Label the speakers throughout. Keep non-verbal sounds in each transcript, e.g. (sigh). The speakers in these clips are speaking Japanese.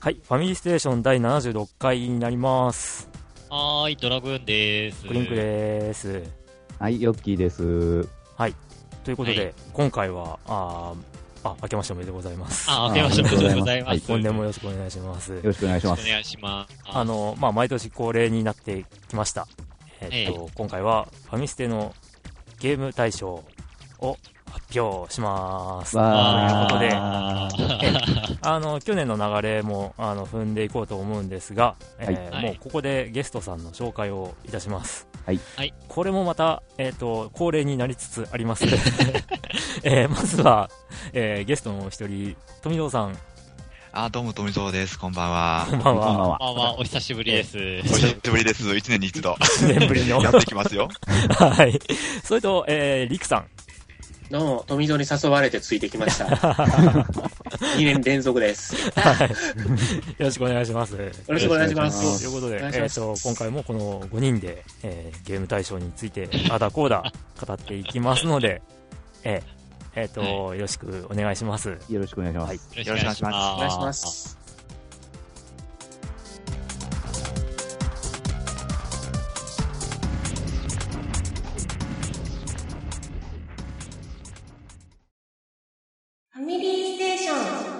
Speaker 1: はい、ファミリーステーション第76回になります。
Speaker 2: はーい、ドラグーンです。
Speaker 1: クリンクです。
Speaker 3: はい、ヨッキーです。
Speaker 1: ということで、
Speaker 2: はい
Speaker 1: 今回は、あー、あ、明けましておめでとうございます。
Speaker 2: あ、明けましておめでとうございます。
Speaker 1: 本年も
Speaker 2: よ
Speaker 1: よろしくお願いします
Speaker 3: よ。ろしくお願いし
Speaker 2: ろ
Speaker 3: ま
Speaker 2: し
Speaker 3: す
Speaker 2: くお。願いします。
Speaker 1: あの、まあ、毎年恒例になってきました。えーっと、今回は、ファミステのゲーム大賞を発表します。
Speaker 3: わ
Speaker 1: ということで
Speaker 3: ー
Speaker 1: あの、去年の流れも、あの、踏んでいこうと思うんですが、えー
Speaker 2: はい
Speaker 1: もうここでゲストさんの紹介をいたします。
Speaker 3: はい
Speaker 2: はい
Speaker 1: これもまた、えっ、と、恒例になりつつあります。えーまずは、えーゲストのお一人、富蔵さん、
Speaker 4: あ、どうも、富蔵です。こんばんは
Speaker 1: こ。んば
Speaker 3: こ
Speaker 1: ん
Speaker 3: んばん (laughs)
Speaker 1: は。
Speaker 3: は。
Speaker 2: まあまあ、お久しぶりです。
Speaker 4: お久しぶりです。一年に一度。
Speaker 1: 1年ぶりの。
Speaker 4: や
Speaker 1: は
Speaker 4: ってきますよ。
Speaker 1: い。それと、えー、りくさん。
Speaker 5: どうも、富蔵に誘われてついてきました。2年連続です。
Speaker 1: はい。よろしくお願いします。
Speaker 5: よろしくお願いしま。
Speaker 3: よろしくお願いします
Speaker 1: ということで、
Speaker 5: お
Speaker 1: え
Speaker 5: 願いします
Speaker 1: ー、と今回もこの5人で、えーゲーム大賞についてあだこうだ語っていきますので、えーえーとよろしくお願いします。
Speaker 3: よろしくお願いします。
Speaker 1: はい
Speaker 2: よろしくお願いします。
Speaker 5: お願いしま。す。
Speaker 6: ファミリーステーション。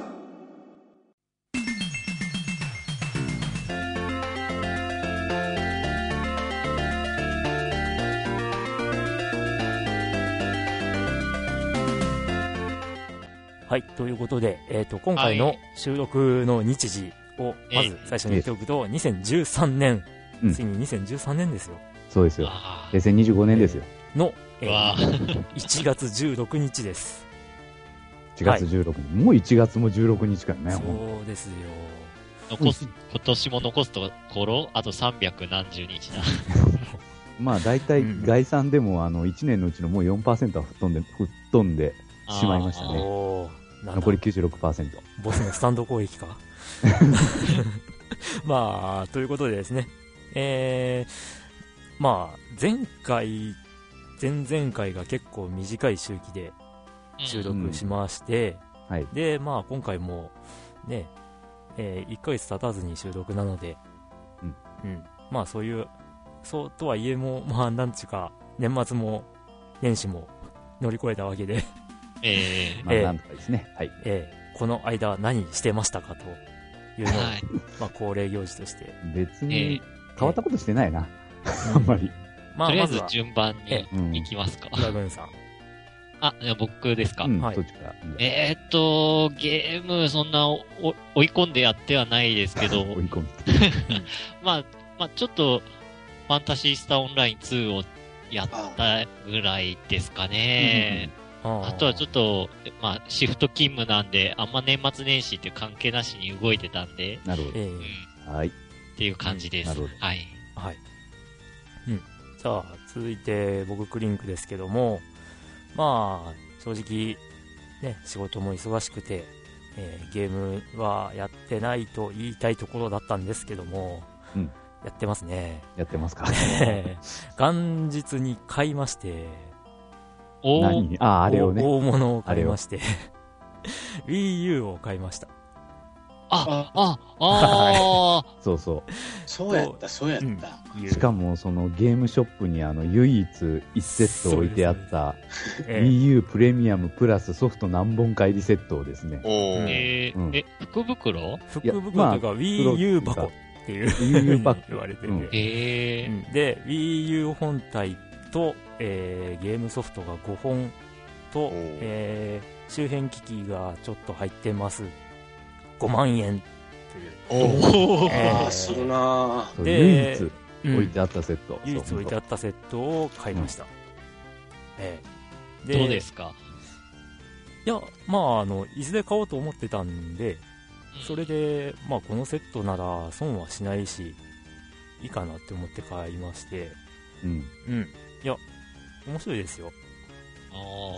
Speaker 1: はい、ということで、えー、と今回の
Speaker 2: はい
Speaker 1: 収録の日時をまず
Speaker 2: え
Speaker 1: 最初に言っておくと、2013年、
Speaker 3: うん
Speaker 1: ついに2013年ですよ、
Speaker 3: そうですよ。
Speaker 2: あー
Speaker 3: 平成25年ですよ。
Speaker 1: の、え
Speaker 2: う
Speaker 1: ー
Speaker 2: わ
Speaker 1: 1月16日です。
Speaker 3: 1月16日。もう1月も16日からね。ほん
Speaker 1: そうですよ。
Speaker 2: 残す、今年も残すところ、あと300何十日だ。
Speaker 3: まあ大体
Speaker 1: うん、
Speaker 3: 概算でも、あの、1年のうちのもう4%は吹っ飛んで、吹っ飛んで、しまいましたね
Speaker 1: おーなんだ
Speaker 3: 残り96%。
Speaker 1: ボスのスタンド攻撃か。 (laughs) まあ、ということでですね。えー、まあ、前回、前々回が結構短い周期で
Speaker 2: うん
Speaker 1: 収録しまして、
Speaker 3: はい。
Speaker 1: で、まあ今回も、ね、え1ヶ月経たずに収録なので、
Speaker 3: うん。
Speaker 1: まあそういう、そうとはいえも、 (laughs) まあなんちゅうか、年末も年始も乗り越えたわけで、
Speaker 2: ええ
Speaker 3: まあ
Speaker 1: ええ
Speaker 3: なんとかですね。はい。
Speaker 1: えーこの間何してましたかというのを、
Speaker 2: はい。
Speaker 1: まあ恒例行事として、
Speaker 3: 別
Speaker 2: ええ
Speaker 3: に、変わったことしてないな。 (laughs) あんまり。
Speaker 1: ま
Speaker 2: と
Speaker 1: あ、
Speaker 2: り
Speaker 1: ま
Speaker 2: あえ
Speaker 1: ず
Speaker 2: ず
Speaker 1: は、
Speaker 2: 順番
Speaker 1: え
Speaker 3: うん
Speaker 2: に行きますか。
Speaker 1: ドラグーンさん。
Speaker 2: あ、じゃあ僕ですか
Speaker 3: う。ん、
Speaker 1: はい
Speaker 3: そっちから。いいや
Speaker 2: えーっと、ゲーム、そんなおお追い込んでやってはないですけ
Speaker 3: (laughs)
Speaker 2: ど、
Speaker 3: 追い込む。
Speaker 2: まあ、まあ、ちょっと、ファンタシースターオンライン2をやったぐらいですかね。
Speaker 1: あ
Speaker 2: あとはちょ
Speaker 1: っ
Speaker 2: っと、まあ、シフト勤務なんで、あんま年末年始っていう関係なしに動いてたんで、
Speaker 3: (laughs) なるほ
Speaker 1: ええ
Speaker 2: うん、っ
Speaker 3: ど。はい。
Speaker 2: ていう感じで
Speaker 3: な
Speaker 2: す
Speaker 3: るほど。
Speaker 2: はい。
Speaker 1: はい。うん。じゃあ、続いて、僕、クリンクですけども、まあ、正直、ね、仕事も忙しくて、えーゲームはやってないと言いたいところだったんですけども、
Speaker 3: うん
Speaker 1: やってますね。 (laughs)
Speaker 3: やってますか。
Speaker 1: 元日に買いまして、
Speaker 2: おー、
Speaker 3: (laughs) 何ああ、あれをね。
Speaker 1: 大大物を買いまして、Wii U を買いました。
Speaker 2: あ、あ、あ
Speaker 3: そうそ
Speaker 5: そうやった、そうやった。
Speaker 3: う。しかも、そのゲームショップにあの、唯一1セット置いてあった、
Speaker 1: えー
Speaker 3: Wii U プレミアムプラスソフト何本か入りセットをですね、
Speaker 4: お
Speaker 2: ー、
Speaker 4: ー。
Speaker 2: えー
Speaker 3: うん
Speaker 2: え、福袋
Speaker 1: 福袋というか Wii U 箱っていうふ
Speaker 3: Wii
Speaker 1: う
Speaker 3: U
Speaker 1: に
Speaker 3: 箱
Speaker 1: (laughs) 言われてて、
Speaker 3: うん
Speaker 2: えー、
Speaker 1: で Wii U 本体と、えーゲームソフトが5本と
Speaker 4: お、ー
Speaker 1: えー周辺機器がちょっと入ってます5万円
Speaker 4: おー。
Speaker 2: おー、
Speaker 1: え
Speaker 5: あ
Speaker 1: ー
Speaker 5: あ、するな
Speaker 3: そう唯
Speaker 1: で
Speaker 3: 一
Speaker 1: う
Speaker 3: 置い
Speaker 1: ん
Speaker 3: てあったセット。
Speaker 1: 唯一置いてあ
Speaker 3: っ
Speaker 1: ったセットを買いました、えー
Speaker 2: どうですか
Speaker 1: いやまああのいずれ買おうと思ってたんでそれ、で、まあ、このセットなら損はしないしいいかなって思って買いまして、
Speaker 3: た。うん。
Speaker 1: うん。いや、面白いですよ。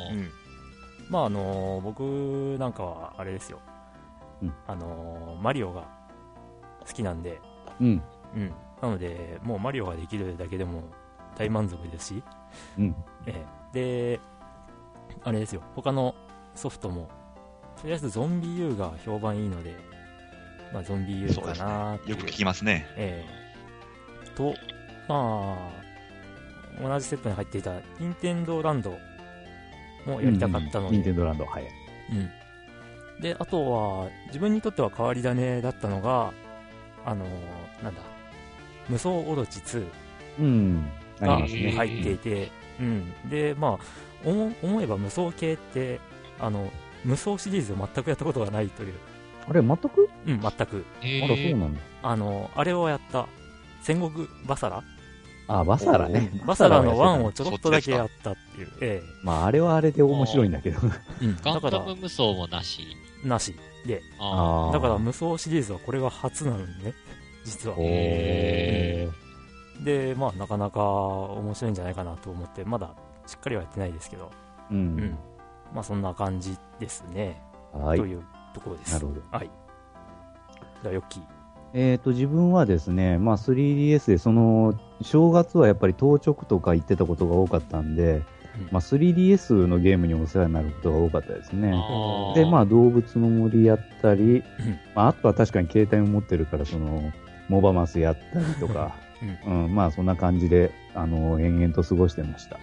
Speaker 2: うんおー
Speaker 1: ん。まあ、あのー僕なんかは、あれですよ。
Speaker 3: うん
Speaker 1: あのーマリオが好きなんで、
Speaker 3: うん。
Speaker 1: うん。なので、もうマリオができるだけでも大満足ですし、
Speaker 3: うん。
Speaker 1: ええで、あれですよ。他のソフトも、とりあえずゾンビ U が評判いいので、まあ、ゾンビ U
Speaker 4: そう
Speaker 1: か
Speaker 4: ですね
Speaker 1: なってい
Speaker 4: よ
Speaker 1: う
Speaker 4: く聞きますね。
Speaker 1: ええと、まあ、同じセットに入っていた、任天堂ランドもやりたかったので、
Speaker 3: ニンテンドランド、はい。
Speaker 1: うん。で、あとは、自分にとっては変わり種だったのが、あのーなんだ、無双オロチ2
Speaker 3: うん。あ
Speaker 1: が
Speaker 3: りますね。
Speaker 1: 入っていて、うん。で、まあ、思思えば無双系って、あの、無双シリーズを全くやったことがないという、
Speaker 3: あれ、全く
Speaker 1: うん、全く。
Speaker 3: あ
Speaker 2: え
Speaker 3: ら、そうなんだ。
Speaker 1: あの、あれをやった、戦国バサラ
Speaker 3: あ、バサラね。
Speaker 1: バサラの
Speaker 3: ワ
Speaker 1: ワ
Speaker 3: ン
Speaker 1: ンをちょろっとだけやったっていう。え
Speaker 3: まあ、あれはあれで面白いんだけど。
Speaker 1: え。うん
Speaker 2: ガ
Speaker 1: だ
Speaker 2: ン
Speaker 1: か
Speaker 2: ダ
Speaker 1: ら
Speaker 2: ム、無双もなし。
Speaker 1: なし。で、
Speaker 2: あ
Speaker 3: ー
Speaker 1: だから、無双シリーズはこれが初なのにね、実は
Speaker 3: お。
Speaker 2: へ
Speaker 3: ー。
Speaker 1: で、まあ、なかなか面白いんじゃないかなと思って、まだしっかりはやってないですけど、
Speaker 3: う
Speaker 1: うん
Speaker 3: ん。。
Speaker 1: まあ、そんな感じですね。
Speaker 3: はい
Speaker 1: と。いうところです。
Speaker 3: なるほど。
Speaker 1: はい。じゃあ、ヨッキー。
Speaker 3: えー、と自分はですね、まあ、3DS でその正月はやっぱり当直とか行ってたことが多かったんで、
Speaker 1: うん
Speaker 3: まあ、3DS のゲームにお世話になることが多かったですね。
Speaker 2: あー。
Speaker 3: で、まあ、動物の森やったり、
Speaker 1: ん
Speaker 3: まあ、あとは確かに携帯を持ってるから、その、モバマスやったりとか、うん、まあ、そんな感じで、あの、延々と過ごしてました。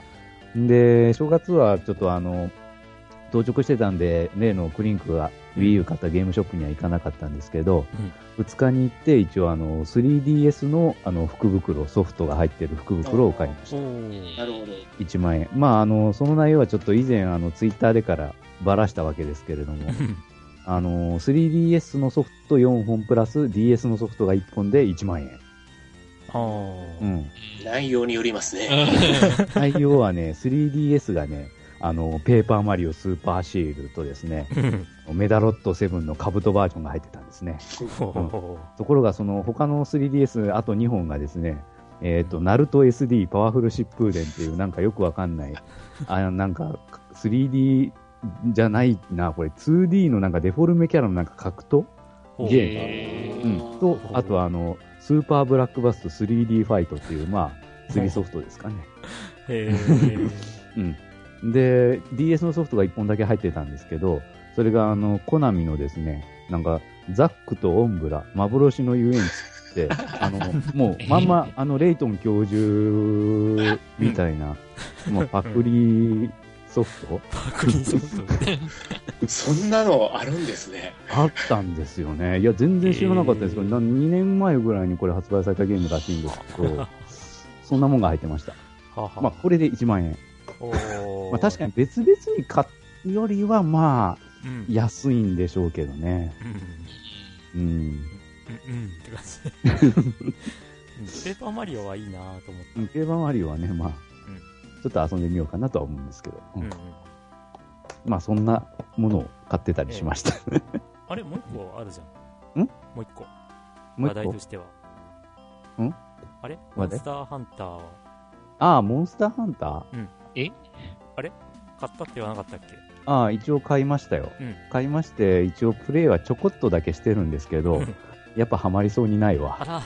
Speaker 3: で、正月はちょっとあの、当直してたんで、例のクリンクが Wii U 買ったゲームショップには行かなかったんですけど、2日に行って、一応あの、3DS のあの、福袋、ソフトが入ってる福袋を買いました。
Speaker 5: なるほど。
Speaker 3: 1万円。まあ、あの、その内容はちょっと以前、あの、ツイッターでからばらしたわけですけれども、あの、3DS のソフト4本プラス DS のソフトが1本で1万円。
Speaker 1: (laughs) あー
Speaker 3: うん。
Speaker 5: 内容によりますね。
Speaker 2: う
Speaker 3: 内容はね、3DS がね、あの、ペーパーマリオスーパーシールとですね、
Speaker 1: (laughs)
Speaker 3: メダロット7のカブトバージョンが入ってたんですね。
Speaker 1: ほほほ
Speaker 3: ところが、その他の 3DS、あと2本がですね、えっ、と、ナルト SD パワフル疾風伝っていう、なんかよくわかんない、あなんか 3D じゃないな、これ 2D のなんかデフォルメキャラのなんか格闘、
Speaker 1: ほう
Speaker 3: ゲーム
Speaker 2: え
Speaker 1: (laughs)
Speaker 3: うん、と、あとはあの、スーパーブラックバスト 3D ファイトっていう、まあ、釣りソフトですかね。
Speaker 1: へー
Speaker 3: うん。で、DS のソフトが1本だけ入ってたんですけど、それがあの、コナミのですね、なんか、ザックとオンブラ、幻の遊園地って、あの、もう、まんま、あの、レイトン教授みたいな、もうパクリソフト
Speaker 1: パクリソフトで。
Speaker 5: そんなのあるんですね。
Speaker 3: あったんですよね。いや、全然知らなかったですけど、
Speaker 1: えー
Speaker 3: な2年前ぐらいにこれ発売されたゲームらしいんですけど、そんなもんが入ってました。
Speaker 1: はは
Speaker 3: まあ、これで1万円。
Speaker 1: お
Speaker 3: まあ、
Speaker 1: ー
Speaker 3: 確かに別々に買うよりは、まあ、
Speaker 1: うん
Speaker 3: 安いんでしょうけどね。
Speaker 1: うん
Speaker 3: うん。
Speaker 1: うんうんって感じペーパーマリオはいいなと思った、うん
Speaker 3: 定番マリオはね、まあ、
Speaker 1: うん
Speaker 3: ちょっと遊んでみようかなとは思うんですけど、うん
Speaker 1: うん
Speaker 3: まあそんなものを買ってたりしました。
Speaker 1: あれもう一個あるじゃん
Speaker 3: ん
Speaker 1: もう一個話
Speaker 3: もう一
Speaker 1: 題
Speaker 3: 個
Speaker 1: と。しては
Speaker 3: ん
Speaker 1: あれモ
Speaker 3: 話題
Speaker 1: ンスターハンターは
Speaker 3: ああ、モンスターハンター
Speaker 1: 買ったって言わなかったっけ
Speaker 3: ああ、一応買いましたよ。
Speaker 1: うん
Speaker 3: 買いまして、一応プレイはちょこっとだけしてるんですけど
Speaker 1: うん、
Speaker 3: やっぱハマりそうにない
Speaker 1: あ
Speaker 3: わ。
Speaker 1: ら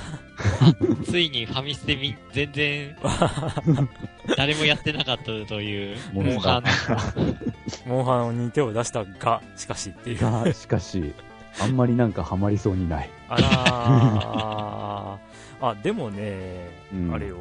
Speaker 2: ん (laughs) ついにファミステみ、全然、誰もやってなかったという。
Speaker 3: モンスター
Speaker 1: モンハンに手を出したがしかしっていう
Speaker 3: が、しかし、あんまりなんかハマりそうにない。
Speaker 1: あらーあでもね、
Speaker 3: うん
Speaker 1: あれよ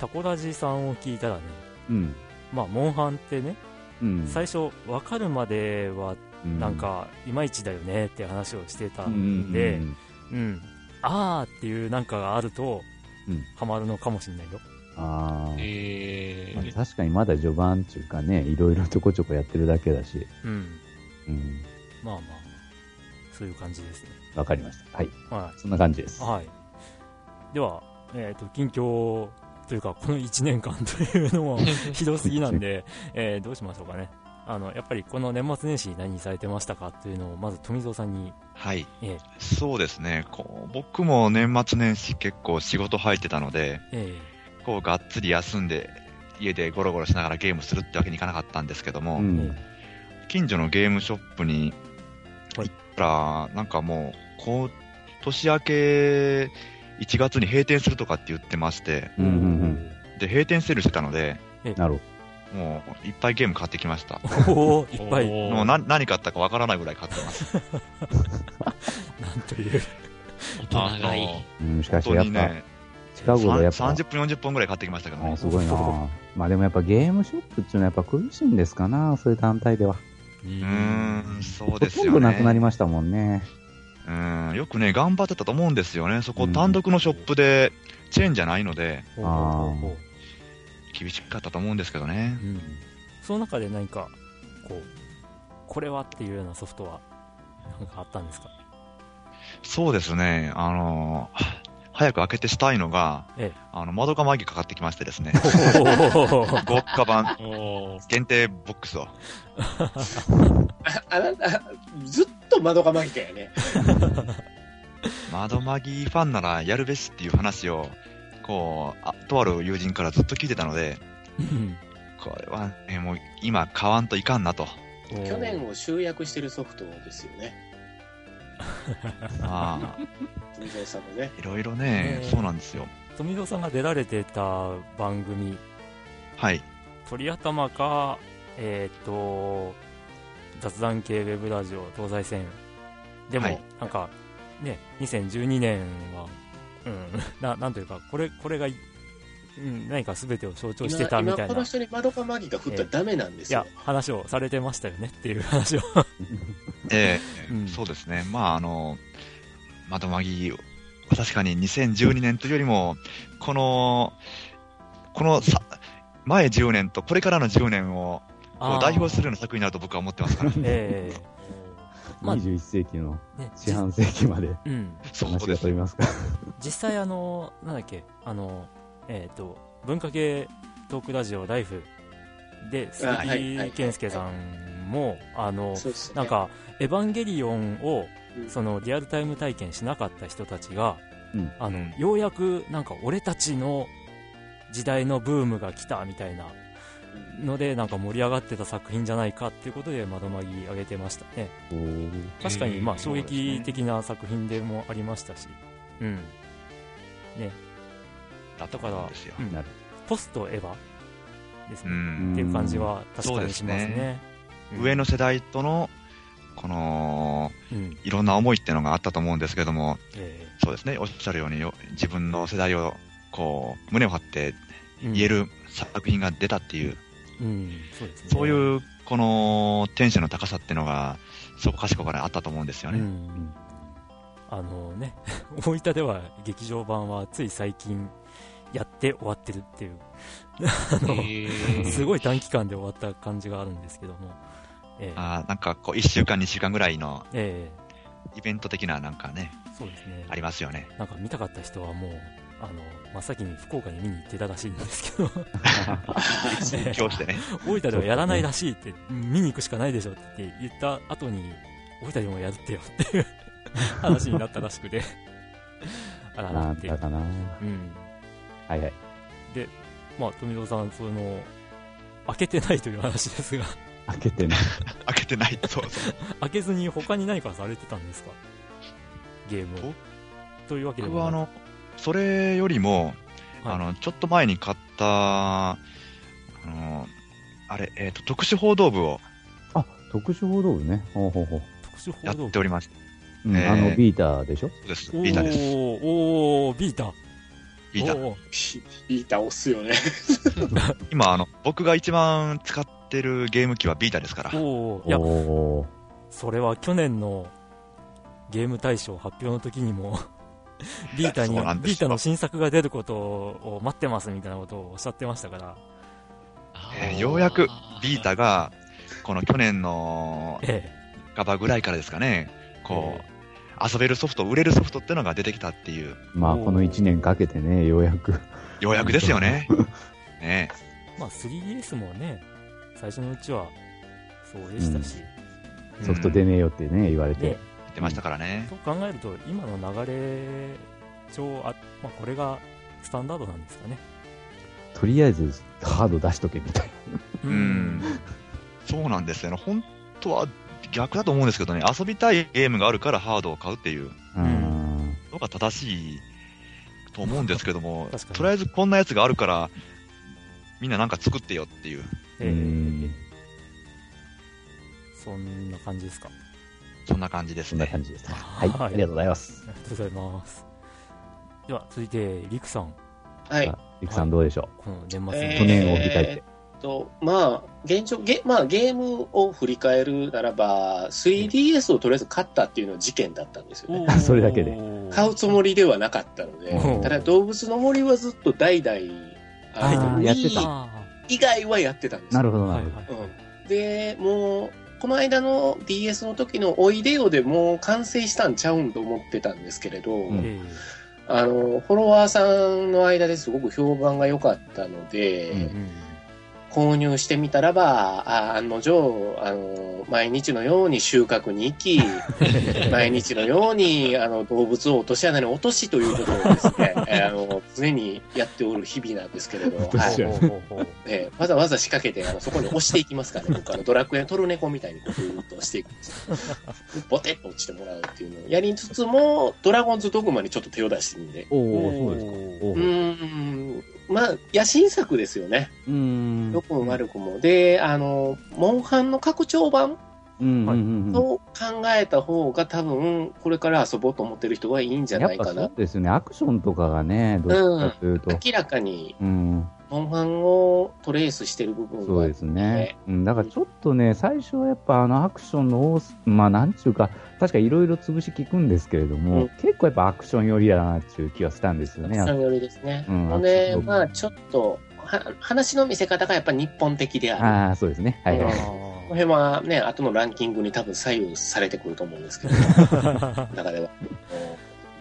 Speaker 1: タコラジさんを聞いたらね
Speaker 3: うん。
Speaker 1: まあモンハンってね、
Speaker 3: うん。
Speaker 1: 最初分かるまでは
Speaker 3: う
Speaker 1: なん、かいまいちだよねって話をしてた
Speaker 3: うんん
Speaker 1: で、
Speaker 3: うん
Speaker 1: うん、あーっていうなんかがあると、
Speaker 3: うん
Speaker 1: ハマるのかもしれないよ。
Speaker 3: ああ。
Speaker 2: え
Speaker 3: まあ
Speaker 2: ー、
Speaker 3: 確かにまだ序盤っていうかね、いろいろちょこちょこやってるだけだし、
Speaker 1: うん。
Speaker 3: うん、
Speaker 1: まあまあ、そういう感じですね。
Speaker 3: わかりました。はい、
Speaker 1: は
Speaker 3: そんな感じです。
Speaker 1: い。はい。では、えっ、と、近況というか、この1年間 (laughs) というのはひどすぎなんで、えーどうしましょうかね。あの、やっぱりこの年末年始何されてましたかというのを、まず富蔵さんに、
Speaker 4: はい。
Speaker 1: ええ
Speaker 4: そうですね。こう僕も年末年始結構仕事入ってたので、
Speaker 1: え
Speaker 4: こうがっつり休んで、家でゴロゴロしながらゲームするってわけにいかなかったんですけども、
Speaker 3: うん、
Speaker 4: 近所のゲームショップに行ったら、なんかもう、こう、年明け1月に閉店するとかって言ってまして、
Speaker 3: うん、うん、うん。
Speaker 4: で、閉店セールしてたので、
Speaker 3: なるほ
Speaker 4: もういっぱいゲーム買ってきました。
Speaker 1: えおーいっぱい、
Speaker 2: おー
Speaker 4: もうな何買ったかわからないぐらい買ってます。
Speaker 1: なんという。
Speaker 2: 大人がいい。
Speaker 3: うん、しか
Speaker 4: 本
Speaker 3: し
Speaker 4: 当
Speaker 3: やっ
Speaker 4: に
Speaker 3: ぱ、
Speaker 4: ね、
Speaker 3: 近頃やっぱ、
Speaker 4: 30分、40分ぐらい買ってきましたけど
Speaker 3: あ
Speaker 4: ね
Speaker 3: あす。ごいなあまあでもやっぱゲームショップっていうのはやっぱ苦しいんですかな、そういう単体では。
Speaker 2: う
Speaker 4: うーん、そう
Speaker 3: ほ
Speaker 4: です
Speaker 3: と
Speaker 4: よ
Speaker 3: ん
Speaker 4: ね。
Speaker 3: どなくなりましたもんね。
Speaker 4: うん、よくね、頑張ってたと思うんですよね。そこ
Speaker 3: うん
Speaker 4: 単独のショップで、チェーンじゃないので、
Speaker 1: ほう
Speaker 3: あー
Speaker 1: ほうほうほ
Speaker 4: 厳しかったと思うんですけどね
Speaker 1: う。うんその中で何か、こう、これはっていうようなソフトは、なんかあったんです (laughs) か
Speaker 4: そうですね、あのー早く開けてしたいのが、
Speaker 1: ええ、
Speaker 4: あの、窓かマギかかってきましてですね (laughs)
Speaker 1: おー
Speaker 4: 豪華版
Speaker 2: おー
Speaker 4: 限定ボックスを。
Speaker 5: ああなた、ずっと窓が巻きだよね。
Speaker 4: 窓マギファンならやるべしっていう話を、こう、あとある友人からずっと聞いてたので、
Speaker 1: うん
Speaker 4: これは、ね、もう今買わんといかん
Speaker 1: (laughs)
Speaker 4: なと。
Speaker 1: おー
Speaker 5: 去年を集約してるソフトですよね。
Speaker 4: まあ、
Speaker 5: 富澤さんのね。
Speaker 4: いろいろね
Speaker 1: ね、え
Speaker 4: そうなんですよ。
Speaker 1: 富蔵さんが出られてた番組、
Speaker 4: はい。
Speaker 1: 鳥頭か、えーっと、雑談系ウェブラジオ東西線。でも、
Speaker 4: はい
Speaker 1: なんか、ね、2012年は、うん、 (laughs) な、なんというか、これ、これが、うん、何か全てを象徴してたみ
Speaker 5: 今
Speaker 1: たい
Speaker 5: こ
Speaker 1: な、
Speaker 5: の
Speaker 1: い
Speaker 5: 人に窓かマギが振ったらダメなんですよ
Speaker 1: や。、話をされてましたよねっていう話を。
Speaker 4: ええ
Speaker 1: うん
Speaker 4: そうですね。まあ、あの、窓まぎ、確かに2012年というよりも、この、このさ前10年とこれからの10年をこう代表するような作品になると僕は思ってます
Speaker 1: (laughs)
Speaker 4: から。
Speaker 3: (laughs)
Speaker 1: ええまあ
Speaker 3: 21世紀の
Speaker 1: ね、
Speaker 3: 四半世紀まで
Speaker 1: じうん。
Speaker 4: そう
Speaker 3: 話
Speaker 4: で
Speaker 3: が
Speaker 4: す
Speaker 3: 飛び
Speaker 4: よ。
Speaker 3: ますから。
Speaker 1: 実際あのなんだっけあのえっ、と文化系トークラジオライフで鈴
Speaker 5: はいはいはい
Speaker 1: 木健介さんもあの
Speaker 5: そうですね
Speaker 1: なん、かエヴァンゲリオンを
Speaker 5: うん
Speaker 1: そのリアルタイム体験しなかった人たちが、
Speaker 3: うん
Speaker 1: あの
Speaker 4: うん
Speaker 1: ようやくなんか俺たちの時代のブームが来たみたいなのでなんか盛り上がってた作品じゃないかっていうことで窓まぎ上げてましたね確かにまあ
Speaker 4: うん
Speaker 1: 衝撃的な作品でもありましたしうん
Speaker 4: だ
Speaker 1: だ
Speaker 4: と
Speaker 1: か、
Speaker 4: からですよ
Speaker 1: う。ん
Speaker 3: なる
Speaker 1: ポストエヴァです
Speaker 4: う
Speaker 1: ね、
Speaker 4: ん。
Speaker 1: っていう感じは確かにします
Speaker 4: そうです
Speaker 1: ね。うん
Speaker 4: 上の、世代との、この、
Speaker 1: うん
Speaker 4: いろんな思いっていうのがあったと思うんですけども、
Speaker 1: え
Speaker 4: そうですね、おっしゃるようによ、自分の世代を、こう、胸を張って
Speaker 1: ー
Speaker 4: 言え、る作品が出たっていう、
Speaker 1: うんうんそうですね、
Speaker 4: そういう、この、テンションの高さっていうのが、そこかしこからあったと思うんですよ
Speaker 1: う
Speaker 4: ね。
Speaker 1: ん、あのね (laughs) 大分では劇場版はつい最近やって終わってるっていう (laughs)
Speaker 2: へー
Speaker 1: すごい短期間で終わった感じがあるんですけども、えー
Speaker 4: あーなんか、こう、1週間、2週間ぐらいの
Speaker 1: え
Speaker 4: イベント的な、なんかね、
Speaker 1: ーそうですね
Speaker 4: ありますよね。
Speaker 1: (laughs) なんか見たかった人はもうあの真っ先に福岡に見に行ってたらしいんです
Speaker 3: (laughs)
Speaker 1: けど
Speaker 4: 宣教してね。
Speaker 1: 大分ではやらないらしいって、見に行くしかないでしょって言った後に、大分でもやるってよっていう話になったらしく
Speaker 3: (laughs)
Speaker 1: て、あらら
Speaker 3: な
Speaker 1: っ
Speaker 3: ん
Speaker 1: て。
Speaker 3: だかな。
Speaker 1: うん。
Speaker 3: はいはい。
Speaker 1: まあ、富蔵さん、その、開けてないという話ですが、
Speaker 3: 開けてない。
Speaker 4: 開けてない。そうそう。
Speaker 1: 開けずに他に何かされてたんですかゲームを。というわけで
Speaker 4: 僕
Speaker 1: も
Speaker 4: は、あ
Speaker 1: な
Speaker 4: の、それよりも、
Speaker 1: はい
Speaker 4: あの、ちょっと前に買った、あの、あれ、えっ、と、特殊報道部を
Speaker 3: あ、特殊報道部ね。ほうほうほう。
Speaker 1: 特殊
Speaker 4: や
Speaker 1: 報
Speaker 4: っ
Speaker 1: 道
Speaker 4: ております。
Speaker 3: うん
Speaker 4: えー
Speaker 3: あの、ビーターでし
Speaker 4: (laughs)
Speaker 3: ょ
Speaker 4: そうです。
Speaker 1: お
Speaker 4: ビータです。
Speaker 1: ーおー、ビータ。
Speaker 4: ビータ。
Speaker 1: おー
Speaker 5: ビータ押す
Speaker 1: (laughs)
Speaker 5: よね。
Speaker 4: 今、あの、僕が一番使ってるゲーム機はビータですから。
Speaker 1: おーいや、
Speaker 3: おー
Speaker 1: それは去年のゲーム大賞発表の時にも (laughs) ビータに
Speaker 4: そうなんです
Speaker 1: ビ
Speaker 4: よ
Speaker 1: ータの新作が出ることを待ってますみたいなことをおっしゃってましたから、
Speaker 4: えーようやくビータが、この去年の
Speaker 1: え
Speaker 4: ガバぐらいからですかね、こ
Speaker 1: え
Speaker 4: う、遊べるソフト、売れるソフトってのが出てきたっていう、
Speaker 3: まあ、この1年かけてね、ようやく。
Speaker 4: ようやくですよね。ね
Speaker 1: えまあ、3DS もね最初のうちはそうでしたし、
Speaker 4: え
Speaker 3: ソフト出ねえよってね、言われ
Speaker 1: で
Speaker 3: て。
Speaker 4: 出ましたからね
Speaker 1: そ。う考えると今の流れ上あ、まあ、これがスタンダードなんですかね
Speaker 3: とりあえず、ハード出しとけみたい
Speaker 1: うん
Speaker 4: そうなんですよね。本当は逆だと思うんですけどね、遊びたいゲームがあるからハードを買うっていう
Speaker 3: な。うん。
Speaker 4: のが正しいと思うんですけど
Speaker 3: (laughs)
Speaker 4: も
Speaker 1: 確か、に
Speaker 4: とりあえずこんなやつがあるから、みんななんか作ってよっていう、
Speaker 1: え
Speaker 3: うん
Speaker 1: えそんな感じですか
Speaker 4: そんな感じです
Speaker 3: そんな
Speaker 4: ね。
Speaker 3: 感じです。はい、
Speaker 1: はい
Speaker 3: ありがとうございます。
Speaker 1: ありがとうございます。では、続いて、りくさん、
Speaker 5: はい
Speaker 3: さ。あリクさんどうでしょ
Speaker 1: この年末の、
Speaker 5: えー
Speaker 3: 去年を振り返って
Speaker 5: えーっと、まあ、現状、ゲまあ、ゲームを振り返るならば、3DS をとりあえず買ったっていうのは事件だったんですよね。
Speaker 3: それだけで
Speaker 5: 買うつもりではなかったので
Speaker 1: お、ー
Speaker 5: ただ動物の森はずっと代々、あ
Speaker 3: あ
Speaker 5: の
Speaker 3: ーやってた
Speaker 5: Wii
Speaker 1: あ
Speaker 5: 以外はやってたんで
Speaker 3: う
Speaker 5: す
Speaker 3: な
Speaker 5: よ
Speaker 3: るほど、
Speaker 1: ー
Speaker 3: な
Speaker 1: は
Speaker 3: る
Speaker 1: い
Speaker 3: ほど。
Speaker 1: はい
Speaker 5: うんで、もう、この間の DS の時のおいでよでもう完成したんちゃうんと思ってたんですけれど、
Speaker 3: ん
Speaker 1: えー
Speaker 5: あの、フォロワーさんの間ですごく評判が良かったので、
Speaker 3: うん
Speaker 1: うん
Speaker 5: 購入してみたらば、あ案の定、あの、毎日のように収穫に行
Speaker 3: (laughs)
Speaker 5: き、毎日のように、あの、動物を落とし穴に落としということをです
Speaker 3: (laughs)
Speaker 5: ね、えあの、常にやっておる日々なんですけれど、
Speaker 3: 落とし穴
Speaker 5: はい
Speaker 1: ほうほうほうほう
Speaker 5: えーわざわざ仕掛けて、あの、そこに押していきますからね、
Speaker 3: (laughs)
Speaker 5: 僕、あの、ドラクエのトルネコみたいにこう、ずーっと押していくんですよ。ボテッと落ちてもらうっていうのをやりつつも、ドラゴンズドグマにちょっと手を出してるんで、
Speaker 3: おおそうですか。お
Speaker 5: う
Speaker 3: ー
Speaker 5: ーん、まあ、野心作ですよね。
Speaker 3: うーん。
Speaker 5: 良くも悪くも。で、あの、モンハンの拡張版
Speaker 3: うんうんうんうん。
Speaker 5: を考えた方が多分、これから遊ぼうと思ってる人はいいんじゃ
Speaker 3: や
Speaker 5: な
Speaker 3: っ
Speaker 5: い
Speaker 3: ぱ
Speaker 5: か
Speaker 3: そう
Speaker 5: な。
Speaker 3: ですよね。アクションとかがね、どっちかというと。
Speaker 5: 明らかに、
Speaker 3: うん、
Speaker 5: モンハンをトレースしてる部分
Speaker 3: そう
Speaker 5: は
Speaker 3: ですね。うん、だからちょっとね、最初はやっぱあのアクションの多す、まあなんちゅうか、確かいろいろ潰し聞くんですけれども、
Speaker 5: うん
Speaker 3: 結構やっぱアクション寄りだなっていう気はしたんですよね。
Speaker 5: さんよりですね。
Speaker 3: うん
Speaker 5: ので、
Speaker 3: うん
Speaker 5: まあ、ちょっと、は話の見せ方がやっぱ日本的である。
Speaker 3: ああ、そうですね。はいはい。
Speaker 5: この辺はね、後のランキングに多分左右されてくると思うんで
Speaker 3: (laughs)
Speaker 5: すけど、中では。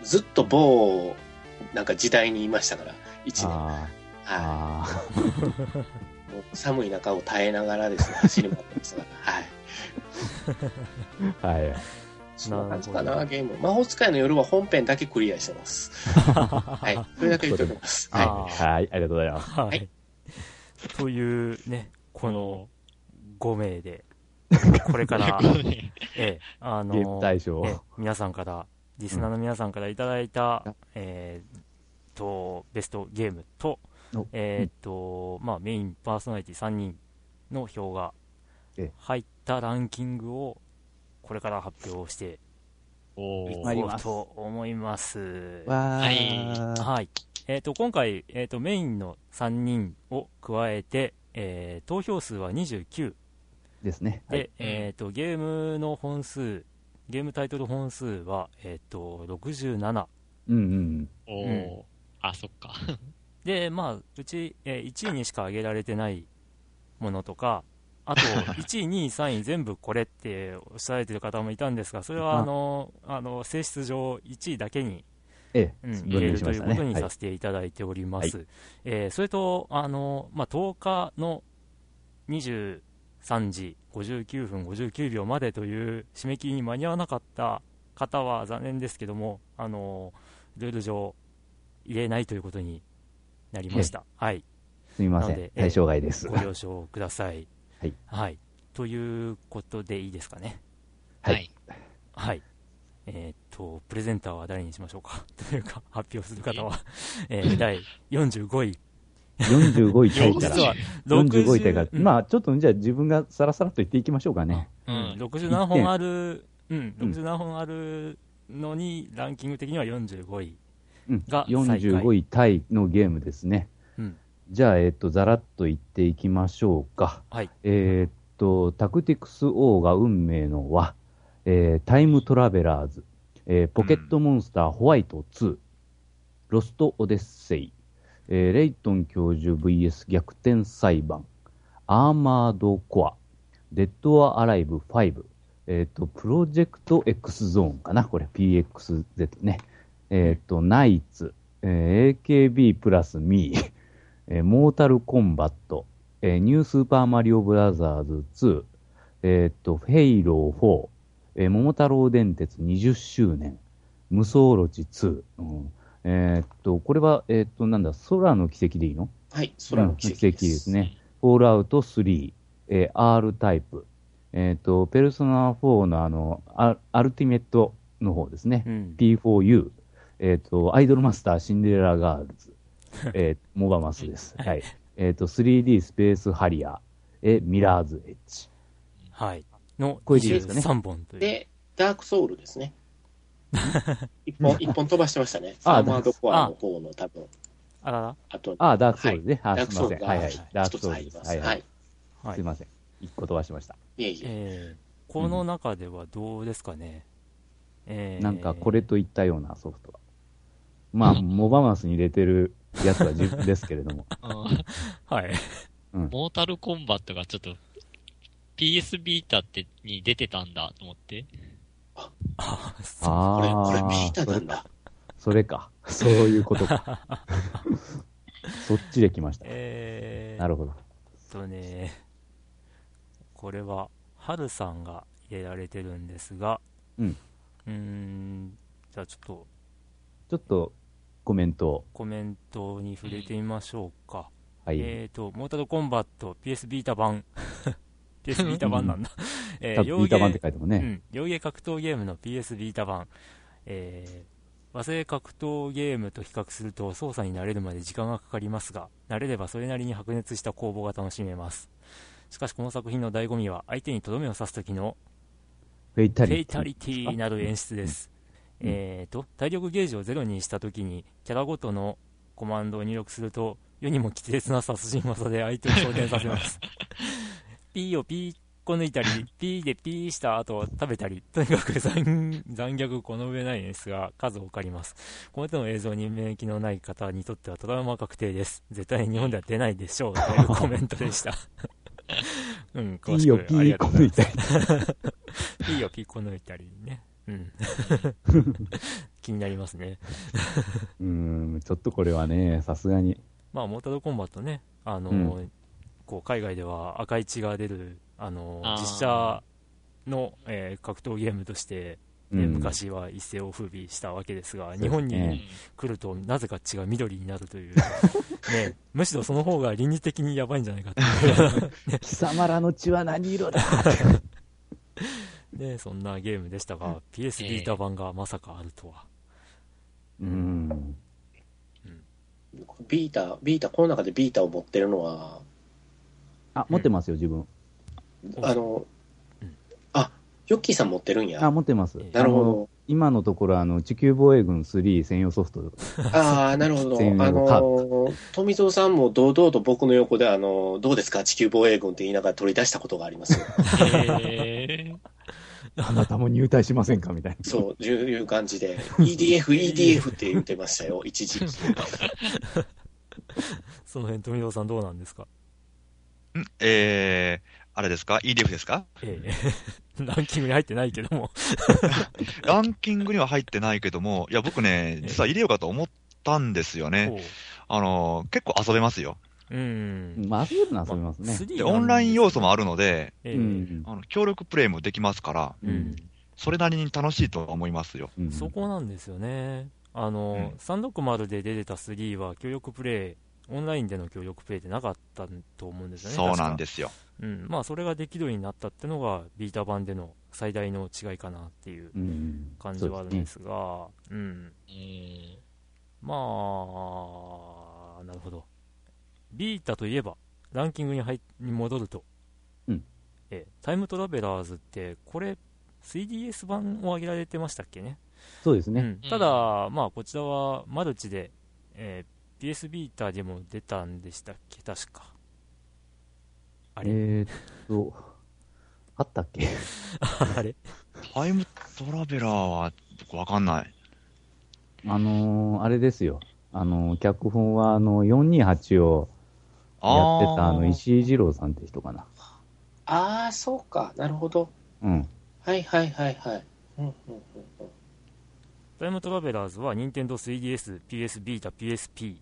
Speaker 5: ずっと某、なんか時代にいましたから、一年。
Speaker 3: ああ、
Speaker 5: はい
Speaker 3: あ
Speaker 5: 寒い中を耐えながらですね、
Speaker 3: (laughs)
Speaker 5: 走り回ってましたから、はい。
Speaker 3: あ、はい。
Speaker 5: そんな感じか
Speaker 1: なる
Speaker 5: な、
Speaker 1: ほ
Speaker 5: ゲーム。魔法使いの夜は本編だけクリアして
Speaker 3: (laughs)
Speaker 5: ます。はい。それだけ言っておきます。
Speaker 1: あ
Speaker 5: はい。
Speaker 1: ー
Speaker 3: はい、ありがとうございます。
Speaker 1: は
Speaker 5: はいい。
Speaker 1: というね、この5名で、これから、ええ、あ
Speaker 3: ゲーム
Speaker 1: の、
Speaker 3: 大賞。
Speaker 1: ええ皆さんから、リスナーの皆さんからいただいた、えーっと、ベストゲームと
Speaker 3: お、
Speaker 1: えーっと、まあ、メインパーソナリティ3人の票が
Speaker 3: ええ
Speaker 1: 入ったランキングを、これから発表してい
Speaker 2: お
Speaker 1: こ
Speaker 2: ー
Speaker 3: りま
Speaker 1: うと思います。
Speaker 3: わ
Speaker 2: ー
Speaker 1: はい。えっ、と、今回、えっ、と、メインの3人を加えて、えー投票数は29
Speaker 3: い。ですね。
Speaker 1: で、えっ、と、ゲームの本数、ゲームタイトル本数は、えっ、と、67。
Speaker 3: うんうん。
Speaker 2: お
Speaker 1: う
Speaker 2: ー。あ、そっか。
Speaker 1: で、まあ、うち、え1位にしか上げられてないものとか、あ
Speaker 3: (laughs)
Speaker 1: と、1位、2位、3位、全部これっておっしゃられてる方もいたんですが、それは、
Speaker 3: あ
Speaker 1: あの、あの、性質上、1位だけに
Speaker 3: え
Speaker 1: うん、
Speaker 3: え、
Speaker 1: 入れるということに
Speaker 3: はい
Speaker 1: させていただいております。
Speaker 3: は
Speaker 1: えーそれと、あの、まあ、10日の23時59分59秒までという締め切りに間に合わなかった方は残念ですけども、あの、ルール上入れないということになりました。はい。
Speaker 3: すみませ
Speaker 1: なので
Speaker 3: ん。
Speaker 1: ええ
Speaker 3: 対象外です。
Speaker 1: ご了承ください。
Speaker 3: はい。
Speaker 1: はい。ということでいいですかね。
Speaker 3: はい
Speaker 2: はい。
Speaker 1: はい。えーっと、プレゼンターは誰にしましょうか (laughs) というか、発表する方は、えー、第45位。
Speaker 3: (laughs) 45位タイか
Speaker 1: 実は
Speaker 3: ら。45位タイから。
Speaker 1: うん
Speaker 3: まあ、ちょっとじゃあ自分がさらさらと言っていきましょうかね。
Speaker 1: うん、
Speaker 2: うん
Speaker 1: 60何本ある、うん、60何本あるのに、ランキング的には45位。
Speaker 3: うん。
Speaker 1: が最下位
Speaker 3: 45位タイのゲームですね。
Speaker 1: うん。
Speaker 3: じゃあ、えっと、ざらっと言っていきましょうか。
Speaker 1: はい。
Speaker 3: えーっと、タクティクス王が運命の輪、えータイムトラベラーズ、えーポケットモンスターホワイト2、ロストオデッセイ、えーレイトン教授 VS 逆転裁判、アーマードコア、デッドアアライブ5、えーっと、プロジェクト X ゾーンかな、これ PXZ ね。えーっと、ナイツ、えー AKB プラスミー、えーモータルコンバット、えーニュースーパーマリオブラザーズ2、えーっと、ヘイロー4、えー桃太郎電鉄20周年、無双ロチ2、うんえーっと、これは、えーっと、なんだ、空の奇跡でいいの
Speaker 5: はい。空の奇跡です。
Speaker 3: ですね。フォールアウト3、えー R タイプ、えーっと、ペルソナ4のあの、アアルティメットの方ですね
Speaker 1: う。ん。
Speaker 3: P4U、えっ、と、アイドルマスターシンデレラガールズ、えー、モバマスです。はい。えっ、と、3D スペースハリアー、え、ミラーズエッジ。
Speaker 1: はい。の
Speaker 3: これでいいですかね
Speaker 1: 23本という。
Speaker 5: で、ダークソウ
Speaker 3: (laughs)
Speaker 5: ルですね。一本、一本飛ばしてましたね。サーマードコアの方の多分、
Speaker 1: あらら。
Speaker 5: あと、
Speaker 3: ああ、ダークソウルね。
Speaker 5: ダ
Speaker 3: あ
Speaker 5: ー
Speaker 3: す
Speaker 5: ク
Speaker 3: い
Speaker 5: ソ
Speaker 3: ま
Speaker 5: ウ
Speaker 3: せ
Speaker 5: ル
Speaker 3: ん。はいは
Speaker 5: が
Speaker 3: い。ダー
Speaker 5: 一
Speaker 3: ク
Speaker 5: つ
Speaker 3: ソウ
Speaker 5: 入
Speaker 3: ルで
Speaker 5: り
Speaker 3: す。
Speaker 5: ま
Speaker 3: は
Speaker 5: す。はいい。
Speaker 3: はい。
Speaker 1: は
Speaker 3: すい
Speaker 1: い。
Speaker 3: ません。一個飛ばしました。
Speaker 5: いえいえ。
Speaker 1: えー、この中ではどうですかね。えー、
Speaker 3: なんかこれといったようなソフトは。まあ、モバマスに入れてるやつは自分ですけれども。
Speaker 2: うん
Speaker 1: はい。
Speaker 2: モータルコンバットがちょっと、PS ビータってに出てたんだと思って。
Speaker 1: あ (laughs) そう
Speaker 5: これ、
Speaker 3: あ
Speaker 5: これビー
Speaker 3: あ、
Speaker 5: タ
Speaker 3: そ
Speaker 5: な
Speaker 3: れ
Speaker 5: んだ。
Speaker 3: それか。 (laughs) そういうことか。そっちで来ました。
Speaker 1: えー、
Speaker 3: なるほど。
Speaker 1: えっとね、これは、ハルさんが入れられてるんですが、
Speaker 3: うん。
Speaker 1: うーん、じゃあちょっと
Speaker 3: ちょっとコメントを。
Speaker 1: コメントに触れてみましょうか。
Speaker 3: はい。
Speaker 1: えっ、ー、と、モータルコンバット PS ビータ
Speaker 3: (laughs)
Speaker 1: 版。PS ビータ版なんだ。え
Speaker 3: 多
Speaker 1: ー、
Speaker 3: 分ビータ版って書いても
Speaker 1: う
Speaker 3: ね。
Speaker 1: ん、両芸格闘ゲームの PS ビータ版、えー和製格闘ゲームと比較すると操作に慣れるまで時間がかかりますが慣れればそれなりに白熱した攻防が楽しめますしかしこの作品の醍醐味は相手にとどめを刺す時の
Speaker 3: フェイタ
Speaker 1: フェ
Speaker 3: リ
Speaker 1: イ
Speaker 3: テ
Speaker 1: タリ
Speaker 3: ィ。
Speaker 1: ティなど演出です、
Speaker 3: うん
Speaker 1: えーと体力ゲージをゼロにした時にキャラごとのコマンドを入力すると世にも奇烈な殺人技で相手を昇天させます
Speaker 3: (laughs)
Speaker 1: ピーをピーこ抜いたりピーでピーした後食べたりとにかく残残虐この上ないですが数多くありますこの手の映像に免疫のない方にとってはトラウマ確定です絶対に日本では出ないでしょうというコメントでした (laughs) うん
Speaker 3: ピ
Speaker 1: 詳し
Speaker 3: ーを
Speaker 1: く
Speaker 3: ピ
Speaker 1: ありが
Speaker 3: ー
Speaker 1: と
Speaker 3: こ
Speaker 1: うござい
Speaker 3: 抜
Speaker 1: ま
Speaker 3: い
Speaker 1: す (laughs)
Speaker 3: たり。
Speaker 1: いいよ、ピッコ抜いたりね。うん。 (laughs) 気になりますね。
Speaker 3: うーん、ちょっとこれはね、さすがに。
Speaker 1: まあ、モータルコンバットね、あの
Speaker 3: う
Speaker 1: こう海外では赤い血が出る、あの
Speaker 2: あー
Speaker 1: 実写の、えー格闘ゲームとして、
Speaker 3: う
Speaker 1: ね
Speaker 3: ん。
Speaker 1: 昔は一世を風靡したわけですが、
Speaker 3: すね
Speaker 1: 日本
Speaker 2: う
Speaker 1: に
Speaker 2: ん
Speaker 1: 来ると、なぜか血が緑になるという、ね、むしろその方が倫理的にやばいんじゃないかっていう
Speaker 3: 貴様らの血は何色だ
Speaker 1: (laughs) ね、そんなゲームでしたが、PS ビータ版がまさかあるとは。
Speaker 3: うーん。
Speaker 5: ビータ、ビータ、この中でビータを持ってるのは、
Speaker 3: あ、持ってますよ、自分。
Speaker 5: あの
Speaker 1: うん、
Speaker 5: あ、ヨッキーさん持ってるん
Speaker 3: あ、
Speaker 5: や。
Speaker 3: 持ってます。
Speaker 5: なる
Speaker 3: あの
Speaker 5: ほ
Speaker 3: 今のところ、あの、地球防衛軍3専用ソフト。
Speaker 5: ど。ああ、なる (laughs) ほど。あ
Speaker 3: 全員を買
Speaker 5: の、富蔵さんも堂々と僕の横で、あの、どうですか地球防衛軍って言いながら取り出したことがあり (laughs) ますよ。
Speaker 2: え
Speaker 3: あなたも入隊しませんかみたいな。
Speaker 5: そう、いういう感じ (laughs) で、EDF、EDF って言ってましたよ、一時期。
Speaker 1: その辺、富藤さんどうなんですか
Speaker 4: んえー、あれですか ?EDF ですか
Speaker 1: ええ、 (laughs) ランキングに入ってないけども、
Speaker 4: ランキングには入ってないけども、いや、僕ね、実は入れようかと思ったんですよね。
Speaker 1: こ
Speaker 4: あの、結構遊べますよ。
Speaker 1: ううん、
Speaker 3: まあ、遊べるのは遊べますね。
Speaker 4: で、
Speaker 1: 3
Speaker 4: オンライン要素もあるので、
Speaker 1: ええ
Speaker 3: うん。
Speaker 4: あの協力プレイもできますから、
Speaker 1: うん
Speaker 4: それなりに楽しいとは思いますよ。
Speaker 3: うん
Speaker 1: そこなんですよね、あの、
Speaker 4: うん
Speaker 1: 360で出てた3は協力プレイ、オンラインでの協力プレイってなかったと思うんですよね、
Speaker 4: そうなん
Speaker 1: す、
Speaker 4: ですよ。
Speaker 1: うんまあ、それができるようになったってのが、ビータ版での最大の違いかなっていう
Speaker 3: うん
Speaker 1: 感じはあるんで
Speaker 3: そ
Speaker 1: すが、うん、
Speaker 2: ー
Speaker 1: まあ、なるほど。ビータといえば、ランキングに入っに戻ると、
Speaker 3: うん
Speaker 1: えータイムトラベラーズって、これ、3DS 版を上げられてましたっけね。
Speaker 3: うです
Speaker 1: う
Speaker 3: ね。
Speaker 1: ん、ただ、まあ、こちらはマルチで、えー PS ビータでも出たんでしたっけ、確か。あれ、
Speaker 3: えーっと、あったっけ
Speaker 1: (laughs) あれ
Speaker 4: タイムトラベラーは、僕わかんない。
Speaker 3: あのー、あれですよ。あのー、脚本は、あの、428をや
Speaker 4: あー
Speaker 3: ってた、あの、石井二郎さんって人かな。
Speaker 5: (laughs) ああ、そうか、なるほど。
Speaker 3: うん。
Speaker 5: はいはいはいはい。うんうんうんうん
Speaker 1: タイムトラベラーズは、任天堂 3DS、PS ビータ、PSP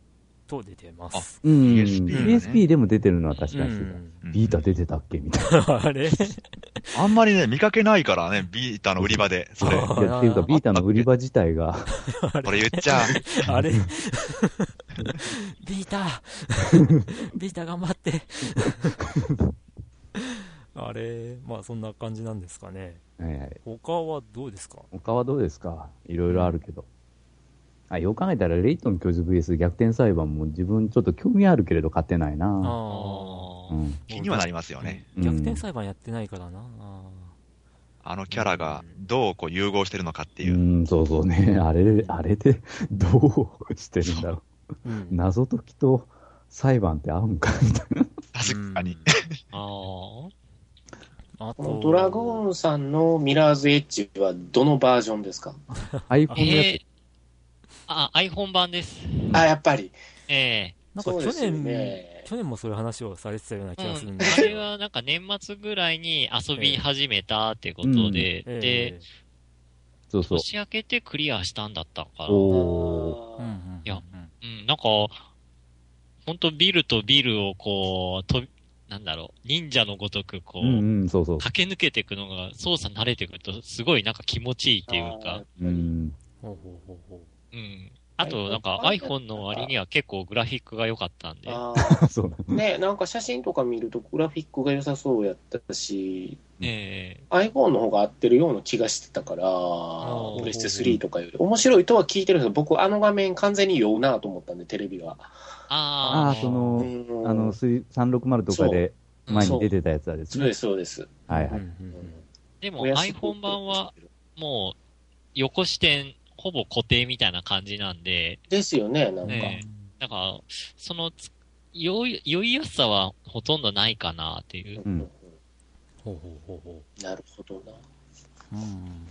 Speaker 1: と出てます。
Speaker 3: うん
Speaker 4: PSP だね
Speaker 3: PSP でも出てるのは確
Speaker 1: う
Speaker 3: かに。
Speaker 1: ん、 (laughs)
Speaker 4: うん
Speaker 3: ビータ出てたっけみたいな。
Speaker 1: あれ
Speaker 4: あんまりね、見かけないからね、ビータの売り場で、それ。
Speaker 1: あ
Speaker 4: こ
Speaker 1: ー
Speaker 3: いやっていうか、ビータの売り場自体が、
Speaker 4: れ言っちゃう。
Speaker 1: あれビー
Speaker 3: (laughs)
Speaker 1: タビータ頑張ってあれまあそんな感じなんですかね
Speaker 3: はいはい
Speaker 1: 他はどうですか
Speaker 3: 他はどうですかいろいろあるけど。あ、よく考えたら、レイトン教授 VS 逆転裁判も自分ちょっと興味あるけれど勝てない
Speaker 1: あ
Speaker 3: な。
Speaker 1: あ
Speaker 2: あ
Speaker 3: う
Speaker 2: ー
Speaker 3: ん。
Speaker 4: 気にはなりますよね。
Speaker 1: 逆転裁判やってないからな、あ
Speaker 4: あのキャラがどうこう融合してるのかって
Speaker 3: う
Speaker 4: いう。
Speaker 3: ん、そうそうね。 (laughs) あれ、あれで (laughs) どうしてるんだろ
Speaker 1: う
Speaker 3: う。
Speaker 1: ん。
Speaker 3: 謎解きと裁判って合うんかみたいな。
Speaker 4: 確かに。
Speaker 2: ああ。
Speaker 1: あ
Speaker 5: このドラゴーンさんのミラーズエッジはどのバージョンですか
Speaker 3: アイコンのやつ
Speaker 2: ええあ、iPhone 版です。
Speaker 5: あ、やっぱり。
Speaker 2: え
Speaker 1: なんか
Speaker 5: そう
Speaker 1: 去
Speaker 5: ですよ
Speaker 1: 年、
Speaker 5: ね
Speaker 1: 去年もそういう話をされてたような
Speaker 2: え
Speaker 1: 気がする
Speaker 2: うんん。
Speaker 1: で
Speaker 2: あ
Speaker 1: す
Speaker 2: れはなんか年末ぐらいに遊び始めたってことで、
Speaker 1: え
Speaker 2: で、
Speaker 1: え
Speaker 3: そうそう。
Speaker 2: 年明けてクリアしたんだったのかな。う
Speaker 3: お
Speaker 1: う
Speaker 3: ー。
Speaker 1: んうんうんうん
Speaker 2: いやん、なんか、ほんとビルとビルをこう、と、なんだろう、忍者のごとくこう、
Speaker 3: うんうん、そうそう。
Speaker 2: 駆け抜けていくのが操作慣れてくると、すごいなんか気持ちいいっていうか、
Speaker 3: うん。 (laughs)
Speaker 1: ほうほうほうほ。
Speaker 2: うん。あと、なんか iPhone の割には結構グラフィックが良かったんで、
Speaker 5: あー
Speaker 3: そうなの。
Speaker 5: ね、なんか写真とか見るとグラフィックが良さそうやったし、
Speaker 2: ええ
Speaker 5: iPhone の方が合ってるような気がしてたから、
Speaker 2: ー
Speaker 5: プレステ3とかより。面白いとは聞いてるんですけど、僕あの画面完全に酔うなと思ったんで、テレビは。
Speaker 2: あ
Speaker 3: あ
Speaker 2: ー
Speaker 3: あ、そ
Speaker 5: あ
Speaker 3: の、あの、
Speaker 5: そ
Speaker 3: スリ360とかで前に出てたやつはです
Speaker 5: うで
Speaker 3: ね。
Speaker 5: す、そうです。
Speaker 3: はいう
Speaker 1: う
Speaker 3: はい。
Speaker 1: んうんうん
Speaker 2: でも
Speaker 5: お安く
Speaker 2: iPhone 版はもう横視点ほぼ固定みたいな感じなんで、
Speaker 5: ですよね、なんか。
Speaker 2: ええなんか、そのつ、酔い、酔いやすさはほとんどないかなっていう。
Speaker 3: うん
Speaker 1: ほうほうほうほ
Speaker 5: なるほどな。
Speaker 1: う。うん。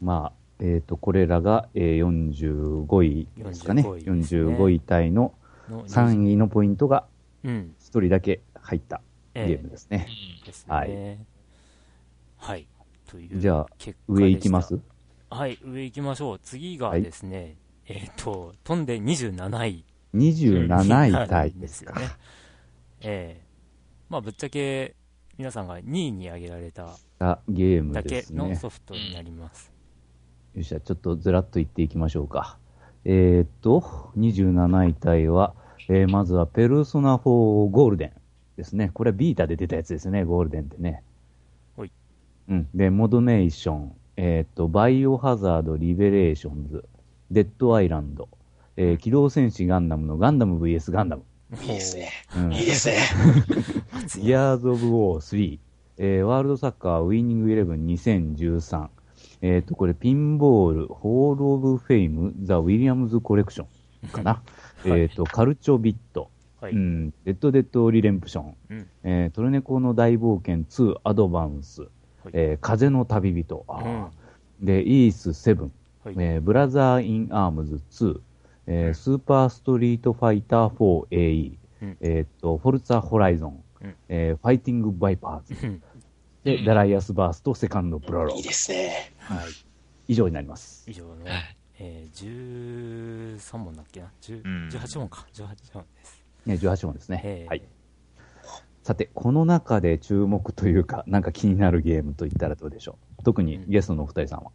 Speaker 3: まあ、えっと、これらがえー45位ですかね。
Speaker 1: 45位ですね
Speaker 3: 45位タイの
Speaker 1: の
Speaker 3: 3位のポイントが
Speaker 1: うん。
Speaker 3: 1人だけ入ったゲ
Speaker 1: ええ
Speaker 3: ームですね
Speaker 2: う。ん。
Speaker 1: です
Speaker 3: は
Speaker 1: ね。はい。という
Speaker 3: じゃあ
Speaker 1: 結果でした
Speaker 3: 上行きます
Speaker 1: はい、上行きましょう。次がですね、えっと、飛んで27位。
Speaker 3: ?27 位タイですか
Speaker 1: なん。よね。 (laughs) ええまあ、ぶっちゃけ、皆さんが2位に挙げられた
Speaker 3: がゲーム
Speaker 1: だ
Speaker 3: で
Speaker 1: け
Speaker 3: す
Speaker 1: の
Speaker 3: ね。
Speaker 1: ソフトになります。
Speaker 3: よっしゃ、ちょっとずらっと言っていきましょうか。えーっと、27位タイは、えーまずは、ペルソナ4ゴールデンですね。これはビータで出たやつですね、ゴールデンってね。
Speaker 1: ほい。
Speaker 3: うん。で、モドネーション、えーっと、バイオハザード、リベレーションズ、デッドアイランド、えー機動戦士ガンダムのガンダム VS ガンダム。
Speaker 5: いいですね。
Speaker 3: うん
Speaker 5: いいですね。
Speaker 3: ギアーズ・オブ・ウォー3、えーワールドサッカーウィニングイレブン2013、えっ、と、これ、ピンボール、ホール・オブ・フェイム、ザ・ウィリアムズ・コレクションかな。
Speaker 1: はい
Speaker 3: えっと、カルチョビット、
Speaker 1: はい。
Speaker 3: うん、デッド・デッド・リレンプション、
Speaker 1: うん
Speaker 3: えートルネコの大冒険2、アドバンス、えー風の旅人、あーで、イース7、
Speaker 1: はい
Speaker 3: えーブラザー・イン・アームズ2、えースーパーストリートファイター 4AE、
Speaker 1: うん
Speaker 3: えーっと、フォルツァ・ホライゾン、
Speaker 1: うん
Speaker 3: えーファイティング・バイパーズ、
Speaker 1: うん
Speaker 3: で、ダライアス・バースト、セカンド・プロロ
Speaker 5: い
Speaker 3: ー
Speaker 5: い
Speaker 3: グ
Speaker 5: で、すね。
Speaker 1: はい。
Speaker 3: 以上になりま
Speaker 1: (laughs)
Speaker 3: す。
Speaker 1: 以上の、
Speaker 2: はい
Speaker 1: えー、13問だっけな、10
Speaker 4: うん
Speaker 1: 18問か、18問です。
Speaker 3: ね、18問ですね
Speaker 1: え。ー
Speaker 3: はい。さて、この中で注目というか、なんか気になるゲームといったらどうでしょう特にゲストのお二人さんは。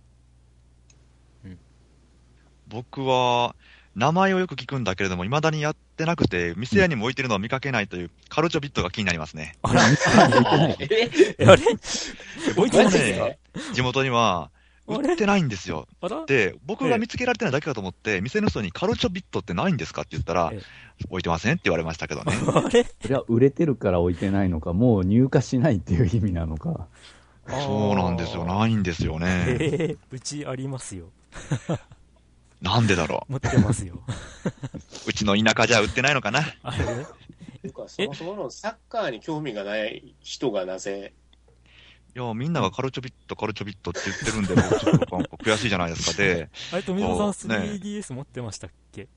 Speaker 4: 僕は、名前をよく聞くんだけれども、未だにやってなくて、店屋にも置いてるのは見かけないという、カルチョビットが気になりますね。
Speaker 1: あら、
Speaker 5: え
Speaker 1: あれ置いてな
Speaker 5: マ
Speaker 1: い
Speaker 5: ジ
Speaker 1: んですか
Speaker 5: で
Speaker 4: 地元には、
Speaker 1: あ
Speaker 4: 売
Speaker 1: れ
Speaker 4: ってないんですよ。
Speaker 1: あら
Speaker 4: で、僕が見つけられてないだけかと思って、店の人にカルチョビットってないんですかって言ったら
Speaker 1: ええ、
Speaker 4: 置いてませんって言われましたけどね。
Speaker 1: あれ
Speaker 3: それは売れてるから置いてないのか、もう入荷しないっていう意味なのか。
Speaker 4: (laughs) そうなんですよ。ないんですよ
Speaker 1: え
Speaker 4: ね。
Speaker 1: ー、うちありますよ。
Speaker 4: なんでだろ
Speaker 1: 持ってます
Speaker 4: (laughs)
Speaker 1: よ。
Speaker 4: う。うちの田舎じゃ売ってないのかな。
Speaker 1: あれ
Speaker 5: ていうかそもそものサッカーに興味がない人がなぜ、
Speaker 4: いや、みんながカルチョビット、カルチョビットって言ってるんで、僕ちょっとなんか悔しいじゃないです
Speaker 1: (laughs)
Speaker 4: か。で、
Speaker 1: あれ、富澤さん
Speaker 4: そうね
Speaker 1: 3DS 持ってましたっけ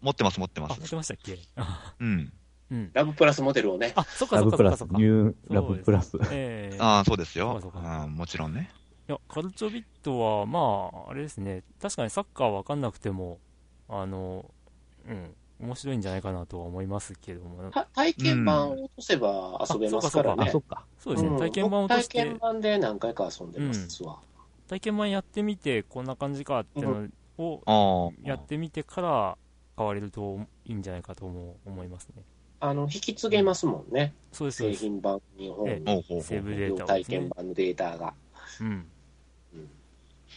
Speaker 4: 持ってます、持ってま
Speaker 1: あ、持っ
Speaker 4: す。
Speaker 1: てましたっけあ
Speaker 4: うん。
Speaker 1: うん。
Speaker 5: ラブプラスモデルをね、
Speaker 1: あ、そっか
Speaker 3: ラ
Speaker 1: そっ
Speaker 3: ブ
Speaker 1: かそっ
Speaker 3: プラ
Speaker 1: か
Speaker 3: ス
Speaker 1: そっ、か。
Speaker 3: ニ
Speaker 1: い
Speaker 3: ューラブプラス。
Speaker 1: えー、
Speaker 4: ああ、そうですよ。
Speaker 1: そうかそうか
Speaker 4: うんもちろんね。
Speaker 1: いや、カルチョビットは、まあ、あれですね、確かにサッカーわかんなくても、あの、うん、面白いんじゃないかなとは思いますけども、
Speaker 5: た体験版を落とせば遊べますから
Speaker 1: うん
Speaker 3: あ、
Speaker 5: ね
Speaker 3: そ。っか。
Speaker 1: そうです
Speaker 5: う
Speaker 1: ね、
Speaker 5: ん
Speaker 1: 体験版を通し
Speaker 5: 僕体
Speaker 1: て
Speaker 5: 験、版で何回か遊んでますわ。
Speaker 1: 体験版やってみて、こんな感じかっていうのを
Speaker 4: ああ。
Speaker 1: やってみてから買われるといいんじゃないかとも思いますね。
Speaker 5: あの、引き継げますもんね。
Speaker 1: そうです、そう
Speaker 5: 製
Speaker 1: です。
Speaker 5: 品版日本
Speaker 1: え
Speaker 4: ほうほうほ
Speaker 1: セー
Speaker 4: う。
Speaker 1: ブデータをで
Speaker 5: 体
Speaker 1: すね
Speaker 5: 験。版のデータが。
Speaker 1: うん
Speaker 5: うん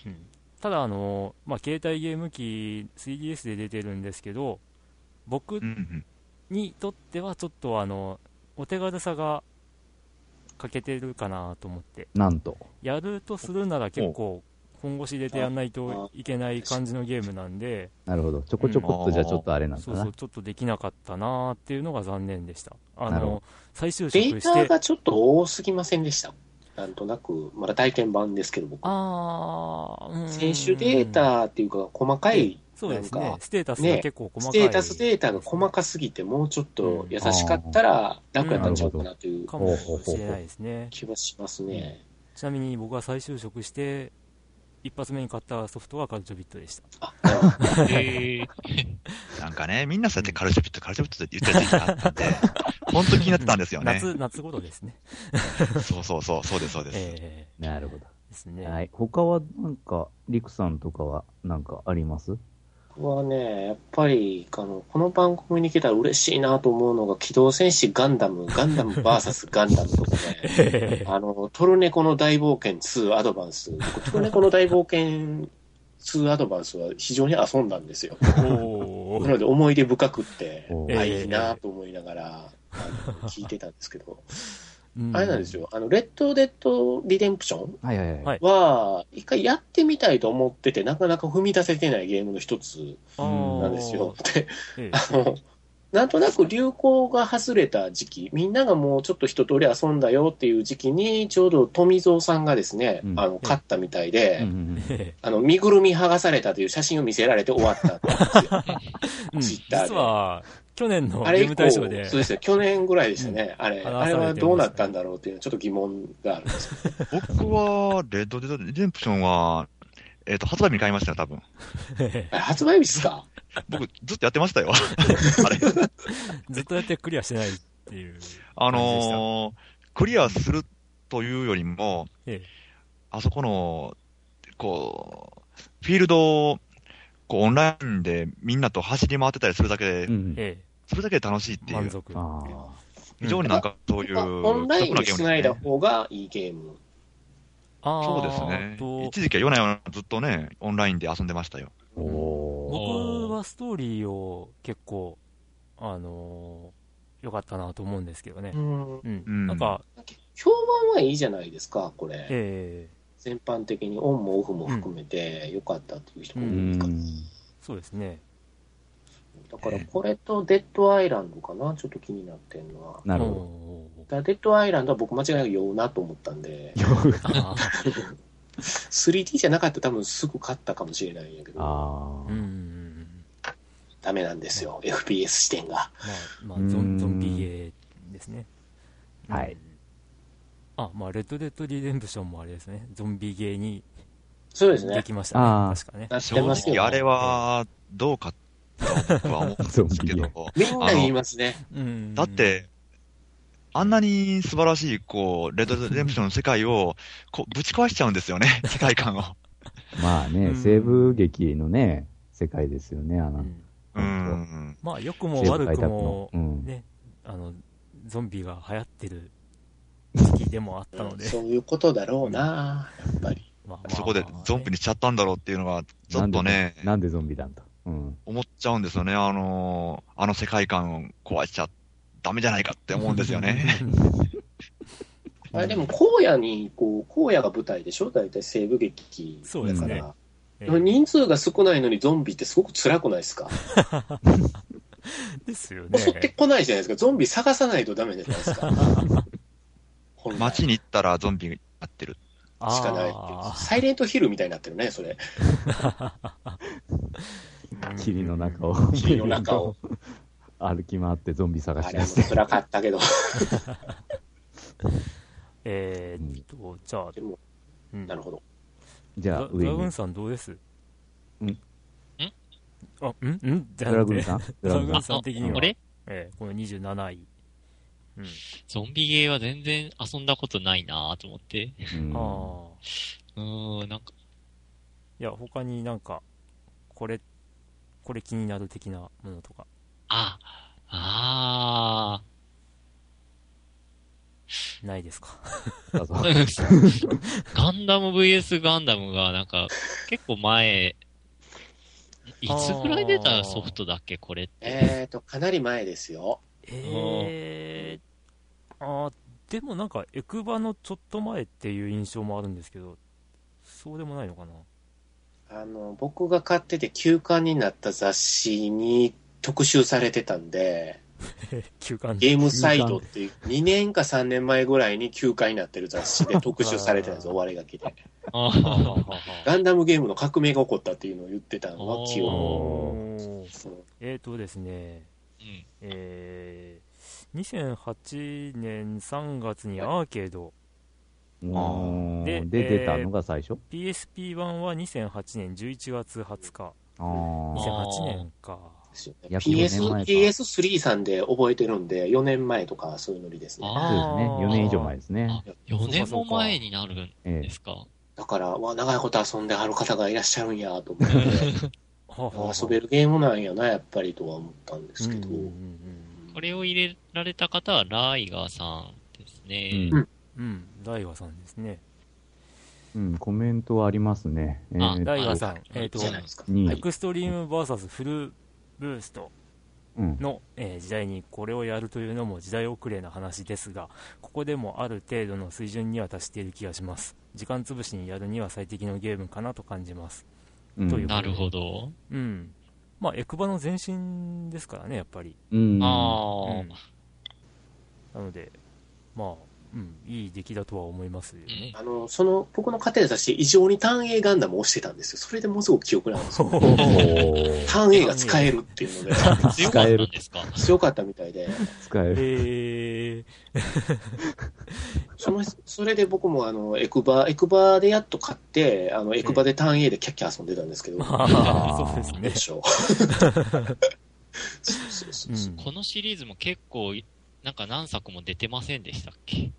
Speaker 1: うんただあの、まあ、携帯ゲーム機 3DS で出てるんですけど僕
Speaker 4: うんうん。
Speaker 1: にとってはちょっとあのお手軽さが欠けてるかなと思って。
Speaker 3: なんと。
Speaker 1: やるとするなら結構、本腰入れてやんないといけない感じのゲームなんで、
Speaker 3: なるほど。ちょこちょこっとじゃちょっとあれなんか
Speaker 1: そう
Speaker 3: な。
Speaker 1: そう、ちょっとできなかったなーっていうのが残念でした。あ
Speaker 3: なるほ
Speaker 1: の、再就職
Speaker 5: デー
Speaker 1: し
Speaker 5: タ
Speaker 1: て、
Speaker 5: がちょっと多すぎませんでした。なんとなく、まだ体験版ですけど、僕。
Speaker 1: あー、うん
Speaker 5: 選手デー、タっていうか、細かい、
Speaker 1: そうです
Speaker 5: なん
Speaker 1: ね
Speaker 5: か、
Speaker 1: ステータスが結構細
Speaker 5: ス
Speaker 1: かい。
Speaker 5: テータスデータが細かすぎて、もうちょっと優しかったら楽やったんちゃうかなという
Speaker 1: かもしれないですね。
Speaker 5: 気はしますね。
Speaker 1: ちなみに僕が再就職して、一発目に買ったソフトはカルチョビットでした。
Speaker 5: あ、なるほど
Speaker 1: (laughs)
Speaker 2: えー、
Speaker 4: なんかね、みんなそうやってカルチャピット、カルチャピットって言ってた時期が
Speaker 1: (laughs)
Speaker 4: あったんで、本当気になってたんですよね。
Speaker 1: 夏、夏頃ですね。
Speaker 4: そうそうそう、そうです、そうです。
Speaker 1: え
Speaker 3: なるほど。
Speaker 1: ー、ですね。
Speaker 3: はい。他は、なんか、リクさんとかは、なんかあります
Speaker 5: 僕はね、やっぱり、あの、この番組に来たら嬉しいなと思うのが、機動戦士ガンダム、ガンダム VS ガンダムと
Speaker 1: (laughs)
Speaker 5: かね、あの、トルネコの大冒険2アドバンス、僕トルネコの大冒険2アドバンスは非常に遊んだんで
Speaker 1: (laughs)
Speaker 5: すよ。
Speaker 1: (laughs) お
Speaker 5: な
Speaker 1: ー
Speaker 5: ので思い出深くって
Speaker 3: お、
Speaker 1: ー
Speaker 5: あ、いいなと思いながら、あの聞いてたんですけど、
Speaker 1: うん
Speaker 5: (laughs) あれなんですよ、あの、レッドデッドリデンプション
Speaker 3: はいはい
Speaker 1: はい
Speaker 5: は、一回やってみたいと思ってて、なかなか踏み出せてないゲームの一つ
Speaker 1: あー
Speaker 5: なんですよ。で
Speaker 1: ええ
Speaker 5: あの、なんとなく流行が外れた時期、みんながもうちょっと一通り遊んだよっていう時期に、ちょうど富蔵さんがですね、
Speaker 3: うん
Speaker 5: あの、勝ったみたいで、
Speaker 3: うんうんうん
Speaker 1: え
Speaker 5: あの、身ぐるみ剥がされたという写真を見せられて終わったんです
Speaker 1: (laughs)
Speaker 5: よ。
Speaker 1: えうん
Speaker 5: ツイッターで
Speaker 1: 実は、去年のゲ
Speaker 5: あれ
Speaker 1: ー
Speaker 5: 以
Speaker 1: ム
Speaker 5: 降、
Speaker 1: 大
Speaker 5: そ
Speaker 1: 賞
Speaker 5: う
Speaker 1: で
Speaker 5: で、すね、去年ぐらいでしたね。あれ、
Speaker 1: 剥がさ
Speaker 5: あ
Speaker 1: れてま
Speaker 5: れ
Speaker 1: したね
Speaker 5: はどうなったんだろうっていうのはちょっと疑問があるんですよ
Speaker 4: 僕は、レッドデッドリデンプションは、えっ、と、発売日に買いましたよ、多分。
Speaker 5: あれ発売日ですか
Speaker 4: 僕、ずっとやって
Speaker 1: (laughs)
Speaker 4: ましたよ。あれ。
Speaker 1: (laughs) ずっとやってクリアしてないっていう。
Speaker 4: あのークリアするというよりも、
Speaker 1: ええ
Speaker 4: あそこの、こう、フィールドを、こう、オンラインでみんなと走り回ってたりするだけで、
Speaker 3: うんうん。
Speaker 1: え
Speaker 4: それだけで楽しいって
Speaker 1: え、
Speaker 4: い
Speaker 1: 満
Speaker 4: う、
Speaker 1: 足。
Speaker 3: あ
Speaker 4: 非常になんかそういう、
Speaker 5: まあオンラインで繋いだ
Speaker 4: 楽なゲームですね
Speaker 5: 方がいいゲーム。
Speaker 1: あー
Speaker 4: そうですね。
Speaker 1: と
Speaker 4: 一時期は夜な夜なずっとね、オンラインで遊んでましたよ。
Speaker 3: あ。おー。
Speaker 1: 僕はストーリーを結構、あのー、良かったなと思うんですけどね
Speaker 5: う。ん。
Speaker 1: うん。
Speaker 4: うん
Speaker 1: なんか、
Speaker 5: 評判はいいじゃないですか、これ。
Speaker 1: え
Speaker 5: 全般的にオンもオフも含めて良かったっていう人
Speaker 3: う
Speaker 5: も多いから、
Speaker 3: ん。
Speaker 1: えそうですね。
Speaker 5: だからこれとデッドアイランドかな、ちょっと気になってるのは。
Speaker 3: なるほど。
Speaker 1: ほ
Speaker 5: だからデッドアイランドは僕間違いなく酔うなと思ったんで、
Speaker 1: ど。
Speaker 5: 3D じゃなかったら多分すぐ勝ったかもしれないんやけど、
Speaker 3: あ
Speaker 1: う
Speaker 3: あ。
Speaker 1: ん。
Speaker 5: ダメなんですよ、FPS 視点が。
Speaker 1: まあ、まあ、ゾ
Speaker 3: うーん
Speaker 1: ンゾンビゲーですね。
Speaker 3: はい
Speaker 1: うん。あ、まあ、レッドデッドリデンプションもあれですね。ゾンビゲーに
Speaker 5: そうです
Speaker 1: で
Speaker 5: ね。
Speaker 1: きましたね。
Speaker 3: あー
Speaker 1: 確かね。
Speaker 5: なっ
Speaker 4: 正
Speaker 5: てますよ、
Speaker 4: 直、あれは、どうかと僕は思うんですけ
Speaker 3: ゾンビゲ
Speaker 4: ど、
Speaker 5: みんな言いますね。
Speaker 1: うん。
Speaker 4: だって、、あんなに素晴らしい、こう、レッドデッドレンプションの世界を、こう、ぶち壊しちゃうんですよね、世界観を。
Speaker 3: まあ
Speaker 1: う
Speaker 3: ね、
Speaker 1: ん
Speaker 3: 西部劇のね、世界ですよね、あ
Speaker 1: う
Speaker 3: の。
Speaker 1: ん、
Speaker 4: うん。
Speaker 1: まあ、良くも
Speaker 3: 西部
Speaker 1: 悪
Speaker 3: 開
Speaker 1: く
Speaker 3: 拓
Speaker 1: も
Speaker 3: の。、うん。
Speaker 1: ね、あの、ゾンビが流行って
Speaker 3: (laughs)
Speaker 1: る時期でもあったので、
Speaker 5: そういうことだろうな、やっぱり。
Speaker 1: まあまあ
Speaker 4: そこでゾンビ
Speaker 1: に。
Speaker 4: にしちゃったんだろうっていうのが、ちょっとね、
Speaker 3: なんでゾンビなんだと。うん。
Speaker 4: 思っちゃうんですよね。あのーあの世界観を壊しちゃダメじゃないかって思うんですよね。
Speaker 5: あれでも、荒野に、こう、荒野が舞台でしょ大体西部劇だから。
Speaker 1: そうですねええ
Speaker 5: 人数が少ないのにゾンビってすごく辛くないですか
Speaker 1: です
Speaker 5: (laughs)
Speaker 1: よね。
Speaker 5: 襲ってこないじゃないですか。ゾンビ探さないとダメじゃないですか。本
Speaker 4: (laughs)
Speaker 5: 来
Speaker 4: 街に行ったらゾンビになってる。
Speaker 1: あー
Speaker 5: しかないっていう。サイレントヒルみたいになってるね、それ。
Speaker 3: 霧の中を。
Speaker 5: 霧の中を。
Speaker 3: (laughs) 歩き回ってゾンビ探
Speaker 5: あ
Speaker 3: し
Speaker 5: れ
Speaker 3: 出
Speaker 5: も
Speaker 3: して。
Speaker 5: 辛かったけど。 (laughs)
Speaker 1: えーっと、じゃあ、
Speaker 5: でも、
Speaker 1: うん
Speaker 5: なるほど。
Speaker 3: じゃあ、
Speaker 1: ドド
Speaker 3: 上
Speaker 1: ラグー
Speaker 3: に
Speaker 1: ン。さんどうです
Speaker 3: うん
Speaker 1: あ、んんじゃ
Speaker 3: ドラグーン
Speaker 1: ん
Speaker 3: さん
Speaker 1: ド
Speaker 3: ド
Speaker 1: ラ
Speaker 3: ラ
Speaker 1: グ
Speaker 3: グ
Speaker 1: ー
Speaker 3: ー
Speaker 1: ン
Speaker 3: ン
Speaker 1: さ
Speaker 3: さ
Speaker 1: ん
Speaker 3: ん。
Speaker 1: 的には。
Speaker 2: 俺
Speaker 1: ええこの27位。うん。
Speaker 2: ゾンビゲーは全然遊んだことないなぁと思って。
Speaker 3: うん
Speaker 1: ああ。
Speaker 2: うーん、なんか、
Speaker 1: いや、他になんか、これ、これ気になる的なものとか。
Speaker 2: あ、あ
Speaker 1: ないですか。
Speaker 3: そうそう
Speaker 2: ー。 (laughs) ガンダム VS ガンダムがなんか、結構前、いつぐらい出たソフトだっけこれって。
Speaker 5: えーと、かなり前ですよ。
Speaker 1: えー、あーでもなんか、エクバのちょっと前っていう印象もあるんですけど、そうでもないのかな。 (laughs)
Speaker 5: あの、僕が買ってて休刊になった雑誌に特集されてたんで、
Speaker 1: 休館
Speaker 5: ゲームサイトっていう2年か3年前ぐらいに休刊になってる雑誌で特集されてたんです終わりが来て。
Speaker 2: あ
Speaker 1: は
Speaker 2: ー
Speaker 1: はは
Speaker 5: ガンダムゲームの革命が起こったっていうのを言ってたのは記憶。
Speaker 1: お
Speaker 2: お
Speaker 1: ー
Speaker 5: そう
Speaker 1: えーとですね、
Speaker 2: うん。
Speaker 1: えー、2008年3月にアーケード、
Speaker 3: うん
Speaker 1: で
Speaker 3: で、
Speaker 1: えー
Speaker 3: 出たのが最初
Speaker 1: PSP 版は2008年11月20日、
Speaker 3: あー
Speaker 1: 2008年か。
Speaker 5: ですよね
Speaker 3: 約四年前
Speaker 5: PS
Speaker 3: か
Speaker 5: PS3 さんで覚えてるんで、4年前とかそういうノリですね。
Speaker 2: あ
Speaker 3: そうですね。4年以上前ですね
Speaker 2: あ。4年も前になるん
Speaker 3: ええ
Speaker 2: ですか。
Speaker 5: だから、わ、長いこと遊んではる方がいらっしゃるんやと
Speaker 3: (laughs)
Speaker 5: 思って、
Speaker 1: はあはあはあ
Speaker 5: 遊べるゲームなんやな、やっぱりとは思ったんで
Speaker 1: う
Speaker 5: す
Speaker 1: ん
Speaker 5: け
Speaker 1: うん
Speaker 5: ど。
Speaker 2: これを入れられた方はライガーさんですね。
Speaker 3: うん
Speaker 1: うんうん、うん、ダイガさんですね。
Speaker 3: うん、コメントはありますね。え
Speaker 2: あ
Speaker 3: ー
Speaker 1: ダイガさん、えっ、と
Speaker 5: じ、ゃないですか。
Speaker 3: に
Speaker 1: エクストリーム VS フルブースト
Speaker 3: うん、
Speaker 1: の、えー時代にこれをやるというのも時代遅れな話ですが、ここでもある程度の水準には達している気がします。時間潰しにやるには最適のゲームかなと感じます。
Speaker 3: うん
Speaker 1: という
Speaker 2: なるほど。
Speaker 1: うん。まあ、エクバの前身ですからね、やっぱり。
Speaker 3: うん
Speaker 2: ああ、
Speaker 1: うんなので、まあ、うん、いい出来だとは思いますよね。
Speaker 5: あの、その、僕の家庭雑誌、異常に単影ガンダムを押してたんですよ。それでものすごく記憶なんですよ。
Speaker 3: お
Speaker 1: (laughs)
Speaker 3: ー
Speaker 5: 単影が使えるっていう
Speaker 3: (laughs)
Speaker 5: ので、
Speaker 2: 強かったんですか。
Speaker 5: 強かったみたいで、
Speaker 3: 使える。
Speaker 1: えー、
Speaker 5: その、それで僕もあの、エクバ、エクバでやっと買って、あの、エクバで単影でキャッキャ遊んでた
Speaker 3: (laughs)
Speaker 5: んですけど、
Speaker 1: まあ、そうですね
Speaker 5: で。しょう。そうそうそうそう。
Speaker 1: うん
Speaker 2: このシリーズも結構、なんか何作も出てませんでしたっけ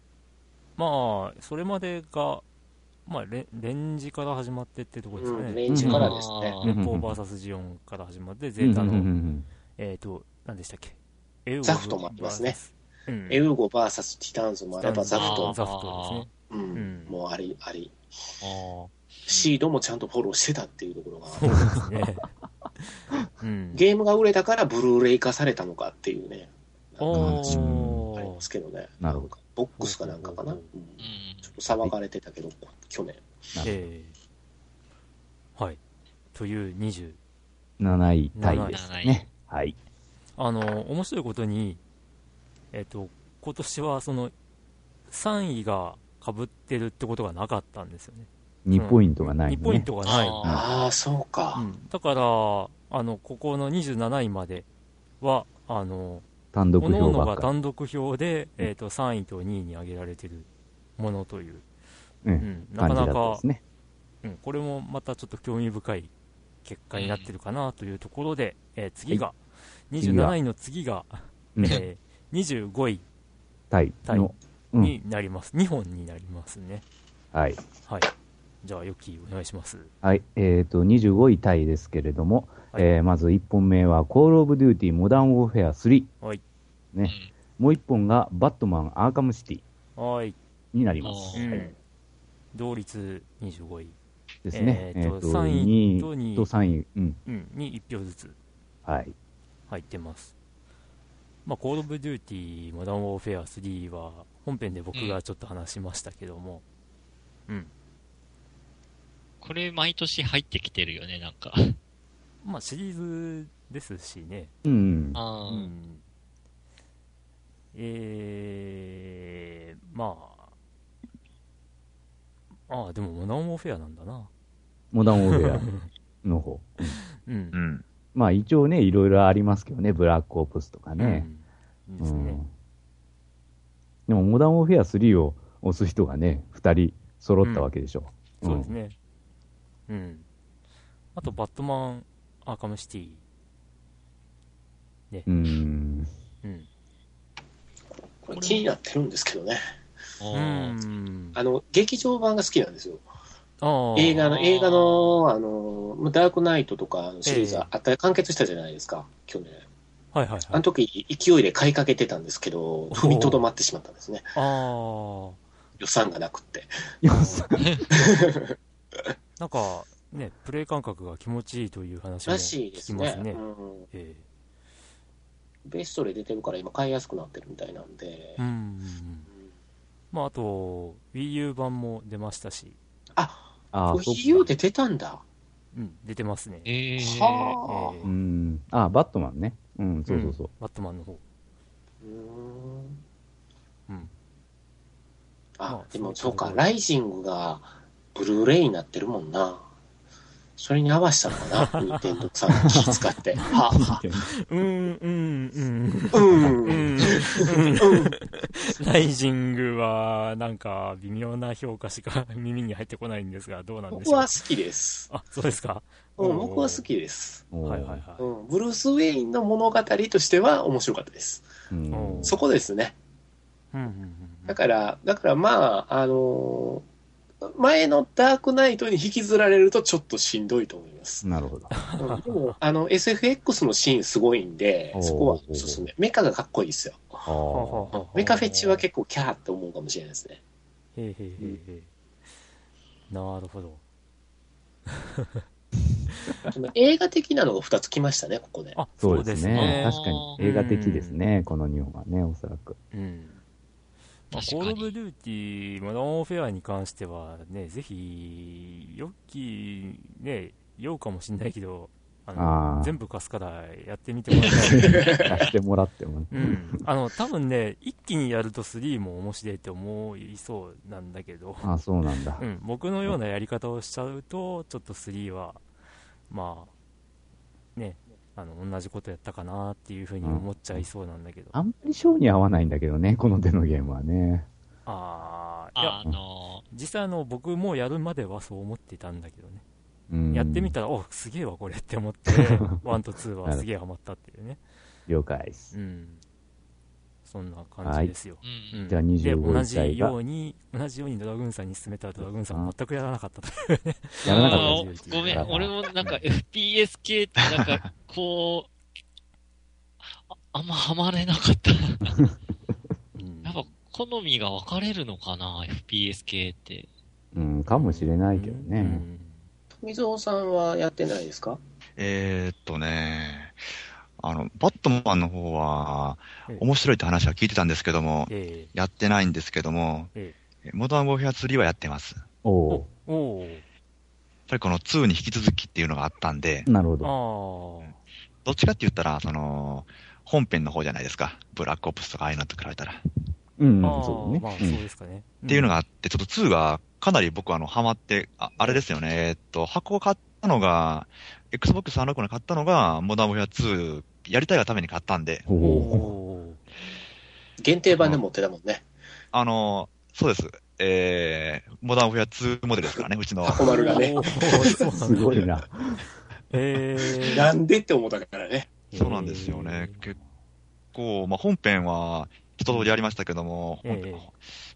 Speaker 1: まあ、それまでが、まあ、レレンジから始まってってとこですか
Speaker 5: うん
Speaker 1: ね。
Speaker 5: レンジからです
Speaker 2: あ
Speaker 5: ね。
Speaker 2: ー
Speaker 1: ネ
Speaker 3: うん
Speaker 1: ポーバーサスジオンから始まって、ゼータ
Speaker 3: うんうんう
Speaker 1: の、
Speaker 3: ん
Speaker 1: えっと、何でしたっけエウ
Speaker 5: ザフトもありますね。
Speaker 1: うん。
Speaker 5: エウゴ VS ティターンズもあれば、ザフ
Speaker 2: あ
Speaker 5: ト
Speaker 2: ー、
Speaker 1: ザフトですね。
Speaker 5: うんん、もうあり、あり。
Speaker 2: あー
Speaker 5: シードもちゃんとフォローしてたっていうところ
Speaker 1: そう
Speaker 5: が、
Speaker 1: ですね。うん。
Speaker 5: ゲームが売れたからブルーレイ化されたのかっていうね、なんか話も
Speaker 1: お
Speaker 5: あります
Speaker 1: ー。
Speaker 5: けどね。
Speaker 3: なるほど
Speaker 5: んかボックスかなんかかな。
Speaker 1: う
Speaker 5: うんん
Speaker 2: うん
Speaker 5: ちょっと騒がれてたけど、去年。
Speaker 1: えーはい。という20。
Speaker 3: 7位タイです
Speaker 2: 7位
Speaker 3: ね。はい。
Speaker 1: あの、面白いことに、えっと、今年はその、3位が被ってるってことがなかったんですよね。
Speaker 3: 2ポイントがない
Speaker 1: 2
Speaker 3: の
Speaker 1: ポイン
Speaker 3: ね。
Speaker 1: トがない。
Speaker 2: あー
Speaker 5: ああ、そう
Speaker 1: う
Speaker 5: か。
Speaker 1: んだから、あの、ここの27位までは、あの、
Speaker 3: 単独
Speaker 1: 各々
Speaker 3: 票ば
Speaker 1: が
Speaker 3: っか
Speaker 1: 単独票で、
Speaker 3: うん
Speaker 1: えっと3位と2位に上げられてるものという、
Speaker 3: り。う
Speaker 1: うんん、な
Speaker 3: 感
Speaker 1: かな
Speaker 3: じだったで
Speaker 1: か
Speaker 3: す、ね。
Speaker 1: うん、これもまたちょっと興味深い結果になってるかなというところで、えー次が、27位の次が、
Speaker 3: うん
Speaker 1: えー25位
Speaker 3: タイ
Speaker 1: タイ
Speaker 3: の。うん
Speaker 1: になります、2本になりますね。
Speaker 3: はい。
Speaker 1: はいじゃあ、よきお願いします。
Speaker 3: はい。えっと、25位タイですけれども、
Speaker 1: はい
Speaker 3: えーまず1本目は、コールオブデューティーモダンウォーフェア3。
Speaker 1: はい。
Speaker 2: う
Speaker 3: ねもう1本が、バットマンアーカムシティ
Speaker 1: はい。
Speaker 3: になります。
Speaker 1: う
Speaker 2: あ
Speaker 1: ん
Speaker 3: はい
Speaker 1: 同率25位。
Speaker 3: ですね。
Speaker 1: えーと三位
Speaker 3: 2
Speaker 1: と二
Speaker 3: 位
Speaker 1: 位
Speaker 3: と3位。うん。
Speaker 1: うん、に1票ずつ
Speaker 3: はい。
Speaker 1: 入ってます。まあ、コール・オブ・デューティー・モダン・ウォーフェア3は、本編で僕がちょっと話しましたけども、うん。
Speaker 2: これ毎年入ってきてるよね、なんか。
Speaker 1: まあ、シリーズですしね。
Speaker 3: うん。
Speaker 2: あ
Speaker 1: う
Speaker 2: ー
Speaker 1: ん。えー、まあ、ああ、でもモダン・ウォーフェアなんだな。
Speaker 3: モダンウォーフェアの方。 (laughs)
Speaker 1: うん
Speaker 4: う。ん。
Speaker 3: まあ一応ね、いろいろありますけどね、ブラックオプスとかね。
Speaker 1: うん。いいです
Speaker 3: う
Speaker 1: ね
Speaker 3: ん。でも、モダンオフェア3を押す人がね、2人揃ったわけでしょ。
Speaker 1: そうですね。うん。あと、バットマン・アーカムシティ。
Speaker 3: うん。
Speaker 1: うん。
Speaker 5: これ気になってるんですけどね。
Speaker 1: う
Speaker 2: あ
Speaker 1: ん。
Speaker 5: あの、劇場版が好きなんですよ。
Speaker 1: ああ
Speaker 5: 映画の、映画の、あの、ダークナイトとかのシリーズあった、完結したじゃないですか、去年。
Speaker 1: はいはい
Speaker 5: あ
Speaker 1: は
Speaker 5: の
Speaker 1: い。
Speaker 5: 時、勢いで買いかけてたんですけど、踏みとどまってしまったんですね。
Speaker 1: ああ。
Speaker 5: 予算がなくって。
Speaker 3: よさ
Speaker 5: (laughs)
Speaker 1: なんか、ね、プレイ感覚が気持ちいいという話も
Speaker 5: らしい
Speaker 1: 聞
Speaker 5: で
Speaker 1: き
Speaker 5: す
Speaker 1: ま
Speaker 5: ね
Speaker 1: す。ね
Speaker 5: う。ん
Speaker 1: え
Speaker 5: ベストで出てるから今買いやすくなってるみたいなんで
Speaker 1: えう、ん。
Speaker 5: うん
Speaker 1: まあ、あと、Wii U 版も出ましたし、
Speaker 5: あ、
Speaker 3: ああ、そ
Speaker 5: Wii
Speaker 3: う
Speaker 5: U
Speaker 3: か。
Speaker 5: で出たんだ。
Speaker 1: うん、出てますね。
Speaker 2: えー、
Speaker 5: は
Speaker 1: え
Speaker 3: う
Speaker 1: ー
Speaker 3: ん。あ、バットマンね。うん、そうそうそう。
Speaker 1: バットマンの方。
Speaker 5: あ。うーん
Speaker 1: うん。ま
Speaker 5: あ
Speaker 1: あ、
Speaker 5: でも
Speaker 1: そ
Speaker 5: そうう
Speaker 1: か
Speaker 5: か、ライジングがブルーレイになってるもんな。それに合わせたの (laughs) かな、ニンテンドさんが気使 (laughs) って。は
Speaker 3: (laughs)
Speaker 5: あはあ
Speaker 1: うーん、うん、うん。
Speaker 5: うん。
Speaker 1: う
Speaker 5: う
Speaker 1: ん、
Speaker 5: ん
Speaker 1: ライジングは、なんか、微妙な評価しか (laughs) 耳に入ってこないんですが、どうなんでし
Speaker 5: 僕
Speaker 1: ょう
Speaker 5: は。好きです。
Speaker 1: あ、そうですか。
Speaker 5: うん、僕は好きです。
Speaker 3: おー
Speaker 1: はいはいは
Speaker 5: う
Speaker 1: い。
Speaker 5: ん、ブルース・ウェインの物語としては面白かったです。
Speaker 3: うん
Speaker 1: おー
Speaker 5: そこですね。
Speaker 1: うん、うん、うん。
Speaker 5: だから、だからまあ、あのー前のダークナイトに引きずられるとちょっとしんどいと思います。
Speaker 3: な
Speaker 1: (laughs)
Speaker 3: るほど。
Speaker 5: うんでも、あの、SFX のシーンすごいんで
Speaker 3: お、ー
Speaker 5: そこはおすすめ。メカがかっこいいですよ。
Speaker 3: あ
Speaker 1: は
Speaker 5: メカフェチは結構キャーって思うかもしれないですね。
Speaker 1: へーへーへーへーなるほど。
Speaker 5: あの映画的なのが2つ来ましたね、ここで。
Speaker 1: あ、
Speaker 3: そ
Speaker 1: そうう
Speaker 3: で
Speaker 1: ですす
Speaker 3: ね
Speaker 1: ね。。
Speaker 3: 確かに映画的ですね、この日本はね、おそらく。
Speaker 1: うん。まあ、
Speaker 2: 確か
Speaker 1: コール・
Speaker 2: に
Speaker 1: オブ・デューティー、モダン・オフェアに関しては、ね、ぜひ、よき、ね、酔うかもしれないけど、あの
Speaker 3: あー
Speaker 1: 全部貸すからやってみてもらいたい。
Speaker 3: やってもらってもね。
Speaker 1: うん。 (laughs) あの、多分ね、一気にやると3も面白いって思いそうなんだけど、
Speaker 3: あ、そうなんだ
Speaker 1: う。ん、僕のようなやり方をしちゃうと、ちょっと3は、まあ、ね、あの、同じことやったかなっていうふうに思っちゃいそうなんだけど。あ
Speaker 3: あんまりショーに合わないんだけどね、この手のゲームはね。
Speaker 1: あー、いや
Speaker 2: あの
Speaker 1: 実際あの僕もやるまではそう思ってたんだけどね、
Speaker 3: うん
Speaker 1: やってみたらおすげえわこれって思って (laughs) ワンとツーはすげえハマったっていうね
Speaker 3: 了解です
Speaker 1: う。んそんな感じですよ、
Speaker 2: ー、う。
Speaker 1: うんん
Speaker 3: じゃあ
Speaker 1: で
Speaker 3: 25
Speaker 1: 同じ
Speaker 3: 歳が
Speaker 1: ように同じようにドラグーンさんに勧めたらドラグーンさんは全くやらなかったと
Speaker 3: やらなか
Speaker 2: あー
Speaker 3: っ
Speaker 1: ったです
Speaker 2: ごめん、
Speaker 3: やらなかった
Speaker 2: 俺もなんか FPS 系ってなんか、こう、ああんまハマれなかった。 (laughs)
Speaker 1: うん
Speaker 2: やっぱ好みが分かれるのかな、FPS 系って。
Speaker 3: た。うん、かもしれないけど
Speaker 1: う
Speaker 3: ね。
Speaker 1: ん
Speaker 5: 富蔵さんはやってないですか
Speaker 4: えーっとね、あの、バットマンの方は
Speaker 1: ええ、
Speaker 4: 面白いって話は聞いてたんですけども、
Speaker 1: え
Speaker 4: やってないんですけども、
Speaker 1: え
Speaker 4: モダンウォーフェア3はやってます。やっ
Speaker 3: おお
Speaker 1: えおー
Speaker 4: ぱりこの2に引き続きっていうのがあったんで、
Speaker 3: なるほど。
Speaker 1: ああ
Speaker 4: どっちかって言ったら、その、本編の方じゃないですか。ブラックオプスとかああいうのと比べたら。っ
Speaker 3: うん、
Speaker 1: ああ
Speaker 3: そう
Speaker 1: まあ
Speaker 3: だ
Speaker 1: そう
Speaker 3: ね。
Speaker 1: ですかね、
Speaker 4: ていうの
Speaker 1: が
Speaker 4: があって、ちょっと2がかなり僕あの、ハマって、ああれですよね、えーっと、箱を買ったのが、Xbox 360の買ったのが、モダンウォーフェア2、やりたいがために買ったんで、
Speaker 3: お
Speaker 1: お
Speaker 3: お
Speaker 1: お
Speaker 5: 限定版で持ってたもんね。
Speaker 4: あの、そうです。えー、モダンウォーフェア2モデルですからね、うちの。
Speaker 5: 箱丸がね。
Speaker 1: おー
Speaker 3: ー。
Speaker 1: そう
Speaker 3: す
Speaker 1: なんだ
Speaker 3: ごいな。
Speaker 1: ええ
Speaker 5: (laughs) なんでって思ったからね。
Speaker 4: そうなんですよね。結構、まあ、本編は一通りありましたけども、
Speaker 1: ええ
Speaker 4: 本編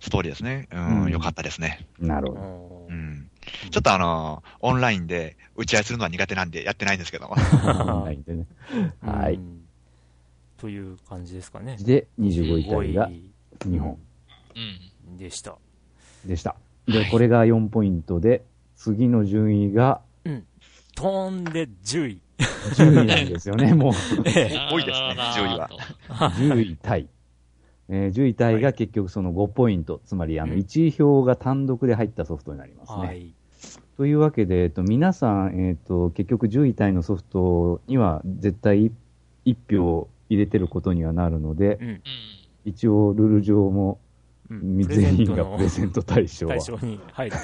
Speaker 4: ストーリーですね。うん、
Speaker 3: うん
Speaker 4: よかったですね。
Speaker 3: なる
Speaker 1: う
Speaker 3: ほど。
Speaker 1: ん
Speaker 4: うん。ちょっとあの、オンラインで打ち合いするのは苦手なんでやってないんですけども。
Speaker 3: ないんでねは
Speaker 1: う
Speaker 3: い。
Speaker 1: んという感じですかね。
Speaker 3: で、25位以外が
Speaker 1: 25
Speaker 3: 日本
Speaker 2: うん。
Speaker 1: でした。
Speaker 3: でした。で、これが4ポイントで、次の順位が
Speaker 1: 飛んで10位。
Speaker 3: 10位なんですよね、もう。
Speaker 4: 多いですね10位は
Speaker 3: 10位タイ。えー10位タイが結局その5ポイント、つまりあの1位票が単独で入ったソフトになりますね。
Speaker 1: はい。
Speaker 3: というわけで、えっと、皆さん、えっと、結局10位タイのソフトには絶対1票入れてることにはなるので
Speaker 1: う、ん。
Speaker 2: うん。
Speaker 3: 一応ルール上も
Speaker 1: うん
Speaker 3: 全員がプレゼント対象は
Speaker 1: 対。象に
Speaker 3: (laughs)
Speaker 1: 入る。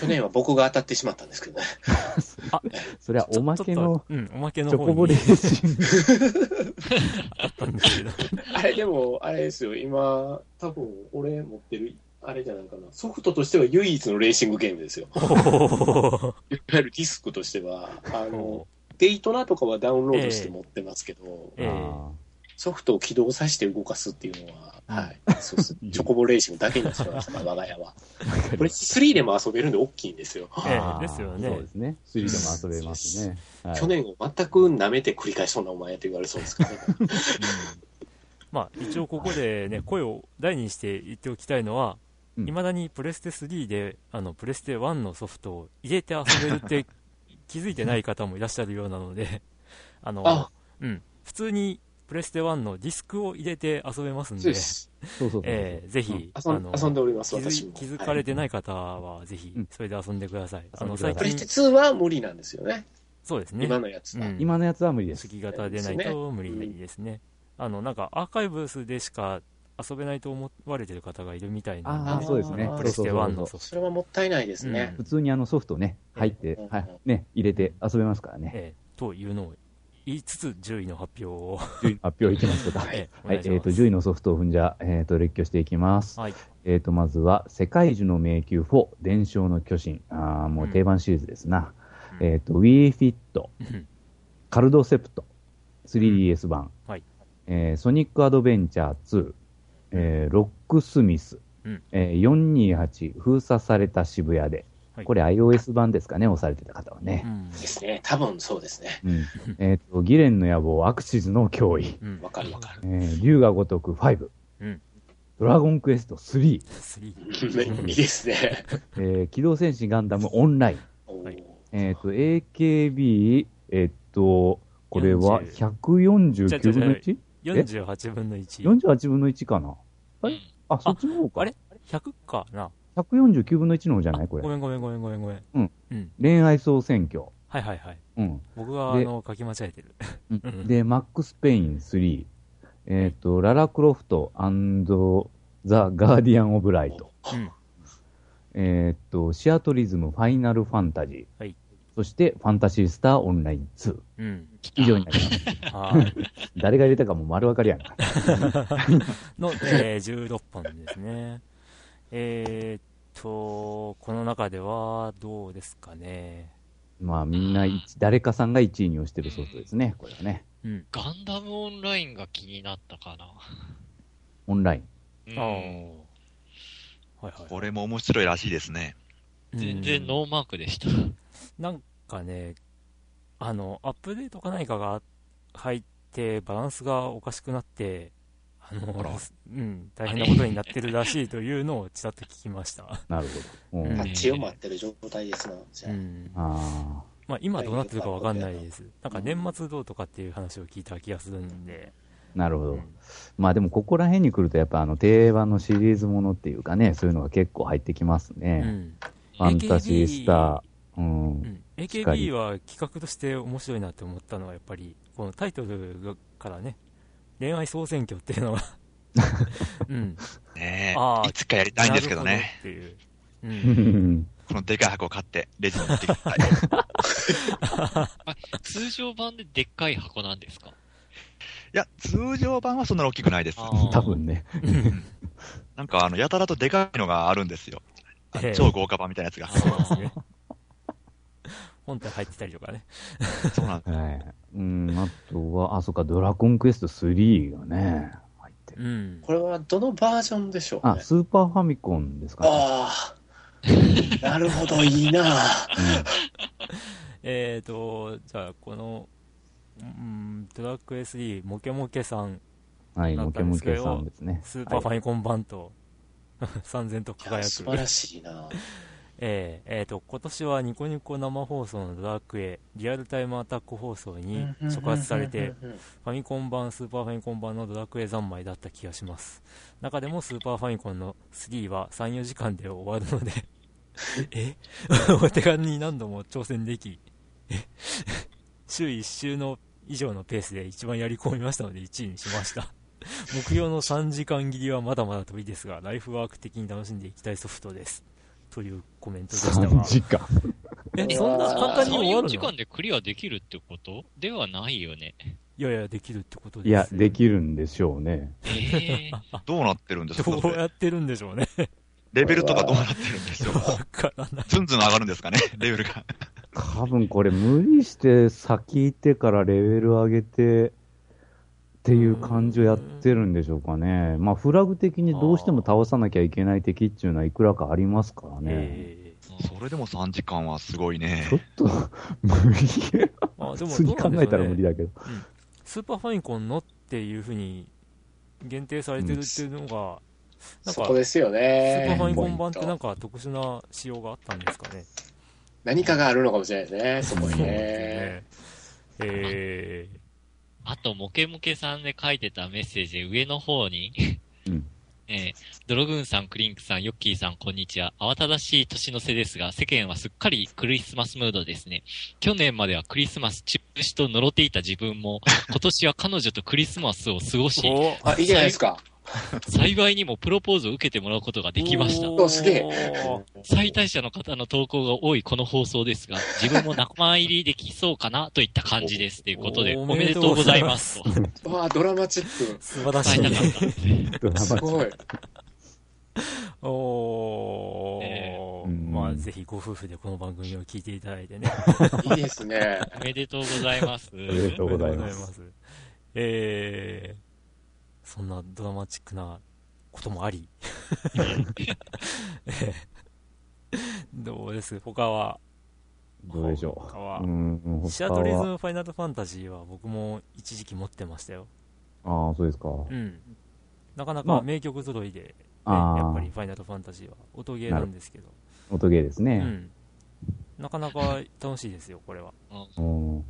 Speaker 5: 去年は僕が当たってしまったんですけどね。
Speaker 3: それはおまけの
Speaker 1: ちょっとうん、おまけの
Speaker 3: チョコ
Speaker 1: 方
Speaker 3: ボレ
Speaker 1: に
Speaker 3: ーシング。
Speaker 1: あったんですけど。
Speaker 5: あれでも、あれですよ、今、多分俺持ってる、あれじゃないかな。ソフトとしては唯一のレーシングゲームですよ。
Speaker 1: おー
Speaker 5: いわゆるディスクとしては、あの、デイトナとかはダウンロードして持ってますけど、
Speaker 1: ええ
Speaker 3: あ
Speaker 5: ソフトを起動させて動かすっていうのは、
Speaker 1: うん
Speaker 5: はい。そうです。
Speaker 1: (laughs)
Speaker 5: チョコボレーシングだけになってしまいました、我が家は。これ3でも遊べるんで大きいんですよ。
Speaker 3: ー
Speaker 1: ええ
Speaker 3: あー
Speaker 1: ですよね
Speaker 3: そうですね。3でも遊べますね。はい
Speaker 5: 去年を全く舐めて繰り返しそうなお前やと言われそうですからね。
Speaker 1: (laughs) まあ、一応ここでね、声を大にして言っておきたいのは、
Speaker 3: うん
Speaker 1: いまだにプレステ3で、あの、プレステ1のソフトを入れて遊べるって
Speaker 3: (laughs)
Speaker 1: 気づいてない方もいらっしゃるようなので、あの、
Speaker 5: あ
Speaker 1: うん、普通にプレステ1のディスクを入れて遊べますん
Speaker 5: そう
Speaker 1: で
Speaker 5: で、す。
Speaker 3: そうそうそうそう。
Speaker 1: えーぜひ、
Speaker 5: 遊ん遊んでおります、
Speaker 1: 気
Speaker 5: 私
Speaker 1: づ
Speaker 5: も。
Speaker 1: 気づかれて
Speaker 5: はい
Speaker 1: ない方は、ぜひ
Speaker 3: うん、
Speaker 1: それで遊んでください。あ
Speaker 3: 遊ん
Speaker 1: の、
Speaker 3: でください
Speaker 1: 最
Speaker 5: プレステ
Speaker 1: 近、
Speaker 5: 2は無理なんですよね。
Speaker 1: そうですね。
Speaker 5: 今のやつは。
Speaker 1: うん
Speaker 3: 今のやつは無理です。
Speaker 1: 月型でないと無理ですね。あの、なんか、アーカイブスでしか遊べないと思われてる方がいるみたいな
Speaker 3: あ
Speaker 1: ん
Speaker 3: あ、
Speaker 1: で
Speaker 3: そうですね
Speaker 5: あ。ー
Speaker 1: プレステ1のソフ
Speaker 5: そ
Speaker 1: ト。
Speaker 5: れはもったいないですね
Speaker 1: う
Speaker 3: 普。通にあのソフトね、入って
Speaker 5: うん、
Speaker 3: はい、ね、入れて遊べますからね。
Speaker 1: えーというのを言いつつ、10位の発表を、
Speaker 3: 10位の発表いきますか。
Speaker 5: は
Speaker 3: はいい、
Speaker 1: えーお
Speaker 3: は
Speaker 1: 願
Speaker 3: い
Speaker 1: いします
Speaker 3: えっと、10位のソフトを踏んじゃ、えっと、列挙していきます。
Speaker 1: はい。
Speaker 3: えっと、まずは、世界樹の迷宮4、伝承の巨神。ああ、もう定番シリーズですな。
Speaker 1: うん
Speaker 3: えっと、WeFit、
Speaker 1: うん
Speaker 3: カルドセプト、3DS 版、
Speaker 1: はい
Speaker 3: えーソニックアドベンチャー2、えーロックスミス、
Speaker 1: うん
Speaker 3: えー428封鎖された渋谷で、
Speaker 1: はい
Speaker 3: これ iOS 版ですかね、押されてた方は
Speaker 1: う
Speaker 3: ね。
Speaker 1: ん
Speaker 5: ですね。多分そうですね。
Speaker 3: うんえっと、ギレンの野望、アクシズの脅威、
Speaker 1: うん
Speaker 5: わかるわかる。
Speaker 3: えー竜が如く5、
Speaker 1: うん
Speaker 3: ドラゴンクエスト3、
Speaker 1: 3
Speaker 5: いいですね。
Speaker 3: えー機動戦士ガンダムオンライン、
Speaker 5: おー
Speaker 1: はい
Speaker 3: えっと、AKB、えっと、これは149分の 1?
Speaker 1: 48分の1。
Speaker 3: 48分の1かなあれあ、そっちの方か。
Speaker 1: あれ ?100 かな
Speaker 3: ?149 分の1の方じゃ
Speaker 1: あ
Speaker 3: ないこ
Speaker 1: ご
Speaker 3: れ。
Speaker 1: めんごめんごめんごめんごめん。
Speaker 3: うん。
Speaker 1: うん。
Speaker 3: 恋愛総選挙。
Speaker 1: はいはいはい。
Speaker 3: うん。
Speaker 1: 僕は、あ
Speaker 3: で
Speaker 1: の、書き間違えてる。うん
Speaker 3: で、マックス・ペイン3。えっ、と、ララ・クロフトザ・ガーディアン・オブ・ライト。
Speaker 1: うん
Speaker 3: えっ、と、シアトリズム・ファイナル・ファンタジー。
Speaker 1: はい
Speaker 3: そして、ファンタシー・スター・オンライン2。
Speaker 1: うん。
Speaker 3: 以上になります。
Speaker 1: (laughs) はい。
Speaker 3: 誰が入れたかもう丸分かりやな。
Speaker 1: の、えー、16本ですね。 (laughs) えーっと、この中ではどうですかね。
Speaker 3: まあ、みんな一、誰かさんが1位に押してるソフトですね。これはね。
Speaker 1: うん。
Speaker 2: ガンダムオンラインが気になったかな。
Speaker 3: オンライン。
Speaker 2: うん
Speaker 1: ああ。はいはい。
Speaker 4: これも面白いらしいですね。
Speaker 2: 全然
Speaker 1: うん
Speaker 2: ノーマークでした。
Speaker 1: なんかね、あの、アップデートか何かが入って、バランスがおかしくなって、あの、 (laughs) うん、大変なことになってるらしいというのをちらっと聞きま
Speaker 2: (laughs)
Speaker 1: した。
Speaker 3: なるほど。うん
Speaker 1: うん
Speaker 5: パッチを待ってる状態ですな。じゃ
Speaker 1: う
Speaker 5: あ
Speaker 1: ん。
Speaker 3: あ
Speaker 1: まあ、今どうなってるかわかんないです。なんか年末どうとかっていう話を聞いた気がするんで。
Speaker 3: あ、なるほど。
Speaker 1: うん
Speaker 3: まあでもここら辺に来るとやっぱあの定番のシリーズものっていうかね、そういうのが結構入ってきます
Speaker 1: う
Speaker 3: ね。
Speaker 1: ん。
Speaker 3: ファンタジースター、うん。
Speaker 1: うん、
Speaker 3: しか
Speaker 1: AKB
Speaker 3: り
Speaker 1: は企画として面白いなって思ったのはやっぱりこのタイトルがからね恋愛総選挙っていうの
Speaker 3: (laughs)
Speaker 1: はうん
Speaker 4: ね
Speaker 1: あー
Speaker 4: え。いつかやりたいんですけどね。
Speaker 1: なるほどっていう、うん、 (laughs)
Speaker 4: このでかい箱を買って、レジに持ってきて。はい
Speaker 2: 通常版ででっかい箱なんですか
Speaker 4: いや、通常版はそんなに大きくないです。
Speaker 2: あー
Speaker 3: 多分ね。
Speaker 4: なんか、あの、やたらとでかいのがあるんですよ。 (laughs) あ
Speaker 1: ええ
Speaker 4: 超豪華版みたいなやつが。
Speaker 1: そうですね本体入ってたりとかね
Speaker 4: そうなんです。
Speaker 3: はい。うん、あとは、あ、そっか、ドラゴンクエスト3がね、入ってる。
Speaker 1: うん
Speaker 5: これはどのバージョンでしょう
Speaker 3: あ、
Speaker 5: ね。
Speaker 3: スーパーファミコンですかね。
Speaker 5: ああ。なるほど、いいな。
Speaker 3: (laughs)
Speaker 1: えーとじゃあこのうんドラクエ3モケモケさん
Speaker 3: うんはい、
Speaker 1: なん
Speaker 3: モ
Speaker 1: か
Speaker 3: ケ
Speaker 1: で
Speaker 3: モ
Speaker 1: すけ
Speaker 3: ケ
Speaker 1: ど
Speaker 3: さんですね。
Speaker 1: スーパーファミコン版と (laughs) 三千と
Speaker 5: いや
Speaker 1: 輝
Speaker 5: 素
Speaker 1: く
Speaker 5: 晴らしいな。
Speaker 1: えーえーと今年はニコニコ生放送のドラクエリアルタイムアタック放送に触発されて
Speaker 5: うんうんうん
Speaker 1: ファミコン版スーパーファミコン版のドラクエ三昧だった気がします中でもスーパーファミコンの3は34時間で終わるの
Speaker 3: (laughs)
Speaker 1: でえお手軽に何度も挑戦できえ (laughs) 週1週の以上のペースで一番やり込みましたので1位にしま
Speaker 3: (laughs)
Speaker 1: した目標の3時間切りはまだまだ遠いですがライフワーク的に楽しんでいきたいソフトですというコメントでした
Speaker 3: 3
Speaker 1: が
Speaker 3: 時間。
Speaker 1: えそんな簡単に終わる
Speaker 2: 4
Speaker 1: の
Speaker 2: 時間でクリアできるってことではないよね。
Speaker 1: いやいやできるってことです
Speaker 3: いや、できるんでしょうね。
Speaker 2: え
Speaker 4: どうなってるんです
Speaker 1: (laughs)
Speaker 4: か
Speaker 1: どうやってるんでしょうね
Speaker 4: レベルとかどうなってるんですよ。
Speaker 1: わからない
Speaker 4: ずんずん上がるんですかね、 (laughs) レベルが。
Speaker 3: 多分これ無理して先行ってからレベル上げてっていう感じをやってるんでしょうかね。まあフラグ的にどうしても倒さなきゃいけない敵っていうのはいくらかありますからね。
Speaker 1: ええ
Speaker 2: ー
Speaker 4: それでも3時間はすごいね
Speaker 3: ちょ。っと無理。
Speaker 1: まあで
Speaker 3: 普
Speaker 1: も
Speaker 3: 通に考えたら無理
Speaker 1: だ
Speaker 3: だけど。
Speaker 1: スーパーファミコンのっていうふうに限定されてるっていうのが、なん
Speaker 5: そ
Speaker 1: か
Speaker 5: こですよ
Speaker 1: スーパー
Speaker 5: ね
Speaker 1: フ。ァミコン版ってなんか特殊な仕様があったんですかね
Speaker 5: 何かがあるのかもしれないですね、そこにね。
Speaker 1: ええ
Speaker 2: あと、モケモケさんで書いてたメッセージで上の方に、
Speaker 3: うん
Speaker 2: (laughs) えードログーンさん、クリンクさん、ヨッキーさん、こんにちは。慌ただしい年の瀬ですが、世間はすっかりクリスマスムードですね。去年まではクリスマス中止と呪っていた自分 (laughs) も、今年は彼女とクリスマスを過ごし、
Speaker 1: お
Speaker 5: あ、いいじゃないですか。
Speaker 2: 幸いにもプロポーズを受けてもらうことができました。
Speaker 5: おすげえ
Speaker 2: 最大者の方の投稿が多いこの放送ですが、自分も仲間入りできそうかなといった感じです。ということで、
Speaker 1: お
Speaker 2: おめでとうございます。
Speaker 1: お
Speaker 2: と伝
Speaker 5: わあ、ドラマチック。
Speaker 1: 素晴らしい
Speaker 2: えたか
Speaker 1: ね。
Speaker 2: った。
Speaker 3: ドラマ
Speaker 5: すごい。
Speaker 1: おー、
Speaker 2: え
Speaker 3: ー
Speaker 1: ま
Speaker 3: う
Speaker 1: あ、
Speaker 3: ん
Speaker 1: ぜひご夫婦でこの番組を聞いていただいてね。
Speaker 5: いいですね。
Speaker 2: おめでとうございます。
Speaker 3: お
Speaker 2: (laughs)
Speaker 3: めでとうござ
Speaker 1: あ
Speaker 3: い
Speaker 1: りが
Speaker 3: ま
Speaker 1: とうご
Speaker 3: す。
Speaker 1: ざいます。えー、そんなドラマチックなこともあ
Speaker 3: (laughs)
Speaker 1: り。えーどうです他は、
Speaker 3: どうでしょ
Speaker 1: 他は
Speaker 3: う。うん、他は
Speaker 1: シアトリズムファイナルファンタジーは僕も一時期持ってましたよ。
Speaker 3: ああ、そうですか。
Speaker 1: うん。なかな
Speaker 3: ま
Speaker 1: か
Speaker 3: あ
Speaker 1: 名曲揃いで、ね
Speaker 3: ああ
Speaker 1: やっぱりファイナルファンタジーは音ゲーなんですけど、
Speaker 3: 音ゲーです
Speaker 1: う
Speaker 3: ね。
Speaker 1: ん。なかなか楽しいですよ、これは。
Speaker 3: うん、
Speaker 1: うん。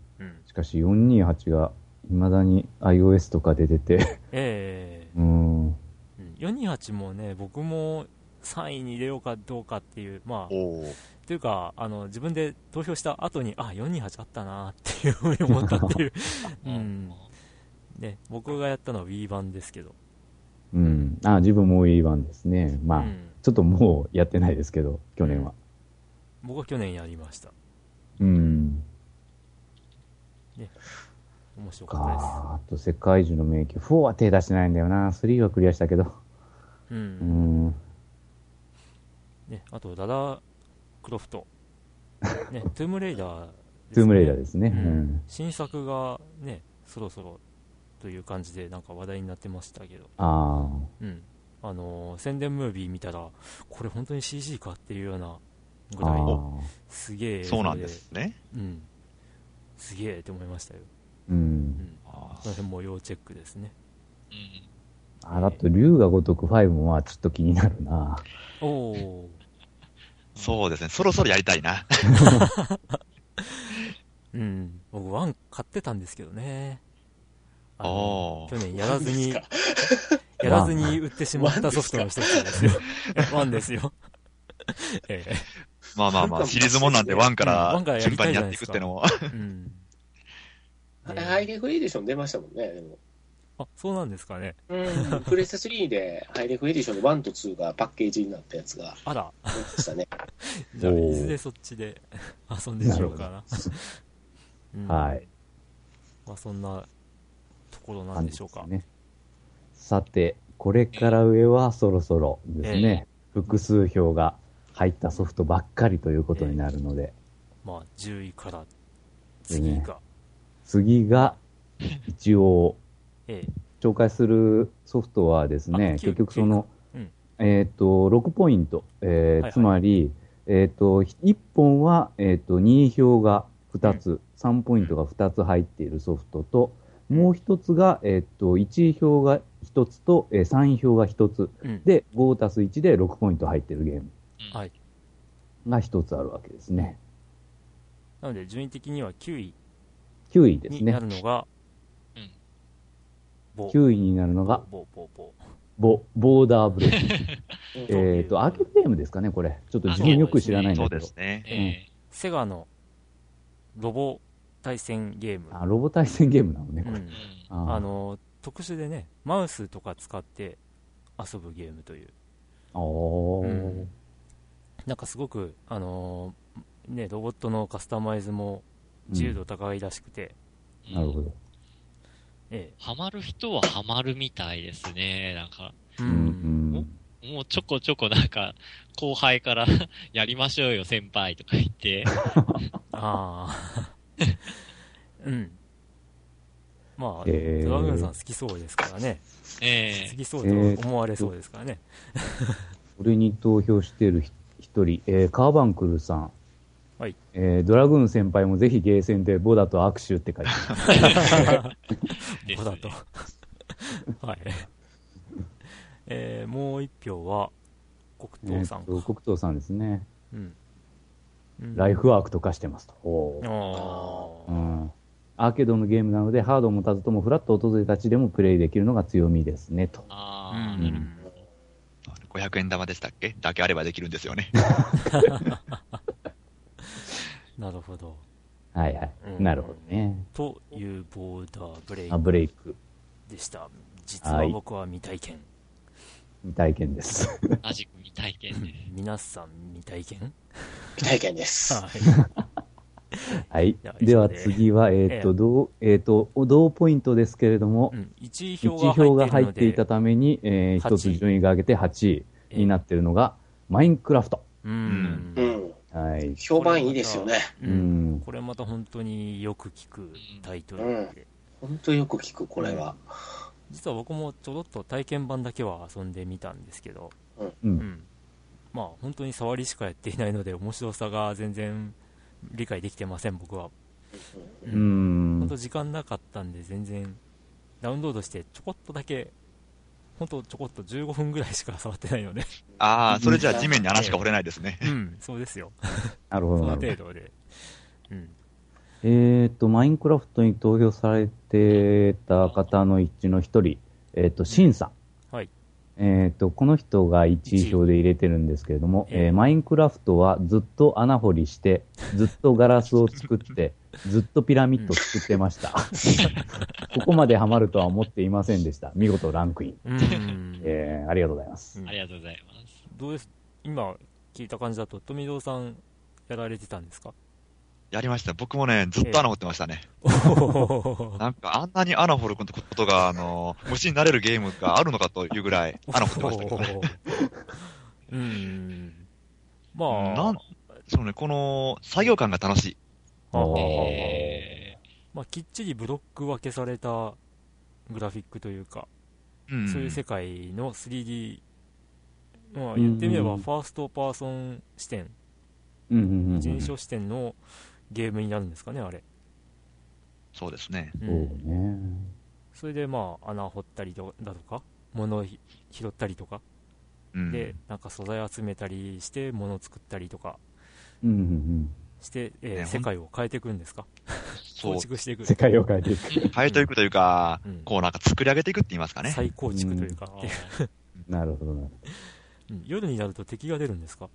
Speaker 3: しかし428が、未だに iOS とかで出て、 (laughs)
Speaker 1: え
Speaker 3: うん、
Speaker 1: え428もね、僕も3位に入れようかどうかっていう、まあ、
Speaker 4: おー
Speaker 1: というかあの自分で投票した後にあ428あったなっていうふうに思った
Speaker 3: (laughs)
Speaker 1: っていう、うんね、僕がやったのは Wii 版ですけど、
Speaker 3: うん。あ、自分もいい番ですね。まあ、
Speaker 1: うん
Speaker 3: ちょっともうやってないですけど、去年は。
Speaker 1: 僕は去年やりました
Speaker 3: うん。
Speaker 1: 面白か
Speaker 3: か
Speaker 1: っ
Speaker 3: あと世界中の迷宮。4は手出してないんだよな。3はクリアしたけど。
Speaker 1: たです、う
Speaker 3: うんん。
Speaker 1: ね、あとララ・クロフ
Speaker 3: (laughs)
Speaker 1: ト、ね、トゥームレイダーですね、
Speaker 3: トゥームレイダーですね。う
Speaker 1: うん
Speaker 3: ん。
Speaker 1: 新作がねそろそろという感じでなんか話題になってましたけど、
Speaker 3: ああ。
Speaker 1: うんあのー宣伝ムービー見たらこれ本当に CG かっていうようなぐ
Speaker 3: あ
Speaker 1: らい
Speaker 3: あ。
Speaker 1: すげえ映像
Speaker 4: そうなんですね。
Speaker 1: うん、すげえって思いましたよ、
Speaker 3: う。
Speaker 1: うんん、
Speaker 4: あ
Speaker 1: その辺も要チェックですね
Speaker 2: うん
Speaker 3: あ、だと、竜が如く5もまあちょっと気になるな。
Speaker 1: おお
Speaker 4: ーそうですね。そろそろやりたいな。
Speaker 1: うん僕ワン買ってたんですけどねあ
Speaker 4: お
Speaker 1: の
Speaker 4: ー
Speaker 1: 去年やらずに
Speaker 5: ワ
Speaker 1: や (laughs)
Speaker 5: ン
Speaker 1: らずに売ってしまったソフトの一つですよ (laughs) ワンですよえ
Speaker 4: まあまあまあ、シリーズもんなんで、ワンか
Speaker 1: うんワンから
Speaker 4: ら
Speaker 1: やり
Speaker 4: 順
Speaker 1: た
Speaker 4: 番
Speaker 1: い
Speaker 4: に
Speaker 1: じゃ
Speaker 4: や
Speaker 1: な
Speaker 4: っ
Speaker 1: いで
Speaker 4: てい
Speaker 1: す
Speaker 4: く
Speaker 1: か
Speaker 4: ってのは、
Speaker 1: えうんね
Speaker 5: ハイレフエディション出ましたもんね。でも
Speaker 1: あそうなんですかね
Speaker 5: うん、プレステ3でハイレフエディションで1と2がパッケージになったやつが
Speaker 1: あら
Speaker 5: 出ました (laughs) ね。
Speaker 1: じゃあ
Speaker 3: おー
Speaker 1: いずれそっちで (laughs) 遊んでみようかな (laughs) うん
Speaker 3: はい。
Speaker 1: まあそんなところな
Speaker 3: 感
Speaker 1: ん
Speaker 3: じ
Speaker 1: でしょうか
Speaker 3: ね。さて、これから上はそろそろですね。複数票が入ったソフトばっかりということになるので。
Speaker 1: まあ10位から次が、
Speaker 3: 次が、一応、
Speaker 1: ええ
Speaker 3: 紹介するソフトはですね
Speaker 1: あ、
Speaker 3: 結局その、
Speaker 1: 九うん
Speaker 3: えっ、と、6ポイント、えー
Speaker 1: いはい
Speaker 3: つまり、えっ、と、1本は、えっ、と、任意票が2つ、3ポイントが2つ入っているソフトと、もう1つが、えっ、と、1位票が1つと、えー、3位票が1つ、
Speaker 1: うん、
Speaker 3: で、5たす1で6ポイント入っているゲーム
Speaker 1: はい、
Speaker 3: が1つあるわけですね。
Speaker 1: なので順位的には9位
Speaker 3: 9位です
Speaker 1: にな
Speaker 3: ね
Speaker 1: る。のが、
Speaker 2: うん
Speaker 1: ボ
Speaker 3: 9位になるのが、
Speaker 1: ボボボ
Speaker 3: ボ、ボーダーブ
Speaker 1: (laughs)
Speaker 3: レイク。
Speaker 1: うん
Speaker 3: えっと、アーケードゲームですかね、これ。ちょっと自分よく知らないん
Speaker 4: そう
Speaker 3: だけ
Speaker 4: で
Speaker 3: ど
Speaker 4: す。ね。
Speaker 2: え
Speaker 1: セガのロボ対戦ゲーム、
Speaker 3: あ、ロボ対戦ゲームなのね、こ
Speaker 1: う
Speaker 3: れ。
Speaker 1: ん
Speaker 2: ー
Speaker 3: あ
Speaker 1: あの特殊でねマウスとか使って遊ぶゲームという、
Speaker 3: あー
Speaker 1: うんなんかすごくあのーねロボットのカスタマイズも自由度高いらしくて、
Speaker 2: うん
Speaker 3: なるほど。
Speaker 1: え
Speaker 2: ハマる人はハマるみたいですね。なんか、
Speaker 1: えう
Speaker 3: うんん。
Speaker 2: もうちょこちょこなんか、後輩から (laughs) やりましょうよ先輩とか言
Speaker 1: (laughs)
Speaker 2: って、
Speaker 1: ああ (laughs) うんまあ、
Speaker 3: えー
Speaker 1: ドラグーンさん好きそうですからね
Speaker 2: え
Speaker 1: 好
Speaker 2: え
Speaker 1: きそうと思われそうですからね、
Speaker 3: これに投票しているひ一人、えーカーバンクルさん。
Speaker 1: はい。
Speaker 3: えードラグーン先輩もぜひゲーセンでボダと握手って書いてある。
Speaker 2: です
Speaker 1: こだと。 (laughs) はい。えーもう一票は、黒
Speaker 3: え
Speaker 1: 糖
Speaker 3: ー
Speaker 1: さん
Speaker 3: と
Speaker 1: か。
Speaker 3: 黒糖さんですね。
Speaker 1: うん。うん
Speaker 3: ライフワークとかしてますと。おー
Speaker 1: あ
Speaker 3: う
Speaker 1: ー
Speaker 3: ん。アーケードのゲームなので、ハードも持たずともフラット訪れた地でもプレイできるのが強みですね、と。
Speaker 2: あ
Speaker 1: う
Speaker 2: ー、
Speaker 1: ん
Speaker 2: なるほど。
Speaker 4: 500円玉でしたっけだけあればできるんですよね。
Speaker 1: なるほど。
Speaker 3: はいはい。
Speaker 1: うん
Speaker 3: なるほどね。
Speaker 1: というボーダーブレイ
Speaker 3: あ、
Speaker 1: ク
Speaker 3: ブレイク。
Speaker 1: でした。実は僕は未体 (laughs) 験。
Speaker 3: 未体験です。
Speaker 2: 同じく未体験で。
Speaker 1: 皆さん未体験
Speaker 5: 未体験です。
Speaker 1: はい。
Speaker 3: はい
Speaker 1: や。
Speaker 3: では
Speaker 1: 以上で
Speaker 3: 次は、えっ、
Speaker 1: ええ
Speaker 3: と、同、えっ、と、同ポイントですけれども
Speaker 1: う、ん、1
Speaker 3: 1
Speaker 1: 位
Speaker 3: 票が
Speaker 1: 票が入
Speaker 3: 入っ
Speaker 1: ってて
Speaker 3: い
Speaker 1: い
Speaker 3: た
Speaker 1: たので、
Speaker 3: ために、えー
Speaker 1: 8
Speaker 3: 1つ順位が上げて8位になってるのが、マインクラフト。
Speaker 1: う。
Speaker 5: うんん。
Speaker 3: はい。
Speaker 5: 評判いいですよね。
Speaker 1: う。
Speaker 3: うんん。
Speaker 1: これまた本当によく聞くタイトルで、
Speaker 5: 本当よく聞く、これは。
Speaker 1: 実は僕もちょろっと体験版だけは遊んでみたんですけど、
Speaker 3: う。
Speaker 1: うんん、まあ本当に触りしかやっていないので面白さが全然理解できてません僕は
Speaker 3: う
Speaker 1: うん
Speaker 3: ん
Speaker 1: 本当。時間なかったんで全然ダウンロードしてちょこっとだけ本当ちょこっと15分ぐらいしか触ってないので
Speaker 4: ああ、それじゃあ地面に穴しか掘れないですね。
Speaker 1: うん (laughs) そうですよ
Speaker 3: なるほ
Speaker 1: そ
Speaker 3: ど、
Speaker 1: の
Speaker 3: なるほど
Speaker 1: 程。度で
Speaker 3: (laughs)
Speaker 1: うん
Speaker 3: えっ、と、マインクラフトに投票されてた方のうちの一人、えっ、と、シンさん。
Speaker 1: はい
Speaker 3: えっ、と、この人が1位票で入れてるんですけれども、
Speaker 1: ええ
Speaker 3: えーマインクラフトはずっと穴掘りして、ずっとガラスを作 (laughs) って、ずっとピラミッド作ってま (laughs) した。ここまでハマるとは思っていませんでした。見事ランクイン。
Speaker 1: うん
Speaker 3: えーありがとうございます。
Speaker 1: うん
Speaker 2: ありがとうございます。
Speaker 1: どうです今聞いた感じだと富蔵さんやられてたんです
Speaker 3: (laughs)
Speaker 1: か
Speaker 4: やりました。僕もね、ずっと穴掘ってましたね。
Speaker 1: おー
Speaker 4: なんかあんなに穴掘ることが、あの、虫になれるゲームがあるのかというぐらい穴掘ってましたけどね。
Speaker 1: (laughs) うんまあ
Speaker 4: なん、そうね、この作業感が楽しい。
Speaker 1: あ
Speaker 3: おー
Speaker 2: え
Speaker 1: まあ、きっちりブロック分けされたグラフィックというか、
Speaker 4: うん。
Speaker 1: そういう世界の 3D、まあ、言ってみれば
Speaker 3: うん
Speaker 1: ファーストパーソン視点、
Speaker 3: うんうんうんうん。
Speaker 1: 一人称視点のゲームになるんですかね、あれ。
Speaker 4: そうですね。
Speaker 1: う
Speaker 3: そ
Speaker 1: ん
Speaker 3: うね。
Speaker 1: それで、まあ、穴掘ったりとだとか、物をひ拾ったりとか、
Speaker 4: うん。
Speaker 1: で、なんか素材集めたりして、物を作ったりとか
Speaker 3: うんうんうん。
Speaker 1: して、えー
Speaker 4: ねほん
Speaker 1: 世界を変えていくんですか、
Speaker 4: そ
Speaker 1: 構
Speaker 4: う、
Speaker 1: 築していく。
Speaker 3: 世界を変えていく。
Speaker 4: 変えていくというか
Speaker 1: うん、
Speaker 4: こうなんか作り上げていくって言いますかね。
Speaker 1: 再構築というか
Speaker 2: ー、
Speaker 3: なるほどな。
Speaker 1: うん夜になると敵が出るんですか、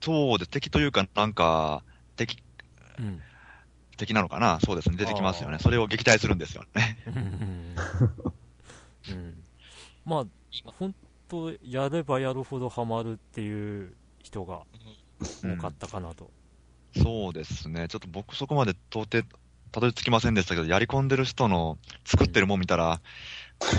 Speaker 4: そうで、敵というか、なんか、敵、
Speaker 1: うん、
Speaker 4: 敵なのかなそうですね。出てきますよ
Speaker 1: あ
Speaker 4: ね。
Speaker 1: ー
Speaker 4: それを撃退するんですよね。
Speaker 1: うんうんまあ、本当、やればやるほどハマるっていう人が多かったかなと。
Speaker 4: そうですね。ちょっと僕そこまで到底、たどり着きませんでしたけど、やり込んでる人の作ってるもん見たら、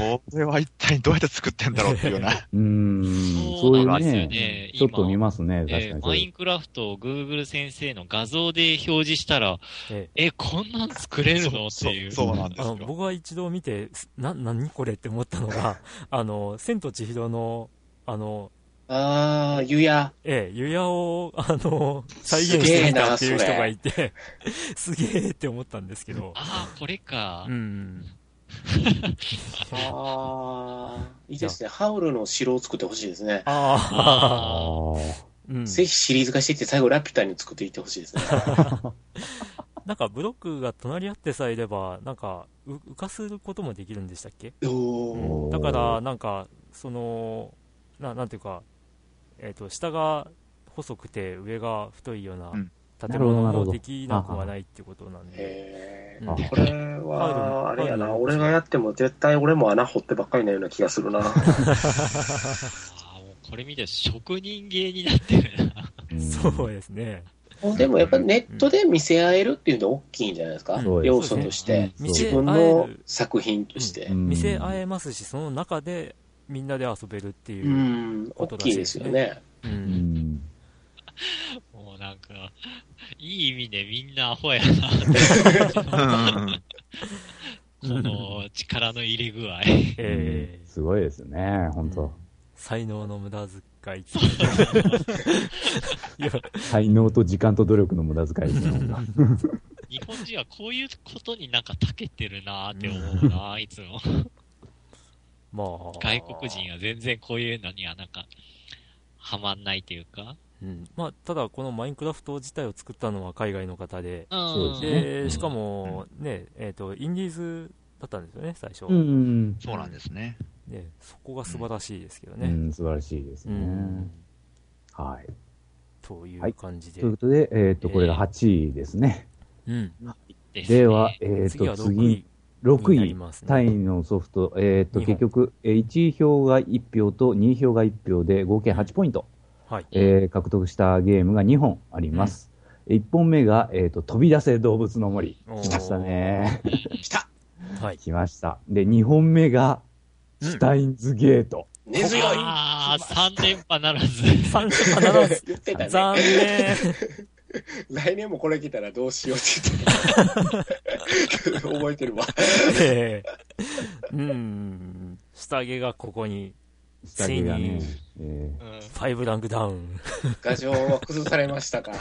Speaker 4: これは一体どうやって作ってんだろうっていうよう
Speaker 1: (laughs)
Speaker 3: う
Speaker 4: な。
Speaker 3: ーん、
Speaker 2: そ
Speaker 3: そうう
Speaker 2: いう
Speaker 3: い
Speaker 2: のあ
Speaker 3: う
Speaker 2: りますよ
Speaker 3: ね、
Speaker 2: ね
Speaker 3: ちょっと見ますね、確
Speaker 2: え
Speaker 3: か
Speaker 2: ー
Speaker 3: にそ
Speaker 2: マ
Speaker 3: れ。
Speaker 2: インクラフトを Google 先生の画像で表示したら、
Speaker 1: ええ
Speaker 2: え、こんなん作れるのって
Speaker 4: そう
Speaker 2: いう。
Speaker 4: そうなんです
Speaker 1: あの
Speaker 4: よ。
Speaker 1: 僕は一度見て、すな、何これって思ったのが、あの、千と千尋の、あの、
Speaker 5: ああ、ゆや。
Speaker 1: ええ、湯屋を、あの、再現してみたっていう人がいて、 (laughs) すげえって思ったんですけど、
Speaker 2: ああ、これか
Speaker 1: う。ん。
Speaker 5: ああ、いいですね。ハウルの城を作ってほしいですね。
Speaker 1: ああ、
Speaker 2: あ
Speaker 3: あー
Speaker 1: うん。
Speaker 5: ぜひシリーズ化していって、最後ラピュタに作っていってほしいですね。
Speaker 1: なんかブロックが隣り合ってさえいれば、なんか、う浮かすこともできるんでしたっけ
Speaker 5: おー
Speaker 1: だから、なんか、そのな、なんていうか、えーと、下が細くて上が太いような
Speaker 4: うん
Speaker 1: 建
Speaker 3: な
Speaker 1: 物
Speaker 3: るほ
Speaker 1: も
Speaker 3: ど
Speaker 1: できなくはないってことなんで、
Speaker 5: へ
Speaker 1: うん
Speaker 3: あ
Speaker 5: ーこれは、あ
Speaker 1: ファウル
Speaker 5: れや
Speaker 1: ファウ
Speaker 5: な、
Speaker 1: ル
Speaker 5: 俺がやっても絶対俺も穴掘ってばっかりなような気がするな。
Speaker 2: あーもうこれ見て職人芸になってるな。
Speaker 1: (laughs) そうですね、
Speaker 5: でもやっぱネットで見せ合えるっていうのは大きいんじゃないですか、
Speaker 1: うん
Speaker 5: 要素として。
Speaker 3: うん
Speaker 1: 見
Speaker 5: 自
Speaker 1: せ
Speaker 5: 分
Speaker 1: 合え
Speaker 5: の
Speaker 1: る、
Speaker 5: 作品として。
Speaker 3: うん
Speaker 1: 見せ合えますし、その中でみんなで遊べるっていうう、
Speaker 5: ん、大きいですよね。
Speaker 1: う
Speaker 3: うんん。
Speaker 2: もうなんか、いい意味でみんなア
Speaker 3: (laughs)
Speaker 2: ホやな。
Speaker 1: (laughs)
Speaker 4: うんうん
Speaker 2: この力の入れ具合。
Speaker 1: え
Speaker 3: うん
Speaker 1: ー
Speaker 3: すごいですね、本当
Speaker 1: 才能の無駄遣いっていや
Speaker 3: 才能と時間と努力の無駄遣いですね。
Speaker 2: (laughs)
Speaker 3: 本
Speaker 2: 日本人はこういうことになんか長けてるなーって思うな、いつも。
Speaker 1: まあ、
Speaker 2: 外国人は全然こういうのにはなんか、はまんないというか。
Speaker 1: うんまあ、ただ、このマインクラフト自体を作ったのは海外の方で、
Speaker 3: そうですね
Speaker 1: で
Speaker 3: うん
Speaker 1: しかも、ねえー、とインディーズだったんですよね、最初、
Speaker 3: うん。
Speaker 4: そうなんですね。
Speaker 1: ね、そこが素晴らしいですけど
Speaker 3: う
Speaker 1: ね。
Speaker 3: ん、素晴らしいです
Speaker 1: うん
Speaker 3: ね。はい。
Speaker 1: とい
Speaker 3: は
Speaker 1: う
Speaker 3: い
Speaker 1: 感じで、
Speaker 3: ということで、えっと、これが8位ですね。
Speaker 1: うん、
Speaker 2: ですね
Speaker 3: では、えっ
Speaker 1: 次
Speaker 3: と、
Speaker 1: は6
Speaker 3: 次
Speaker 1: 位、
Speaker 3: 6
Speaker 1: になり
Speaker 3: 位。
Speaker 1: ますね
Speaker 3: タイのソフト、えーっと、
Speaker 1: 日本
Speaker 3: 結局、えー1位票が1票と2位票が1票で、合計8ポイント、
Speaker 1: はい
Speaker 3: えー獲得したゲームが2本あります。1本目が、えーっと、飛び出せ動物の森。
Speaker 1: おー
Speaker 3: 来ましたね。
Speaker 5: 来た
Speaker 1: はい、
Speaker 3: 来ました。で、2本目が、スタインズゲート。
Speaker 5: 根強い
Speaker 2: ああ、3連覇なら
Speaker 3: (laughs)
Speaker 2: ず。
Speaker 1: 3連覇ならず、
Speaker 5: 言ってた
Speaker 1: 残
Speaker 5: ね。
Speaker 1: 念、
Speaker 5: 来年もこれ来たらどうしようって言って (laughs) た。覚えてるわ。
Speaker 1: えーうん、下着がここに
Speaker 3: スタゲがね
Speaker 1: ついに。
Speaker 3: えー
Speaker 2: うん
Speaker 1: 5ランクダウン、 (laughs)
Speaker 5: 画像は崩されましたか。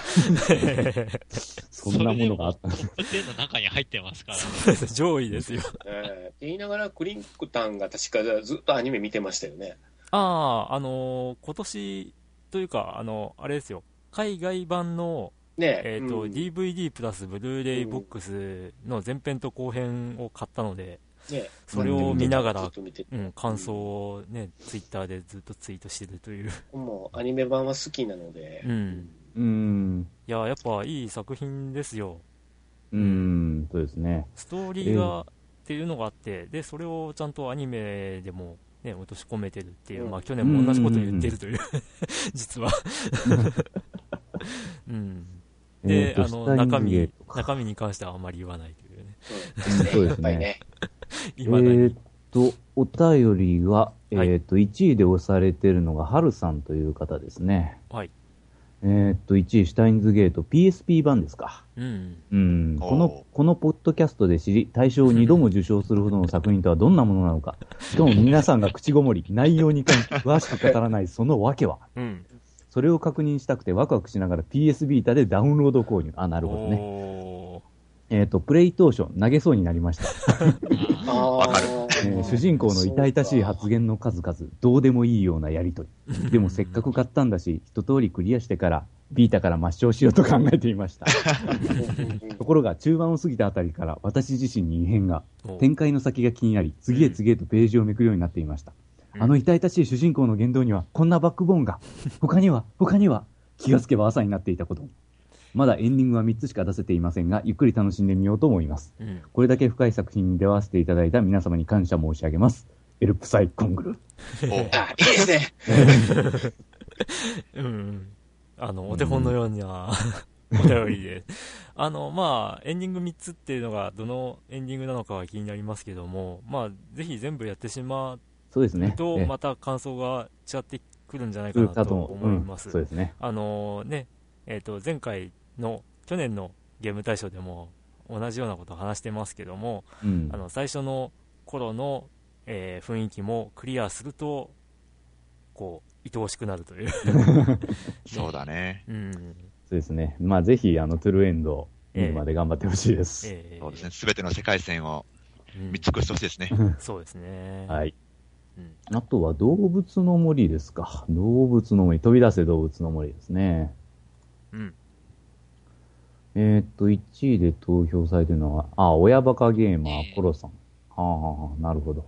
Speaker 3: そんなものがあった。
Speaker 2: それでもトップ10の中に入ってますから。
Speaker 1: 上位ですよ。
Speaker 5: えーって言いながら、クリンクタンが確かずっとアニメ見てましたよね。
Speaker 1: ああ、あのー今年というか、あのあれですよ、海外版の、
Speaker 5: ね
Speaker 1: えーと
Speaker 5: うん
Speaker 1: DVD プラスブルーレイボックスの前編と後編を買ったので、
Speaker 5: ね
Speaker 1: それを見なが
Speaker 5: ず
Speaker 1: ら
Speaker 5: っ、と見てて
Speaker 1: うん、感想をね、ツイッターでずっとツイートしてるという、 (laughs)
Speaker 5: もうアニメ版は好きなので、
Speaker 1: うん、
Speaker 3: うん。
Speaker 1: いや、やっぱいい作品ですよ、
Speaker 3: うん、そうですね。
Speaker 1: ストーリーがっていうのがあって、でそれをちゃんとアニメでも、ね、落とし込めてるっていう、
Speaker 5: うん
Speaker 1: まあ、去年も同じこと言ってるという、 (laughs) 実は。 (laughs) うんで、
Speaker 3: えーっと
Speaker 1: あ
Speaker 3: ス
Speaker 1: の
Speaker 3: タイン
Speaker 1: 中
Speaker 3: ズゲー
Speaker 1: 身
Speaker 3: トか
Speaker 1: 中身に関してはあまり言わないというね、
Speaker 5: うん
Speaker 3: そう
Speaker 5: や
Speaker 3: で
Speaker 5: っ
Speaker 3: す
Speaker 5: ぱり
Speaker 3: ね。
Speaker 5: ね、
Speaker 1: いまだ
Speaker 3: えー
Speaker 1: に
Speaker 3: っ、と、お便りが、え
Speaker 1: はい
Speaker 3: ーっと、1位で押されてるのが、はるさんという方ですね。
Speaker 1: はい
Speaker 3: えーっと、1位、シュタインズゲート PSP 版ですか。
Speaker 1: うん、
Speaker 3: うん。
Speaker 4: おー
Speaker 3: この、このポッドキャストで知り、大賞を2度も受賞するほどの作品とはどんなものなの (laughs) か。しかも皆さんが口ごもり、内容に関し詳しく語らないその訳は。
Speaker 1: うん、
Speaker 3: それを確認したくてワクワクしながら PS ビータでダウンロード購入。あ、なるほどね。
Speaker 1: お
Speaker 3: えーっと、プレイ当初、投げそうになりました。
Speaker 5: あ
Speaker 4: わかる
Speaker 5: ー
Speaker 3: えー主人公の痛々しい発言の数々、どうでもいいようなやりとり。でもせっかく買ったんだし、一通りクリアしてから、ビータから抹消しようと考えていま (laughs) した。ところが、中盤を過ぎたあたりから、私自身に異変が、
Speaker 1: ーお
Speaker 3: 展開の先が気になり、次へ次へとページをめくるようになっていました。
Speaker 1: うん
Speaker 3: あの痛々しい主人公の言動には、こんなバックボーンが。他には、他には、気がつけば朝になっていたことも。まだエンディングは3つしか出せていませんが、ゆっくり楽しんでみようと思います。
Speaker 1: うん、
Speaker 3: これだけ深い作品に出会わせていただいた皆様に感謝申し上げます。エルプサイコングル。
Speaker 4: お
Speaker 5: あいいですね。
Speaker 1: (laughs) うん、あのお手本のよう
Speaker 3: (laughs)
Speaker 1: なお便りで、あのまあ、エンディング3つっていうのがどのエンディングなのかは気になりますけども、まあ、ぜひ全部やってしまう
Speaker 3: そうですね。
Speaker 1: と、
Speaker 3: ええ
Speaker 1: また感想が違ってくるんじゃないかなと思います。
Speaker 3: うんそうですね。
Speaker 1: あのねえー、と前回の去年のゲーム大賞でも同じようなことを話してますけども、
Speaker 3: うん
Speaker 1: あ。の最初の頃の、えー雰囲気もクリアするとこう愛おしくなるという、
Speaker 4: そうだね。
Speaker 1: うん
Speaker 3: そうですね。まあ、ぜひ、あの、トゥルーエンドを見るまで頑張ってほしいです。
Speaker 1: (laughs) えー
Speaker 4: そうですね。すべての世界線を
Speaker 1: うん
Speaker 4: 見尽くしてほしいですね。
Speaker 1: そうですね、
Speaker 3: はい。
Speaker 1: うん (laughs)
Speaker 3: あとは、動物の森ですか。動物の森。飛び出せ動物の森ですね。
Speaker 1: うん
Speaker 3: えーっと、1位で投票されてるのは、あ、親バカゲーマ
Speaker 2: ええ
Speaker 3: ー、コロさん。はあ、はあはあ、なるほど。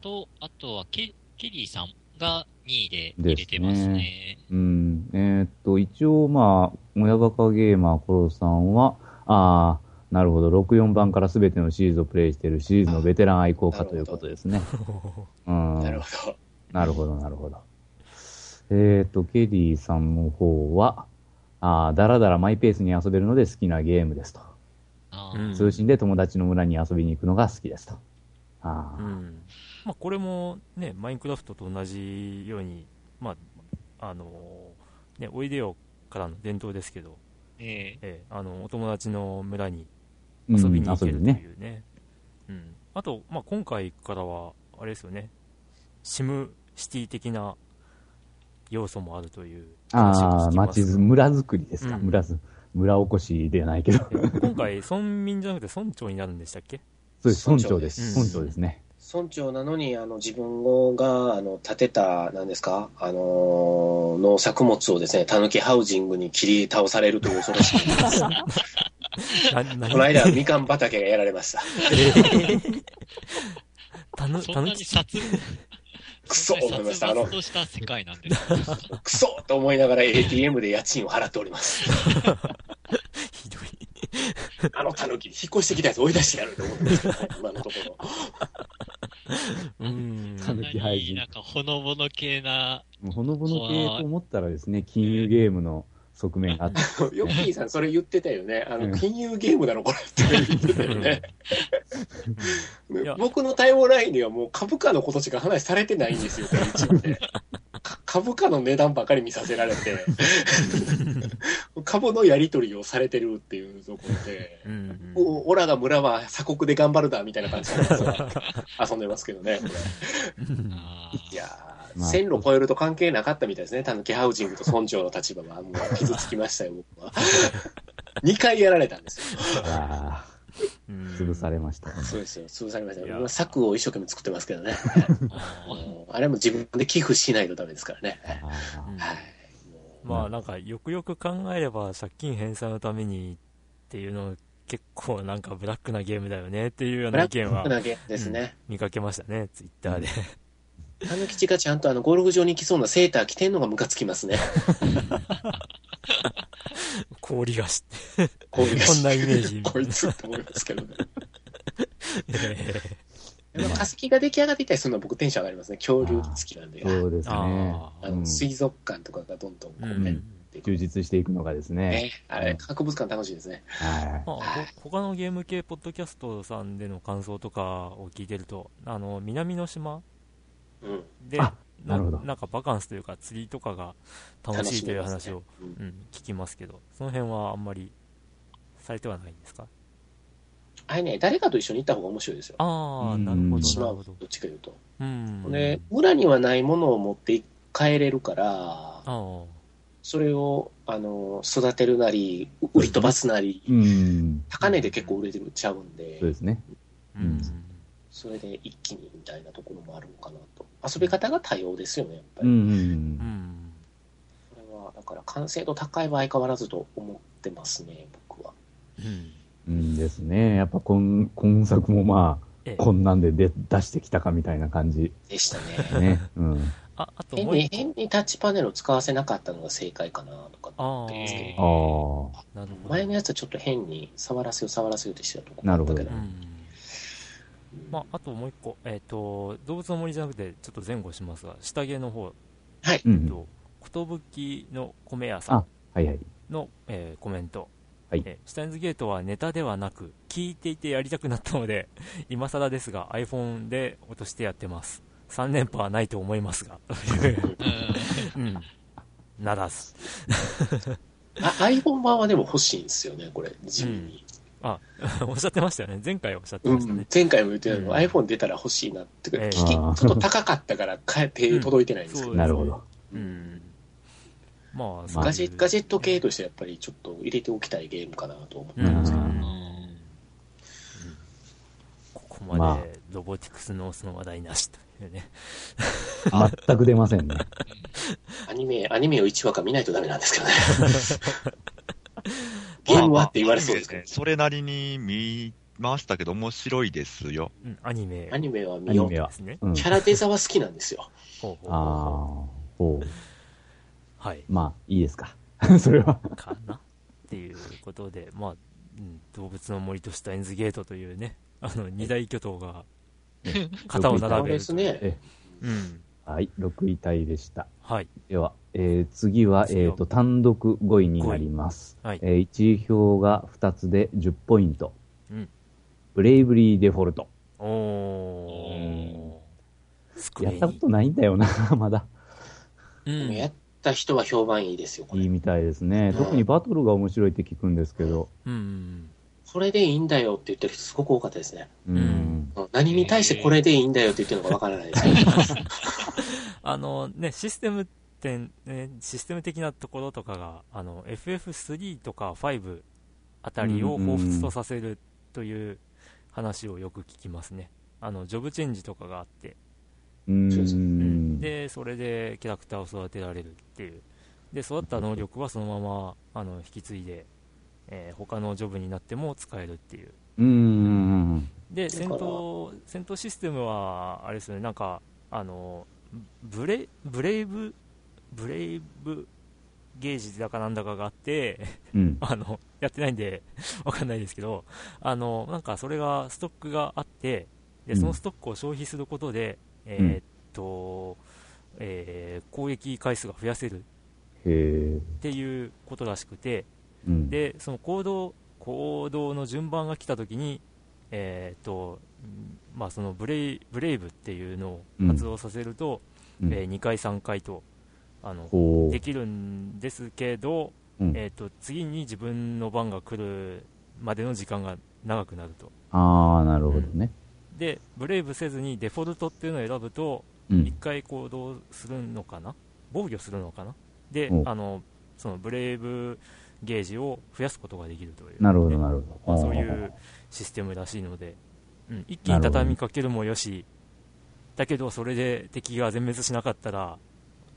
Speaker 2: と、あとはケ、ケリーさんが2位で入れてますね。
Speaker 3: うん、えーっと、一応、まあ、親バカゲーマーコロさんは、ああ、なるほど、64番からすべてのシリーズをプレイしているシリーズのベテラン愛好家ということですね。うん、
Speaker 5: なるほど。
Speaker 3: なるほど、なるほど。えーっと、ケリーさんの方は、ああ、だらだらマイペースに遊べるので好きなゲームですと。
Speaker 2: あ
Speaker 1: う
Speaker 2: ー
Speaker 1: ん
Speaker 3: 通信で友達の村に遊びに行くのが好きですと。あ
Speaker 1: う
Speaker 3: あ、
Speaker 1: んまあ、これも、ね、マインクラフトと同じように、まああのね、おいでよからの伝統ですけど、
Speaker 2: ね
Speaker 1: ええあのお友達の村に
Speaker 3: うん
Speaker 1: 遊びに行けると
Speaker 3: 遊
Speaker 1: い
Speaker 3: び
Speaker 1: う
Speaker 3: にね。
Speaker 1: ね,、うん、あと、まあ、今回からはあれですよねシムシティ的な要素もあるという話を
Speaker 3: ああ、
Speaker 1: 聞きま
Speaker 3: 町
Speaker 1: す
Speaker 3: づ、村づくりですか。
Speaker 1: うん
Speaker 3: 村づ、村おこしではないけど。
Speaker 1: え今回村民じゃなくて村長になるんでしたっけ
Speaker 3: そうです、村長です。
Speaker 1: うん
Speaker 3: 村長ですね。
Speaker 5: 村長なのに、あの、自分が、あの、建てた、なんですか、あのー農作物をですね、狸ハウジングに切り倒されるという恐ろ
Speaker 2: (laughs)
Speaker 5: しい。
Speaker 1: な何
Speaker 5: この間、みかん畑がやられました。
Speaker 1: (laughs) たぬ、
Speaker 2: そ
Speaker 1: た
Speaker 2: ん
Speaker 1: ぬ
Speaker 2: なに殺、
Speaker 5: クソ
Speaker 2: そんな
Speaker 5: 思
Speaker 2: いに
Speaker 5: まし
Speaker 2: 殺
Speaker 5: た。あの
Speaker 2: 伐、とした世界なん
Speaker 3: (laughs)
Speaker 2: ですね。
Speaker 5: クソと思いながら ATM で家賃を払っております。
Speaker 1: ひどい。
Speaker 5: あの狸引っ越してきたやつ追い出してやると思ってますけどね、今のところ。
Speaker 1: うーん。
Speaker 3: 狸
Speaker 2: そんなになんかほのぼの系な、
Speaker 3: もうほのぼの系と思ったらですね、金融ゲームの側面があって、
Speaker 5: ヨッキーさん、それ言ってたよね。あ
Speaker 3: うん
Speaker 5: の、金融ゲームなのこれって言ってたよね。
Speaker 1: んいや
Speaker 5: 僕の対応ラインにはもう株価のことしか話されてないんですよ、これ一部で。か株価の値段ばかり見させられ (laughs) て、株のやり取りをされてるっていうところで、
Speaker 1: うんうん
Speaker 5: おオラが村は鎖国で頑張るだ、みたいな感じで (laughs) 遊んでますけどね。これ
Speaker 2: あ
Speaker 5: いやー、
Speaker 3: まあ
Speaker 5: 線路越えると関係なかったみたいですね。たぬきハウジングと村長の立場は、もう傷つきましたよ、僕は。2回やられたんですよ。
Speaker 3: あ
Speaker 1: うん
Speaker 3: ー潰されましたね。
Speaker 5: そうですよ、潰されました
Speaker 1: いや
Speaker 5: よ。今、柵を一生懸命作ってますけど
Speaker 1: (laughs)
Speaker 5: ね。
Speaker 2: ー
Speaker 5: もうあれも自分で寄付しないとダメですからね。
Speaker 3: あー
Speaker 1: うん
Speaker 5: はい。
Speaker 1: まあなんかよくよく考えれば借金返済のためにっていうの結構なんかブラックなゲームだよねっていうような意見は
Speaker 5: 投げですね。
Speaker 1: 見かけましたね、ツイッターで。
Speaker 5: あの吉がちゃんとあのゴルフ場に行きそうなセーター着てんのがムカつきますね。
Speaker 1: 氷がし
Speaker 5: こういう
Speaker 1: こんなイメージ
Speaker 5: (laughs) こいつって思いますけどね。
Speaker 1: て。
Speaker 5: でも化石が出来上がっていったりするのは僕テンション上がりますね。恐竜好きなんで。
Speaker 3: そうですね。
Speaker 1: あ
Speaker 5: あ
Speaker 1: あ。
Speaker 5: の
Speaker 3: うん
Speaker 5: 水族館とかがどんどんこ
Speaker 1: う
Speaker 5: うね
Speaker 1: ん。
Speaker 5: 出てく
Speaker 3: 充
Speaker 5: る
Speaker 3: 実していくのがですね。
Speaker 5: ね。あれ、博物館楽しいですね。
Speaker 3: は
Speaker 1: まあ、ほ (laughs) 他のゲーム系ポッドキャストさんでの感想とかを聞いてると、あの、南の島
Speaker 5: うん。
Speaker 1: で、
Speaker 3: あなるほど
Speaker 1: んかバカンスというか釣りとかが楽しいという話を、
Speaker 5: 楽しめますね。うん
Speaker 1: うん、聞きますけど、その辺はあんまりされてはないんですか
Speaker 5: あれね、誰かと一緒に行った方が面白いですよ。
Speaker 1: ああ、
Speaker 3: うん
Speaker 1: なるほど、
Speaker 5: 島
Speaker 1: なる
Speaker 5: を
Speaker 1: ほ
Speaker 5: ど
Speaker 1: ど。
Speaker 5: っちか言うと。
Speaker 1: うん。
Speaker 5: で、村にはないものを持って帰れるから、
Speaker 1: ああ。
Speaker 5: それを、あの、育てるなり、売り飛ばすなり、
Speaker 3: い。うん。
Speaker 5: 高値で結構売れてるちゃうんで
Speaker 3: そう、ですね。うん
Speaker 5: それで一気にみたいなところもあるのかなと。遊び方が多様ですよね、やっぱ
Speaker 3: う。
Speaker 5: り。
Speaker 1: うんん。
Speaker 5: これは、だから完成度高いは相変わらずと思ってますね、僕は。
Speaker 1: うん。
Speaker 3: うんですね。やっぱ今今作もま
Speaker 1: え
Speaker 3: あ
Speaker 1: え、
Speaker 3: こんなんで出出してきたかみたいな感じ。
Speaker 5: でした
Speaker 1: (laughs)
Speaker 5: ね。
Speaker 3: ね。うん。
Speaker 1: あ、あと
Speaker 5: 変
Speaker 1: もう
Speaker 5: に、
Speaker 1: 一個。
Speaker 5: 変にタッチパネルを使わせなかったのが正解かなとか
Speaker 1: あ
Speaker 5: 思ってますけ
Speaker 2: えー
Speaker 5: ど
Speaker 3: ああ。
Speaker 1: あ、なるほど。
Speaker 5: 前のやつはちょっと変に触らせよう触らせようとしてたとこ
Speaker 3: なるほど
Speaker 5: だけ
Speaker 1: う
Speaker 5: ど
Speaker 1: ん。まあ、あともう一個。えっ、と、動物の森じゃなくて、ちょっと前後しますが、下毛の方、
Speaker 5: はい。
Speaker 3: う
Speaker 1: えっ
Speaker 3: ん。
Speaker 1: と、寿の米屋さん
Speaker 3: はいはい。
Speaker 1: の、えーコメント、
Speaker 3: はい
Speaker 1: えーシュタインズゲートはネタではなく聞いていてやりたくなったので (laughs) 今更ですが iPhone で落としてやってます3連覇はないと思いますが、 (laughs)
Speaker 2: うん
Speaker 1: うん、ならず (laughs)
Speaker 5: あ、iPhone 版はでも欲しいんですよね、これ、自分に。
Speaker 1: あおっしゃってましたよね前回おっしゃって
Speaker 5: う
Speaker 1: ました
Speaker 5: ん
Speaker 1: ね、、
Speaker 5: 前回も言ってたけど、
Speaker 1: うん
Speaker 5: iPhone 出たら欲しいなってか、
Speaker 1: ええ
Speaker 5: 聞きちょっと高かった
Speaker 1: (laughs)
Speaker 5: から買え手届いてないんですけ
Speaker 1: そ
Speaker 5: ど、
Speaker 1: うですね
Speaker 3: なるほど。
Speaker 1: うんまあ、
Speaker 3: まあ
Speaker 5: ガジェガジェット系と
Speaker 1: し
Speaker 5: してやっぱりちょっと入れておきたいゲームかなと思って
Speaker 1: う
Speaker 5: ま
Speaker 1: ん
Speaker 5: すけど、
Speaker 3: うん
Speaker 1: ここま
Speaker 3: まあ
Speaker 1: でロボティクスノースの話題なしというね、
Speaker 3: 全く出ませんね。
Speaker 5: アニメ、アニメを1話か見ないとダメなんです
Speaker 1: (laughs)
Speaker 5: けどね。ゲームはって言われそうですけど、
Speaker 4: それなりに見ましたけど、面白いですよ。
Speaker 1: うん、アニメ
Speaker 5: アニメは
Speaker 3: ア
Speaker 5: 見よ
Speaker 3: ニ
Speaker 5: う
Speaker 3: メ。は
Speaker 1: で。すね
Speaker 3: うん
Speaker 5: キ。ャラデザは好きなんですよ。
Speaker 1: ほうほうほう
Speaker 3: ああ。ほう。
Speaker 1: はい
Speaker 3: まあ、いいですか。 (laughs) それは。
Speaker 1: かなっていうことで、まあ、うん動物の森とシュタインズゲートというね、あの二大巨頭が肩を
Speaker 5: そ
Speaker 1: 並
Speaker 5: う
Speaker 1: べ
Speaker 5: で
Speaker 3: (laughs)
Speaker 1: る
Speaker 5: す
Speaker 1: と。
Speaker 5: ね。
Speaker 1: うん。
Speaker 3: はい、6位タイでした。
Speaker 1: はい。
Speaker 3: では、えー次は、
Speaker 1: 次は
Speaker 3: えっ、と、単独5位になります。
Speaker 1: はい。
Speaker 3: えー1位票が2つで10ポイント。
Speaker 1: うん
Speaker 3: ブレイブリーデフォルト。
Speaker 1: おおー。スクエ
Speaker 3: や
Speaker 1: ニ
Speaker 3: ったことないんだよな、 (laughs) まだ。
Speaker 1: う
Speaker 5: でもやっ
Speaker 1: ん。
Speaker 5: た人は評判いいですよ、こ
Speaker 3: いい
Speaker 5: れ。
Speaker 3: みたいですね。特にバトルが面白いって聞くんですけど。
Speaker 1: うん。
Speaker 5: これでいいんだよって言ってる人すごく多かったですね。
Speaker 3: うん。
Speaker 1: うん
Speaker 5: うん何に対してこれでいいんだよって言ってるのかわからないですけど。
Speaker 1: あのね、システム点、ね、システム的なところとかが、あの、FF3 とか5あたりを彷彿とさせるという話をよく聞きますね。あのジョブチェンジとかがあって、
Speaker 3: うーん。
Speaker 1: でそれでキャラクターを育てられるっていうで育った能力はそのままあの引き継いで、えー他のジョブになっても使えるっていう
Speaker 3: うーん。
Speaker 1: で
Speaker 5: だか
Speaker 1: 戦
Speaker 5: ら
Speaker 1: 闘戦闘システムはあれですよねなんかあのブレブレイブブレイブゲージだかなんだかがあって (laughs)
Speaker 3: うん。
Speaker 1: あの、やってないんで、わかんないですけど、あの、なんかそれが、ストックがあって、で、
Speaker 3: うん
Speaker 1: そのストックを消費することで、えーっと、えー攻撃回数が増やせるっ
Speaker 3: へえ。
Speaker 1: ていうことらしくて、
Speaker 3: うん、
Speaker 1: で、その行動、行動の順番が来たときに、えーっと、うんまあ、そのブレイ、ブレイブっていうのを発動させると、
Speaker 3: うん
Speaker 1: え2回3回と、あの、
Speaker 3: ほう
Speaker 1: できるんですけど、
Speaker 3: うん
Speaker 1: えー、と次に自分の番が来るまでの時間が長くなると
Speaker 3: ああ、なるほどね。
Speaker 1: でブレイブせずにデフォルトっていうのを選ぶと
Speaker 3: うん。
Speaker 1: 1回行動するのかな防御するのかなで
Speaker 3: お
Speaker 1: あのそのブレイブゲージを増やすことができるという
Speaker 3: なるほど、
Speaker 1: ね
Speaker 3: なる
Speaker 1: ま
Speaker 3: ほ
Speaker 1: あ、
Speaker 3: ど。
Speaker 1: そういうシステムらしいので、うん、一気に畳みかけるもよしだけどそれで敵が全滅しなかったら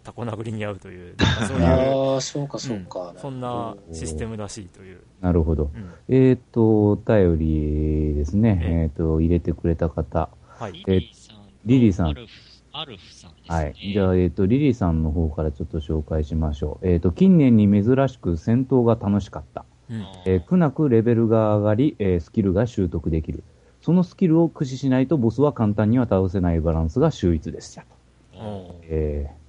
Speaker 1: タコ殴りに合うと
Speaker 3: (laughs)
Speaker 1: いうなんかそういう
Speaker 5: ああ、そうか、そうか。
Speaker 1: そんなシステムらしいという、
Speaker 3: なるほど。
Speaker 1: うん、
Speaker 3: えっ、と、お便りですね。
Speaker 1: ええ
Speaker 3: えっ、と、入れてくれた方。
Speaker 1: はい、
Speaker 3: え
Speaker 2: ーさんと
Speaker 3: リリーさん
Speaker 2: アルフ、アルフさんですね。
Speaker 3: はい。じゃあ、えっ、と、リリーさんの方からちょっと紹介しましょう。えっ、と、近年に珍しく戦闘が楽しかった。
Speaker 1: うん
Speaker 3: えー苦なくレベルが上がり、えースキルが習得できる。そのスキルを駆使しないとボスは簡単には倒せないバランスが秀逸でした。
Speaker 2: おー
Speaker 3: えー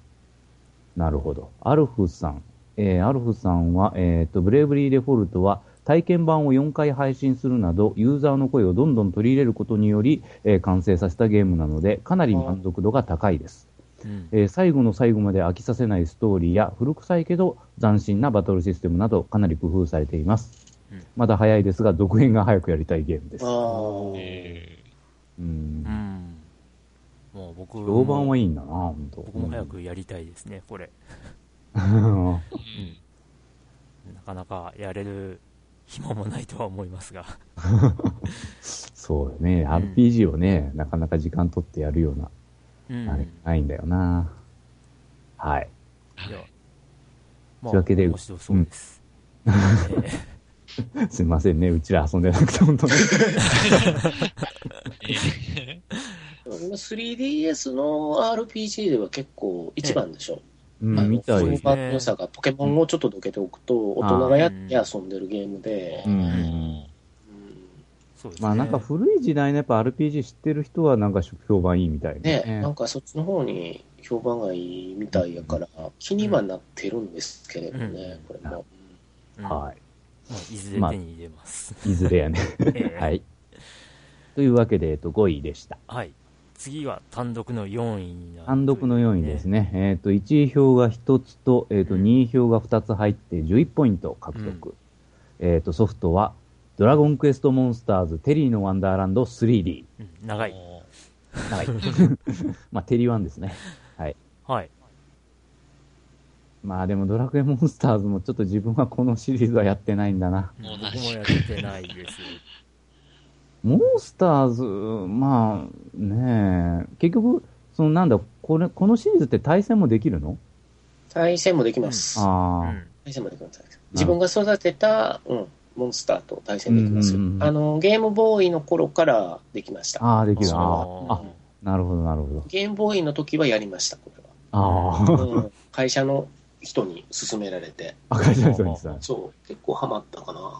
Speaker 3: なるほど。アルフさん。えーアルフさんは、えーと、ブレイブリーデフォルトは体験版を4回配信するなど、ユーザーの声をどんどん取り入れることにより、えー完成させたゲームなので、かなり満足度が高いです。
Speaker 1: うん
Speaker 3: えー最後の最後まで飽きさせないストーリーや古臭いけど斬新なバトルシステムなどかなり工夫されています、
Speaker 1: うん
Speaker 3: まだ早いですが続編が早くやりたいゲームです
Speaker 5: ああー。
Speaker 2: えー
Speaker 3: うん
Speaker 1: うんもう僕
Speaker 3: 評判はい
Speaker 1: い
Speaker 3: いんだな本当
Speaker 1: 僕も早くやりたいですね、これ、
Speaker 3: うん
Speaker 2: うん
Speaker 1: なかなかやれる暇もないとは思いますが、
Speaker 3: そうよね RPG をね、なかなか時間取ってやるような
Speaker 1: うん
Speaker 3: あれないんだよな、はい (laughs)
Speaker 1: いや
Speaker 3: と
Speaker 1: ま
Speaker 3: いうわけで
Speaker 1: 面白そうです。えー
Speaker 3: すいませんねうちら遊んでなくて本当に
Speaker 5: 3DS の RPG では結構一番でしょ。
Speaker 3: (laughs) うん
Speaker 5: あの
Speaker 3: みたいです
Speaker 5: 評判の良さが、ポケモンをちょっとどけておくと、大人がやって遊んでるゲームで
Speaker 3: う、ん
Speaker 5: うん
Speaker 1: そうですね
Speaker 3: まあなんか古い時代のやっぱ RPG 知ってる人はなんか評判いいみたい
Speaker 5: ね、
Speaker 3: ね
Speaker 5: なんかそっちの方に評判がいいみたいやから、気にはなってるんですけれどね、
Speaker 1: うん
Speaker 5: これも。
Speaker 1: うんま
Speaker 3: は
Speaker 1: あいずれ手に入れます。
Speaker 3: い。いずれやね。 (laughs) は
Speaker 1: えー
Speaker 3: い。というわけで、えっと、5位でした。
Speaker 1: はい。次は単独の4位になる。
Speaker 3: 単独の4位です
Speaker 1: ね。
Speaker 3: ね。えっと、1位票が1つと、えっと、
Speaker 1: うん
Speaker 3: 2位票が2つ入って11ポイント獲得。えっと、ソフトは、ドラゴンクエストモンスターズ、テリーのワンダーランド 3D。
Speaker 1: うん長い。
Speaker 2: おー
Speaker 3: 長い。まあ、テリーワンですね。はい。
Speaker 1: はい。
Speaker 3: まあ、でも、ドラクエモンスターズもちょっと自分はこのシリーズはやってないんだな。
Speaker 1: うん
Speaker 2: 同じ
Speaker 1: 僕もやってない
Speaker 3: (laughs)
Speaker 1: です。
Speaker 3: モンスターズ、まあ、ねえ、結局、そのなんだ、これ、このシリーズって対戦もできるの
Speaker 5: 対戦もできます。
Speaker 3: あ
Speaker 1: う
Speaker 3: あ、
Speaker 1: ん
Speaker 5: 対戦もできます。自分が育てた、うん、モンスターと対戦できますよ
Speaker 3: うんうんう。ん
Speaker 5: あの、ゲームボーイの頃からできました。
Speaker 3: ああ、できる。
Speaker 1: そ
Speaker 3: あ
Speaker 1: う
Speaker 3: ああ、なるほど、なるほど。
Speaker 5: ゲームボーイの時はやりました、これは。
Speaker 3: あ
Speaker 1: (laughs)
Speaker 3: あ、
Speaker 5: うん会社の人に勧められて、
Speaker 3: (laughs) 赤字の人にさ。
Speaker 5: そう、結構ハマったかな。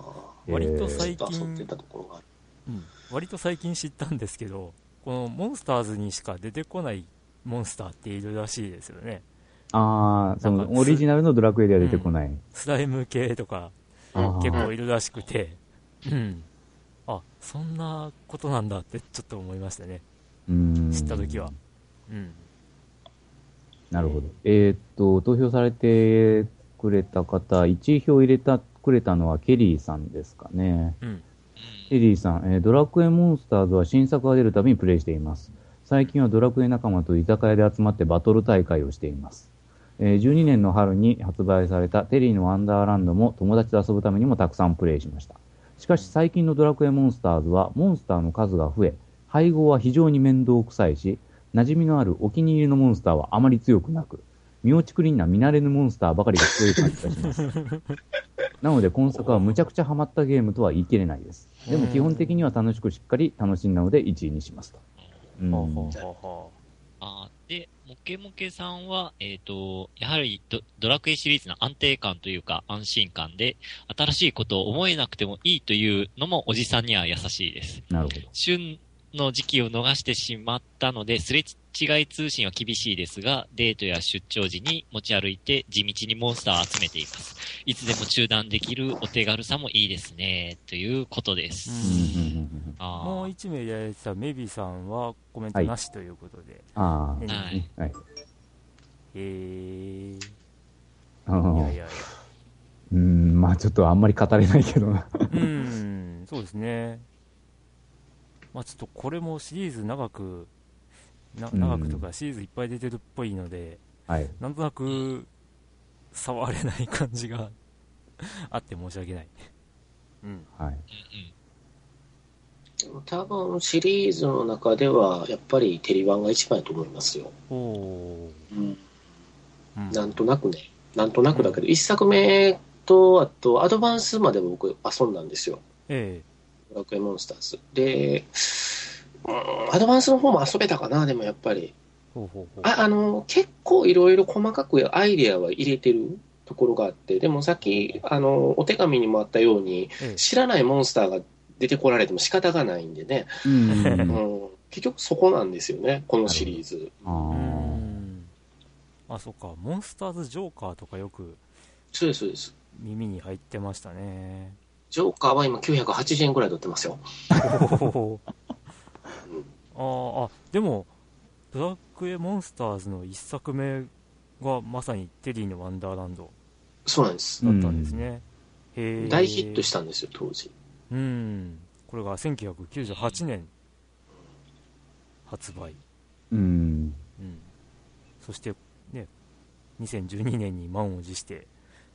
Speaker 1: 割と
Speaker 5: ず
Speaker 1: 最
Speaker 5: っと遊んで
Speaker 1: 近
Speaker 5: たところがある。
Speaker 1: うん割と最近知ったんですけどこのモンスターズにしか出てこないモンスターっているらしいですよね
Speaker 3: ああ、そ
Speaker 1: なん
Speaker 3: の
Speaker 1: か
Speaker 3: オリジナルのドラクエでは出てこない。
Speaker 1: スライム系とか
Speaker 3: ああ
Speaker 1: 結構いるらしくてうんあそんなことなんだってちょっと思いましたね
Speaker 3: うん
Speaker 1: 知った時は。うん
Speaker 3: なるほど。えーっと、投票されてくれた方、1位票入れた、くれたのはケリーさんですかね。
Speaker 1: うん
Speaker 2: うん
Speaker 3: エリーさん、えードラクエモンスターズは新作が出るたびにプレイしています。最近はドラクエ仲間と居酒屋で集まってバトル大会をしています。えー12年の春に発売されたテリーのワンダーランドも友達と遊ぶためにもたくさんプレイしました。しかし最近のドラクエモンスターズはモンスターの数が増え、配合は非常に面倒くさいし、馴染みのあるお気に入りのモンスターはあまり強くなく、身をちくりんな見慣れぬモンスターばかりが強い感じがします。
Speaker 2: (laughs)
Speaker 3: なので今作はむちゃくちゃハマったゲームとは言い切れないです。でも基本的には楽しくしっかり楽しんだので1位にしますと。うん
Speaker 1: ほうほうほうほ
Speaker 2: あーで、モケモケさんは、えっ、と、やはりドドラクエシリーズの安定感というか安心感で、新しいことを思えなくてもいいというのもおじさんには優しいです。
Speaker 3: なるほど。
Speaker 2: 旬の時期を逃してしまったので、すれ違い通信は厳しいですが、デートや出張時に持ち歩いて地道にモンスターを集めています。いつでも中断できるお手軽さもいいですね、ということです。
Speaker 1: うん
Speaker 3: うんうんうんうん
Speaker 1: う
Speaker 2: あー
Speaker 1: もう一名やられてたメビさんはコメントなしということで、
Speaker 3: ああ、
Speaker 1: は
Speaker 2: はい。
Speaker 3: はい。
Speaker 1: えー、い
Speaker 3: あの
Speaker 1: やいやいや
Speaker 3: うん、まあちょっとあんまり語れないけどな。
Speaker 1: うんそうですねまあちょっとこれもシリーズ長くな
Speaker 3: うん
Speaker 1: 長くとかシリーズいっぱい出てるっぽいので、
Speaker 3: はい。
Speaker 1: なんとなく触れない感じが (laughs) あって申し訳ない、うん、
Speaker 3: はい。
Speaker 5: 多分シリーズの中では、やっぱりテリワンが一番やと思いますよ。
Speaker 1: おお
Speaker 5: うん
Speaker 1: ー、うん
Speaker 5: なんとなくね。なんとなくだけど、一作目と、あと、アドバンスまで僕遊んだんですよ。
Speaker 1: え
Speaker 5: ドラクエモンスターズ。で、うんアドバンスの方も遊べたかな、でもやっぱり。
Speaker 1: えほうほうほう
Speaker 5: ああの結構いろいろ細かくアイデアは入れてるところがあってでもさっきあのお手紙にもあったように
Speaker 1: ええ
Speaker 5: 知らないモンスターが出てこられても仕方がないんでね、
Speaker 3: うんうんう。
Speaker 5: うんん、結局そこなんですよねこのシリーズ
Speaker 1: う
Speaker 3: あ
Speaker 1: んあそっかモンスターズ・ジョーカーとかよく
Speaker 5: そうですそうです
Speaker 1: 耳に入ってましたね
Speaker 5: ジョーカーは今980円ぐらい取ってますよ
Speaker 1: (laughs) おおあーあでもドラクエモンスターズの一作目がまさにテリーのワンダーランド
Speaker 5: そうなんです
Speaker 1: だったんですね、へえ
Speaker 5: 大ヒットしたんですよ当時
Speaker 1: うんこれが1998年発売、
Speaker 3: あ。うん。
Speaker 1: うん、そしてね2012年に満を持して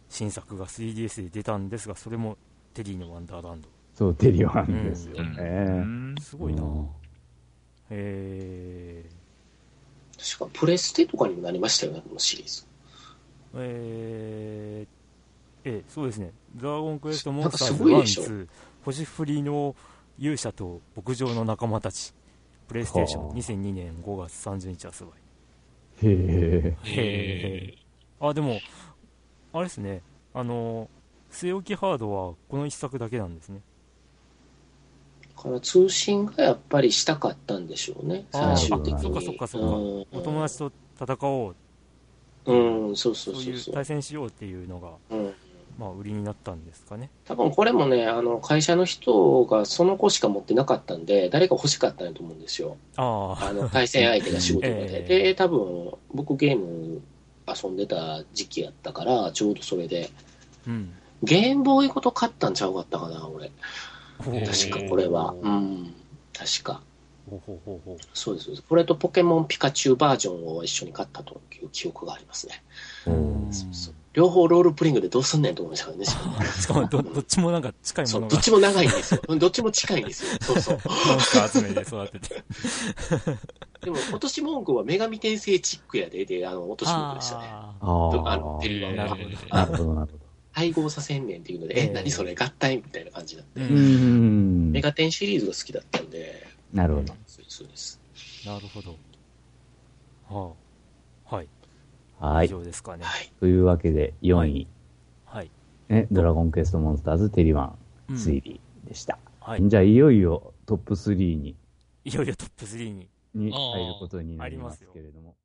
Speaker 1: 新作が 3DS で出たんですがそれもテリーのワンダーランド
Speaker 3: そう、テリワンですよ
Speaker 4: う
Speaker 3: ね。
Speaker 4: ん
Speaker 1: すごいな、
Speaker 3: うん
Speaker 1: えー、
Speaker 5: 確かプレステとかにもなりましたよねこのシリーズ
Speaker 1: えー、えーそうですね、ドラゴンクエストモンスタ
Speaker 5: なんかすごい
Speaker 1: ー
Speaker 5: で
Speaker 1: ズ
Speaker 5: しょ
Speaker 1: 1、2星降りの勇者と牧場の仲間たち、プレイステーション
Speaker 3: はあ
Speaker 1: 2002年5月30日発売。
Speaker 3: へえ。
Speaker 1: へあ、でも、あれですね、あの、据え置きハードはこの一作だけなんですね。
Speaker 5: だから通信がやっぱりしたかったんでしょうね
Speaker 1: あ
Speaker 5: 最
Speaker 1: ー
Speaker 5: 終的に
Speaker 1: そっかそっかそっか
Speaker 5: うん
Speaker 1: お友達と戦おう、
Speaker 5: うん、そう
Speaker 1: そ
Speaker 5: そ
Speaker 1: うう
Speaker 5: そ
Speaker 1: いうう
Speaker 5: そう
Speaker 1: 対。戦しようっていうのが、
Speaker 5: うん、
Speaker 1: まあ、売りになったんですかね。
Speaker 5: 多分これもね、あの会社の人がその子しか持ってなかったんで、誰か欲しかったんやと思うんですよ。
Speaker 1: ああ、(laughs)
Speaker 5: あの対戦相手が仕事場で。
Speaker 1: ええ
Speaker 5: で、多分僕ゲーム遊んでた時期やったから、ちょうどそれで。
Speaker 1: うん。
Speaker 5: ゲームボーイごと買ったんちゃうかったかな、俺。確かこれは。
Speaker 1: ほ
Speaker 5: うん。確か。
Speaker 1: うほうほうほう。
Speaker 5: そうですそうです。これとポケモンピカチュウバージョンを一緒に買ったという記憶がありますね。
Speaker 1: うん
Speaker 5: そうそう両方ロールプレイングでどうすんねんと思いました
Speaker 1: (laughs)
Speaker 5: からね。
Speaker 1: しかもど、どっちもなんか近いも
Speaker 5: そ
Speaker 1: の
Speaker 5: う、
Speaker 1: が
Speaker 5: どっちも長いんですよ。うんどっちも近いんですよ。そうそう。
Speaker 1: モンスター集めで育て
Speaker 3: (laughs)
Speaker 1: て。
Speaker 5: でも、落とし文句は女神転生チックやで、で、あの、落とし文句でしたね。
Speaker 1: あー
Speaker 3: あ
Speaker 5: どあの
Speaker 3: あ。
Speaker 5: テレビ
Speaker 1: な
Speaker 5: 版
Speaker 1: る
Speaker 5: が
Speaker 1: ほど
Speaker 3: なるほど、なるほど。
Speaker 5: 配合させんねんっていうので、
Speaker 1: え
Speaker 5: え、
Speaker 1: え
Speaker 5: 何それ合体みたいな感じだって。
Speaker 1: うん
Speaker 3: うん。
Speaker 5: メガテンシリーズが好きだったんで、
Speaker 3: なるほど。
Speaker 5: そうですそうです。
Speaker 1: なるほど。はあ。はい。
Speaker 3: は
Speaker 1: 以
Speaker 3: い。
Speaker 1: 上ですかね。
Speaker 5: はい。
Speaker 3: というわけで、4位。
Speaker 1: はい。
Speaker 3: ね、ドラゴンクエストモンスターズテリワン
Speaker 1: うん
Speaker 3: 推理でした。
Speaker 1: はい。
Speaker 3: じゃあ、いよいよトップ3に、
Speaker 1: いよいよトップ3に。
Speaker 3: に入ることになりますけれども。